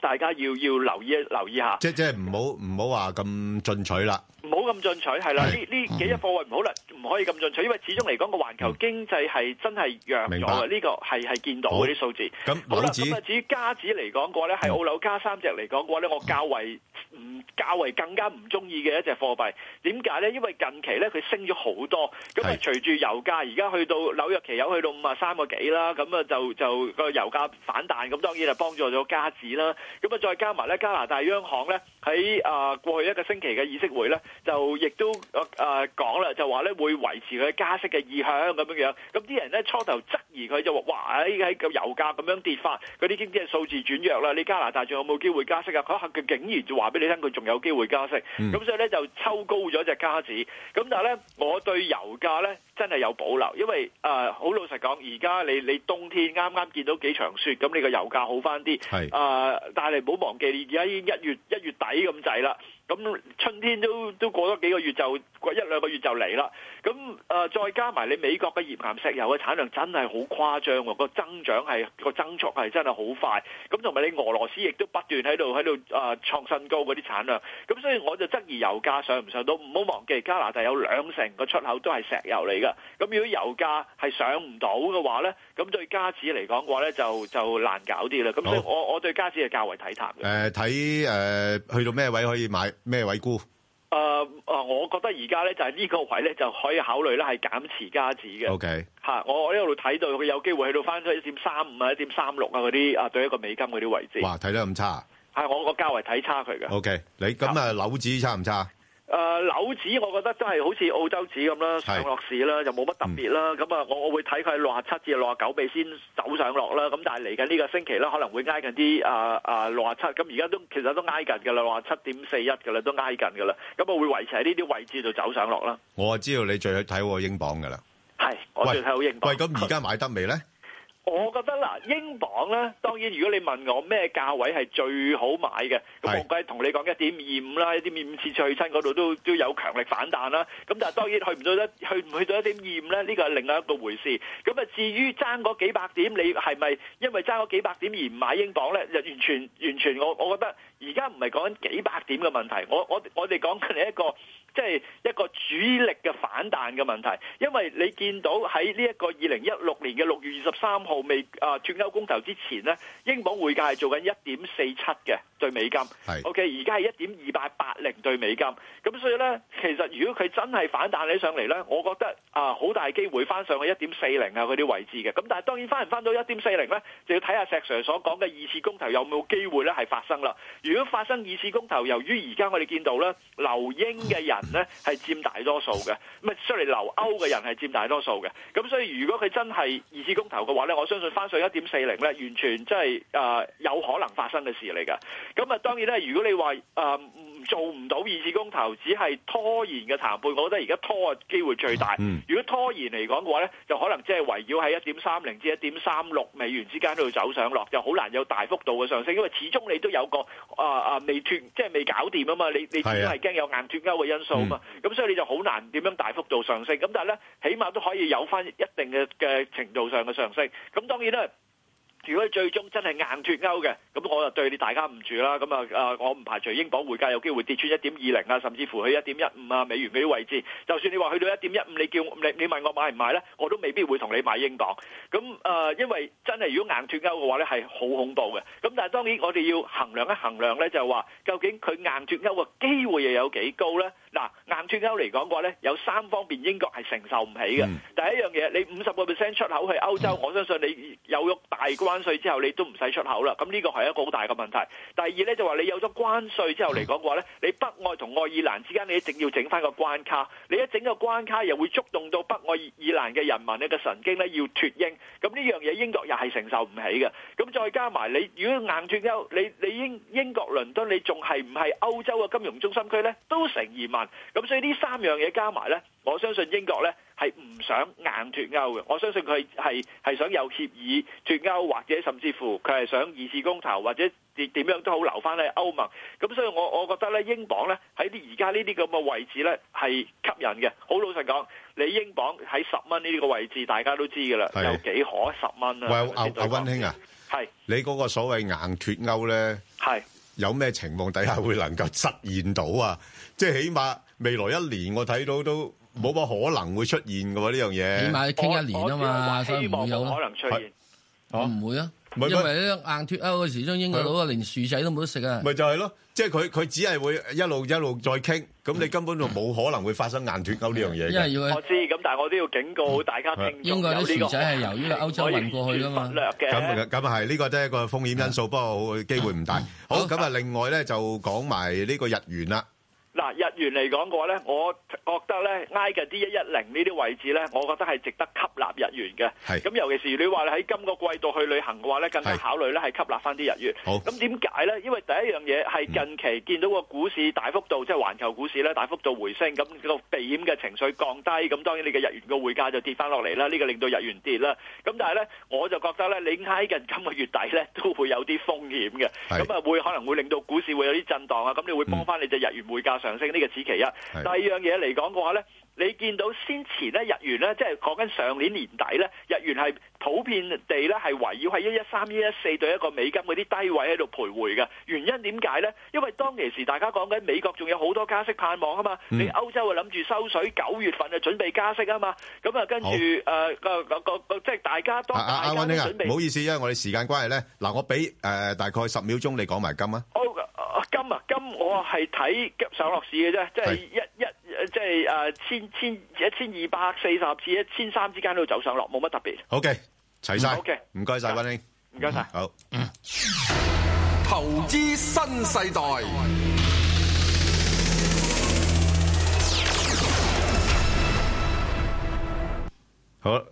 Speaker 24: 大家要要留意留意下。
Speaker 3: 即即係唔好唔好話咁進取啦。
Speaker 24: 唔好咁進取，係啦，呢呢
Speaker 3: 嗯
Speaker 24: 幾隻貨位唔好啦，唔可以咁進取，因為始終嚟講個環球經濟係真係弱咗
Speaker 3: 明白
Speaker 24: 嘅，呢個係係見到
Speaker 3: 好
Speaker 24: 嗰啲數字。
Speaker 3: 咁嗯
Speaker 24: 好啦，
Speaker 3: 紐紙
Speaker 24: 咁啊至於加指嚟講嘅話咧，係澳紐加三隻嚟講嘅話咧，我較為唔較為更加唔中意嘅一隻貨幣。點解咧？因為近期咧佢升咗好多，咁啊隨住油價而家去到紐約期油去到五啊三個幾啦，咁啊就就個油價反彈，咁當然係幫助咗加指啦。咁啊再加埋咧加拿大央行咧喺啊過去一個星期嘅議息會咧，就亦都啊講啦，就話咧會維持佢加息嘅意向咁樣樣。咁啲人咧初頭質疑佢就話：哇！喺喺個油價咁樣跌法，嗰啲經濟數字轉弱啦，你加拿大仲有冇機會加息啊？佢佢竟然就話俾你聽，佢仲有機會加息。咁、
Speaker 15: 嗯
Speaker 24: 所以咧就抽高咗只加指。咁但係咧，我對油價咧真係有保留，因為誒好、老實講，而家你你冬天啱啱見到幾場雪，咁你個油價好翻啲。
Speaker 3: 係
Speaker 24: 啊、但係你唔好忘記，而家已經一月一月底咁滯啦。咁春天都都過多幾個月就過一兩個月就嚟啦。咁誒、呃再加埋你美國嘅頁岩石油嘅產量真係好誇張喎，個增長係個增速係真係好快。咁同埋你俄羅斯亦都不斷喺度喺度誒創新高嗰啲產量。咁所以我就質疑油價上唔上到。唔好忘記加拿大有兩成個出口都係石油嚟噶。咁如果油價係上唔到嘅話咧，咁對加紙嚟講嘅話咧就就難搞啲啦。咁所以
Speaker 3: 好
Speaker 24: 我我對加紙係較為睇淡嘅。
Speaker 3: 誒，睇，誒，去到咩位可以買，咩位沽？
Speaker 24: 誒、呃、我覺得而家咧就係、呢個位咧就可以考慮咧係減持加紙嘅。
Speaker 3: OK
Speaker 24: 嚇、我我一路睇到佢有機會去到翻咗一點三五啊、一點三六啊嗰啲啊，對一個美金嗰啲位置。
Speaker 3: 啊
Speaker 24: 係、我我較為睇差佢嘅。
Speaker 3: 哇，睇得咁差啊？OK，你咁啊，樓指差唔差啊？
Speaker 24: 誒、樓指我覺得真係好似澳洲指咁啦，上落市啦，就冇乜特別啦。咁啊、我我會睇佢六啊七至六啊九尾先走上落啦。咁但係嚟緊呢個星期啦，可能會挨近啲啊啊六啊七。咁而家都其實都挨近㗎啦，六啊七點四一㗎啦，都挨近㗎啦。咁啊我會維持喺呢啲位置度走上落啦。
Speaker 3: 啊我知道你最睇好英鎊㗎啦。
Speaker 24: 係，我
Speaker 3: 喂，
Speaker 24: 最睇好英鎊。
Speaker 3: 喂，咁而家買得未呢？
Speaker 24: 我覺得嗱，英鎊咧，當然如果你問我咩價位係最好買嘅，咁我梗係同你講一點二五啦，一點二五次次去親嗰度都都有強力反彈啦。咁但係當然去唔到一去唔去到一點二五咧，呢個係另外一個回事。咁啊，至於爭嗰幾百點，你係咪因為爭嗰幾百點而唔買英鎊咧？就完全完全我我覺得而家唔係講緊幾百點嘅問題，我我我哋講緊係一個。即係一個主力嘅反彈嘅問題，因為你見到喺呢一個二零一六年嘅六月二十三號未啊脱歐公投之前呢，英鎊匯價係做緊一點四七嘅對美金，OK 而家係一點二八八零對美金，咁所以呢，其實如果佢真係反彈起上嚟呢，我覺得啊好大機會翻上去一點四零啊嗰啲位置嘅，咁但係當然翻唔翻到一點四零呢，就要睇下石 Sir 所講嘅二次公投有冇機會呢係發生啦。如果發生二次公投，由於而家我哋見到呢，留英嘅人。人咧係佔大多數嘅，咁啊出嚟留歐嘅人係佔大多數嘅，咁所以如果佢真係二次公投嘅話咧，我相信翻上一點四零咧，完全真係誒有可能發生嘅事嚟㗎。咁啊當然咧，如果你話誒唔做唔到二次公投，只係拖延嘅談判，我覺得而家拖嘅機會最大。如果拖延嚟講嘅話咧，就可能即係圍繞喺一點三零至一點三六美元之間度走上落，就好難有大幅度嘅上升，因為始終你都有個啊啊、未脱，即係未搞掂啊嗯嘛，你你始終係驚有硬脱歐嘅因素。數嘛，咁、所以你就好難點樣大幅度上升。咁但係咧，起碼都可以有翻一定嘅嘅程度上嘅上升。咁當然啦。如果最終真係硬脱歐嘅，咁啊我就對你大家唔住啦。咁啊，啊，我唔排除英鎊匯價有機會跌穿一點二零啊，甚至乎去一點一五啊美元嗰啲位置。就算你話去到一點一五，你叫你你問我買唔買呢？我都未必會同你買英鎊。咁啊，呃因為真係如果硬脱歐嘅話呢，係好恐怖嘅。咁但係當然我哋要衡量一衡量呢，就係話究竟佢硬脱歐嘅機會又有幾高呢？嗱，硬脱歐嚟講嘅話呢，有三方面英國係承受唔起嘅。第一樣嘢，你五十個 percent 出口去歐洲，我相信你有咗大關稅之後，你都唔使出口啦。咁呢個係一個好大嘅問題。第二呢，就話你有咗關稅之後嚟講嘅話呢，你北愛同愛爾蘭之間，你一定要整翻個關卡。你一整個關卡，又會觸動到北愛爾蘭嘅人民呢個神經呢，要脱英。咁呢樣嘢英國又係承受唔起嘅。咁再加埋你，如果硬脱歐，你你英英國倫敦，你仲係唔係歐洲嘅金融中心區呢？都成疑問。咁所以呢三樣嘢加埋呢，我相信英國呢。係唔想硬脱歐嘅，我相信佢係係想有協議脱歐，或者甚至乎佢係想二次公投，或者點點樣都好留翻喺歐盟。咁所以我我覺得咧，英鎊咧喺啲而家呢啲咁嘅位置咧係吸引嘅。好老實講，你英鎊喺十蚊呢個位置，大家都知㗎啦，
Speaker 3: 係
Speaker 24: 有幾可十蚊啊？
Speaker 3: 喂，阿-
Speaker 24: 係咪先
Speaker 3: 阿溫兄啊，
Speaker 24: 係
Speaker 3: 你嗰個所謂硬脫歐呢，
Speaker 24: 係
Speaker 3: 有咩情況底下會能夠實現到啊？即係起碼未來一年我睇到都冇乜可能會出現㗎喎，呢樣嘢。
Speaker 4: 起碼要傾一年啊嘛，所以唔會有啦。我唔會啊，
Speaker 3: 咪
Speaker 4: 因為咧硬脱歐嘅時鐘英國佬啊，連薯仔都冇得食啊。
Speaker 3: 咪就係囉，即係佢-佢只係會一路-一路再傾，咁你根本就冇可能會發生硬脫歐呢樣嘢嘅。嗯
Speaker 4: 因為要-
Speaker 24: 我知，咁但係我都要警告大家聽眾
Speaker 3: 英國啲
Speaker 24: 有呢個
Speaker 3: 薯仔係由呢個歐洲運
Speaker 24: 過去㗎嘛，略嘅。
Speaker 3: 咁咁係呢個都係一個風險因素，不過機會唔大。好，咁啊，另外咧就講埋呢個日元啦。
Speaker 24: 嗱，日元嚟講嘅話咧，我覺得咧挨近啲一一零呢啲位置咧，我覺得係值得吸納日元嘅。咁尤其是你話喺今個季度去旅行嘅話咧，更加考慮咧係吸納翻啲日元。咁點解咧？因為第一樣嘢係近期見到個股市大幅度，即係環球股市咧大幅度回升，咁個避險嘅情緒降低，咁當然你嘅日元個匯價就跌翻落嚟啦。呢個令到日元跌啦。咁但係咧，我就覺得咧，你挨近今個月底咧都會有啲風險嘅。咁啊會可能會令到股市會有啲震盪啊。咁你會幫翻你隻日元匯價。上升呢個此其一，第二樣嘢嚟講嘅話咧，你見到先前咧日元咧，即係講緊上年年底咧，日元係普遍地咧係圍繞喺一一三、一一四對一個美金嗰啲低位喺度徘徊嘅。原因點解咧？因為當其時大家講緊美國仲有好多加息盼望啊嘛，你歐洲啊諗住收水，九月份就準備加息啊嘛，咁啊跟住誒個個個即係大家當
Speaker 3: 啊啊
Speaker 24: 大
Speaker 3: 啊，
Speaker 24: 家
Speaker 3: 溫
Speaker 24: 都
Speaker 3: 兄啊
Speaker 24: 準，備
Speaker 3: 唔好意思，因為我哋時間關係咧，嗱，我俾誒大概十秒鐘你講埋金啊。
Speaker 24: 哦啊金啊金，我係睇急上落市嘅啫，即係一一呃即係誒千千一千二百四十至一千三之間都走上落，冇乜特別。
Speaker 3: 好嘅，齊晒。
Speaker 24: 嗯，OK
Speaker 3: 唔該晒，溫兄。
Speaker 24: 唔該晒。
Speaker 3: 好。
Speaker 2: 投資新世代，
Speaker 3: 好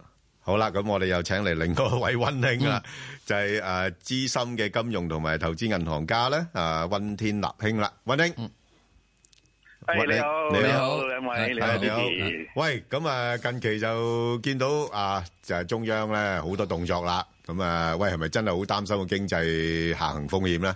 Speaker 3: 好啦，咁我哋又請嚟另外一位溫兄啦，就係誒資深嘅金融同埋投資銀行家咧，啊溫天立兄啦，溫兄。
Speaker 12: 誒，
Speaker 3: 喂
Speaker 12: 你好，
Speaker 3: 你
Speaker 12: 你
Speaker 3: 好
Speaker 12: 好，兩位，你好，
Speaker 3: 係，
Speaker 12: 主
Speaker 3: 你好
Speaker 12: 持，
Speaker 3: 喂，咁啊，近期就見到啊，就係中央咧好多動作啦。咁啊，喂，係咪真係好擔心個經濟下行風險咧？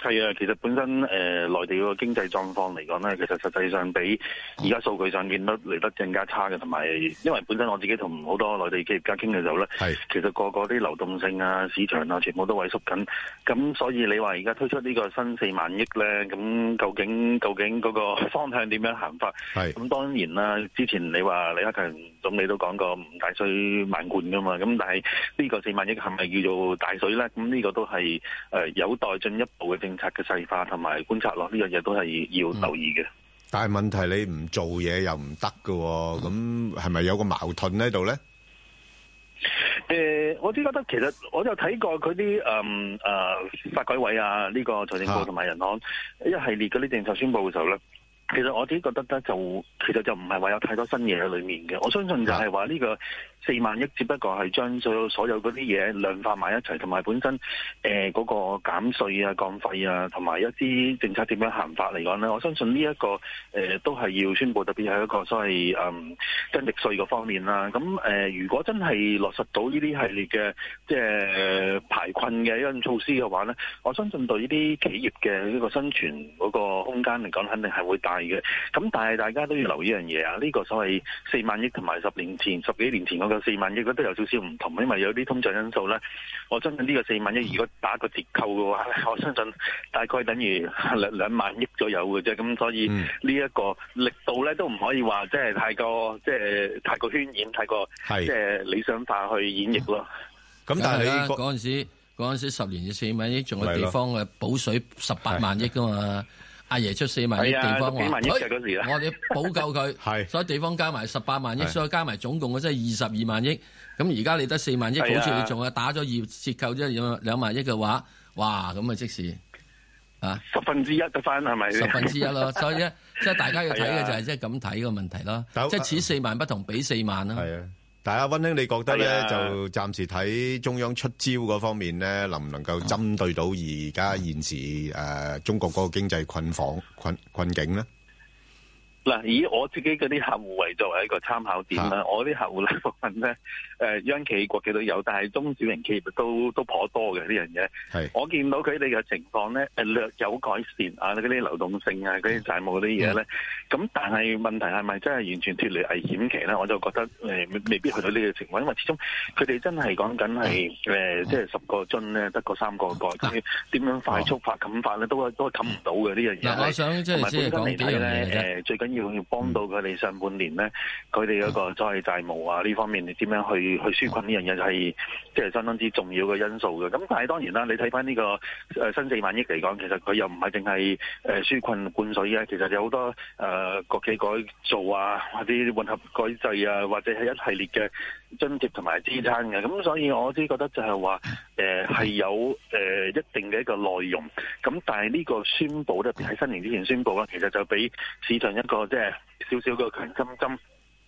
Speaker 12: 係啊，其實本身誒、呃、內地個經濟狀況嚟講咧，其實實際上比而家數據上見得嚟得更加差嘅，同埋因為本身我自己同好多內地企業家傾嘅時候咧，其實個個啲流動性啊、市場啊，全部都萎縮緊。咁所以你話而家推出呢個新四萬億咧，咁究竟究竟嗰個方向點樣行法？咁當然啦，之前你話李克強總理都講過唔大水漫灌噶嘛，咁但係呢個四萬億係咪叫做大水咧？咁呢個都係誒、呃有待進一步嘅政策嘅細化同埋觀察咯，呢樣嘢都係要留意嘅。
Speaker 3: 但係問題你唔做嘢又唔得㗎喎，咁係咪有個矛盾喺度咧？
Speaker 12: 誒、呃我只覺得其實我就睇過佢啲誒誒發改委啊，呢、個財政部同埋人行一系列嗰啲政策宣佈嘅時候咧。其實我自己覺得咧，就其實就唔係話有太多新嘢喺裡面嘅。我相信就係話呢個四萬億，只不過係將所有所有嗰啲嘢量化埋一齊，同埋本身誒嗰、個減稅啊、降費啊，同埋一啲政策點樣行法嚟講咧，我相信呢、一個誒、呃都係要宣佈，特別係一個所謂誒增值稅嗰方面啦。咁誒、呃如果真係落實到呢啲系列嘅即係呃排困嘅一種措施嘅話咧，我相信對呢啲企業嘅呢個生存嗰個空間嚟講，肯定係會大嘅。咁但係大家都要留意一樣嘢啊，呢、個所謂四萬億同埋十年前、十幾年前嗰個四萬億咧，都有少少唔同，因為有啲通脹因素咧。我相信呢個四萬億如果打個折扣嘅話咧，我相信大概等於兩兩萬億左右嘅啫。咁所以呢一個力度咧，都唔可以話即係太過即係太過渲染、太過
Speaker 3: 係
Speaker 12: 即係理想化去演繹咯。
Speaker 4: 咁
Speaker 12: 但係你個
Speaker 4: 嗰陣時，嗰陣時十年至四萬億，仲有
Speaker 12: 係
Speaker 4: 地
Speaker 12: 咯
Speaker 4: 方嘅補水十八萬億噶嘛？阿爺出四萬億，
Speaker 12: 係啊
Speaker 4: 地方話
Speaker 12: 十幾萬億嘅嗰時啊
Speaker 4: 哎我哋補救 佢，所以地方加埋十八萬億，
Speaker 12: 係
Speaker 4: 所以加埋總共嘅即係二十二萬億。咁而家你得四萬億，
Speaker 12: 係啊
Speaker 4: 好似你仲係打咗二折扣即係兩兩萬億嘅話，哇！咁啊即時啊
Speaker 12: 十分之一得翻係咪？
Speaker 4: 十分之一 咯，所以咧即係大家要睇
Speaker 3: 係
Speaker 4: 嘅
Speaker 3: 啊
Speaker 4: 就係即係咁睇個問題咯，即係此四萬不同彼四萬啦。
Speaker 3: 係啊，但係阿溫兄，你覺得咧
Speaker 12: 係啊
Speaker 3: 就暫時睇中央出招嗰方面咧，能唔能夠針對到而家現時誒、呃中國嗰個經濟困況困困境咧？
Speaker 12: 嗱，以我自己嗰啲客户為作為一個參考點
Speaker 4: 啊
Speaker 12: 啦， 我啲客户咧部分咧，誒、央企、國企都有，但係中小型企業都都頗多嘅呢樣嘢。
Speaker 3: 係
Speaker 12: 我見到佢哋嘅情況咧，誒略有改善啊，嗰啲流動性
Speaker 4: 嗯
Speaker 12: 啊，嗰啲債務嗰啲嘢咧，咁、但係問題係咪真係完全脱離危險期咧？我就覺得誒、呃
Speaker 4: 嗯
Speaker 12: 未未必去到呢個情況，因為始終佢哋真係講緊係
Speaker 4: 嗯
Speaker 12: 誒，呃即係十個樽咧得個三個蓋，咁點樣快速發冚法咧，都都冚唔到嘅呢樣嘢。
Speaker 4: 啊嗱我想即係
Speaker 12: 同埋
Speaker 4: 即係
Speaker 12: 本身嚟
Speaker 4: 講幾
Speaker 12: 睇
Speaker 4: 樣嘢
Speaker 12: 咧
Speaker 4: 啫
Speaker 12: 誒最緊要要幫到佢哋上半年咧，佢哋嗰個所謂債務啊呢方面，你點樣去去舒困呢樣嘢係即係相當之重要嘅因素嘅。咁但係當然啦，你睇翻呢個誒、呃新四萬億嚟講，其實佢又唔係淨係誒舒困灌水嘅，其實有好多誒、呃、國企改造啊，或者混合改制啊，或者係一系列嘅津貼同埋支撐嘅。咁所以我啲覺得就係話誒係有誒、呃一定嘅一個內容。咁但係呢個宣佈咧，特別喺新年之前宣佈啦，其實就俾市場一個即係少少嘅強心針。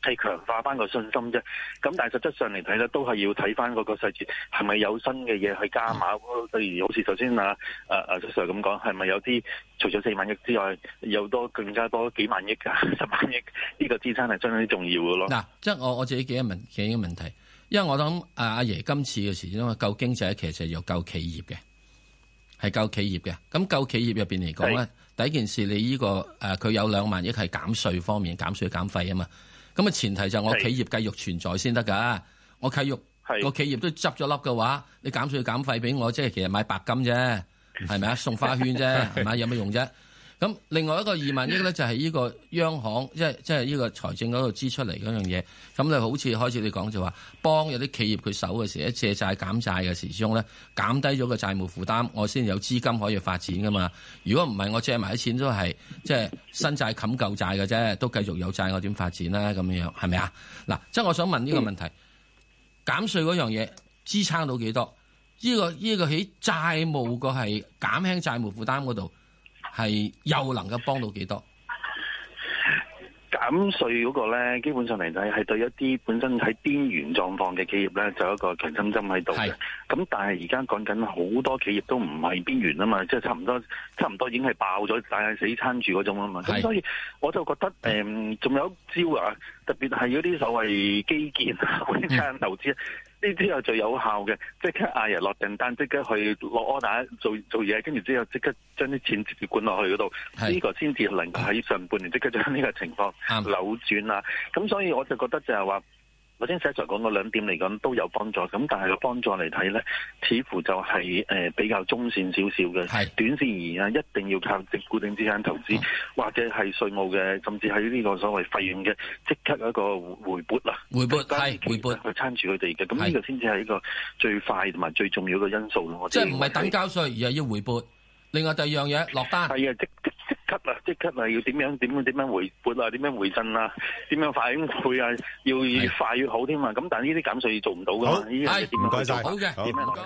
Speaker 12: 係強化翻個信心啫，咁但係實質上嚟睇咧，都係要睇翻嗰個細節，係咪有新嘅嘢去加碼？例如好似頭先啊啊啊 Sir 咁講，係咪有啲除咗四萬億之外，有多更加多幾萬億啊、十萬億呢個支撐係相當之重要嘅咯。
Speaker 4: 嗱，即係我我自己幾個問幾個問題，因為我諗阿阿爺今次嘅事，因為救經濟其實要救企業嘅，係救企業嘅。咁救企業入邊嚟講咧，第一件事你呢、個誒佢、有兩萬億係減税方面減税減費啊嘛。咁啊前提就我企業繼續存在先得㗎。我企業個企業都執咗粒嘅話，你減税減費俾我，即係其實買白金啫，係咪啊？送花圈啫，係咪有乜用啫？咁另外一個二萬億咧，就係呢個央行，即係即係呢個財政嗰度支出嚟嗰樣嘢。咁你好似開始你講就話，幫有啲企業佢手嘅時，一借債減債嘅時鐘咧，減低咗個債務負擔，我先有資金可以發展噶嘛。如果唔係，我借埋啲錢都係即係新債冚舊債嘅啫，都繼續有債，我點發展啦？咁樣樣係咪啊？嗱，即係我想問呢個問題，減税嗰樣嘢支撐到幾多？呢、個呢、個喺債務個係減輕債務負擔嗰度。係又能夠幫到幾多？
Speaker 12: 減税嗰個咧，基本上嚟睇係對一啲本身喺邊緣狀況嘅企業咧，就有一個強心針喺度嘅。咁但係而家講緊好多企業都唔係邊緣啊嘛，即係差唔多，差唔多已經係爆咗，但係死撐住嗰種啊嘛。咁所以我就覺得誒，仲、有一招啊，特別係嗰啲所謂基建 啊，嗰啲間投資。呢啲係最有效嘅，即刻嗌人落訂單，即刻去落 order 做做嘢，跟住之後即刻將啲錢直接灌落去嗰度，
Speaker 4: 係
Speaker 12: 呢個先至能夠喺上半年即刻將呢個情況扭轉啊！咁所以我就覺得就係話。頭先 Sir 講嗰兩點嚟講都有幫助，咁但係個幫助嚟睇咧，似乎就係、誒、比較中線少少嘅，短線而言啊，一定要靠固定資產投資、
Speaker 4: 嗯
Speaker 12: 或者係稅務嘅，甚至喺呢個所謂費用嘅即刻有一個回撥啦，
Speaker 4: 回撥係回撥
Speaker 12: 去撐住佢哋嘅，咁呢個先至係一個最快同埋最重要嘅因素咯。我
Speaker 4: 即
Speaker 12: 哋
Speaker 4: 係唔係等交税，而係要回撥。另外第二樣嘢落單，
Speaker 12: 係啊，即即即刻啊，即刻啊，要點樣點樣點樣回撥啊，點樣回贈啊，點樣快配啊，要越快越好添啊！咁但係呢啲減税做唔到噶嘛，呢樣嘢點樣去做
Speaker 4: 好嘅，
Speaker 12: 點樣落實
Speaker 4: 唔該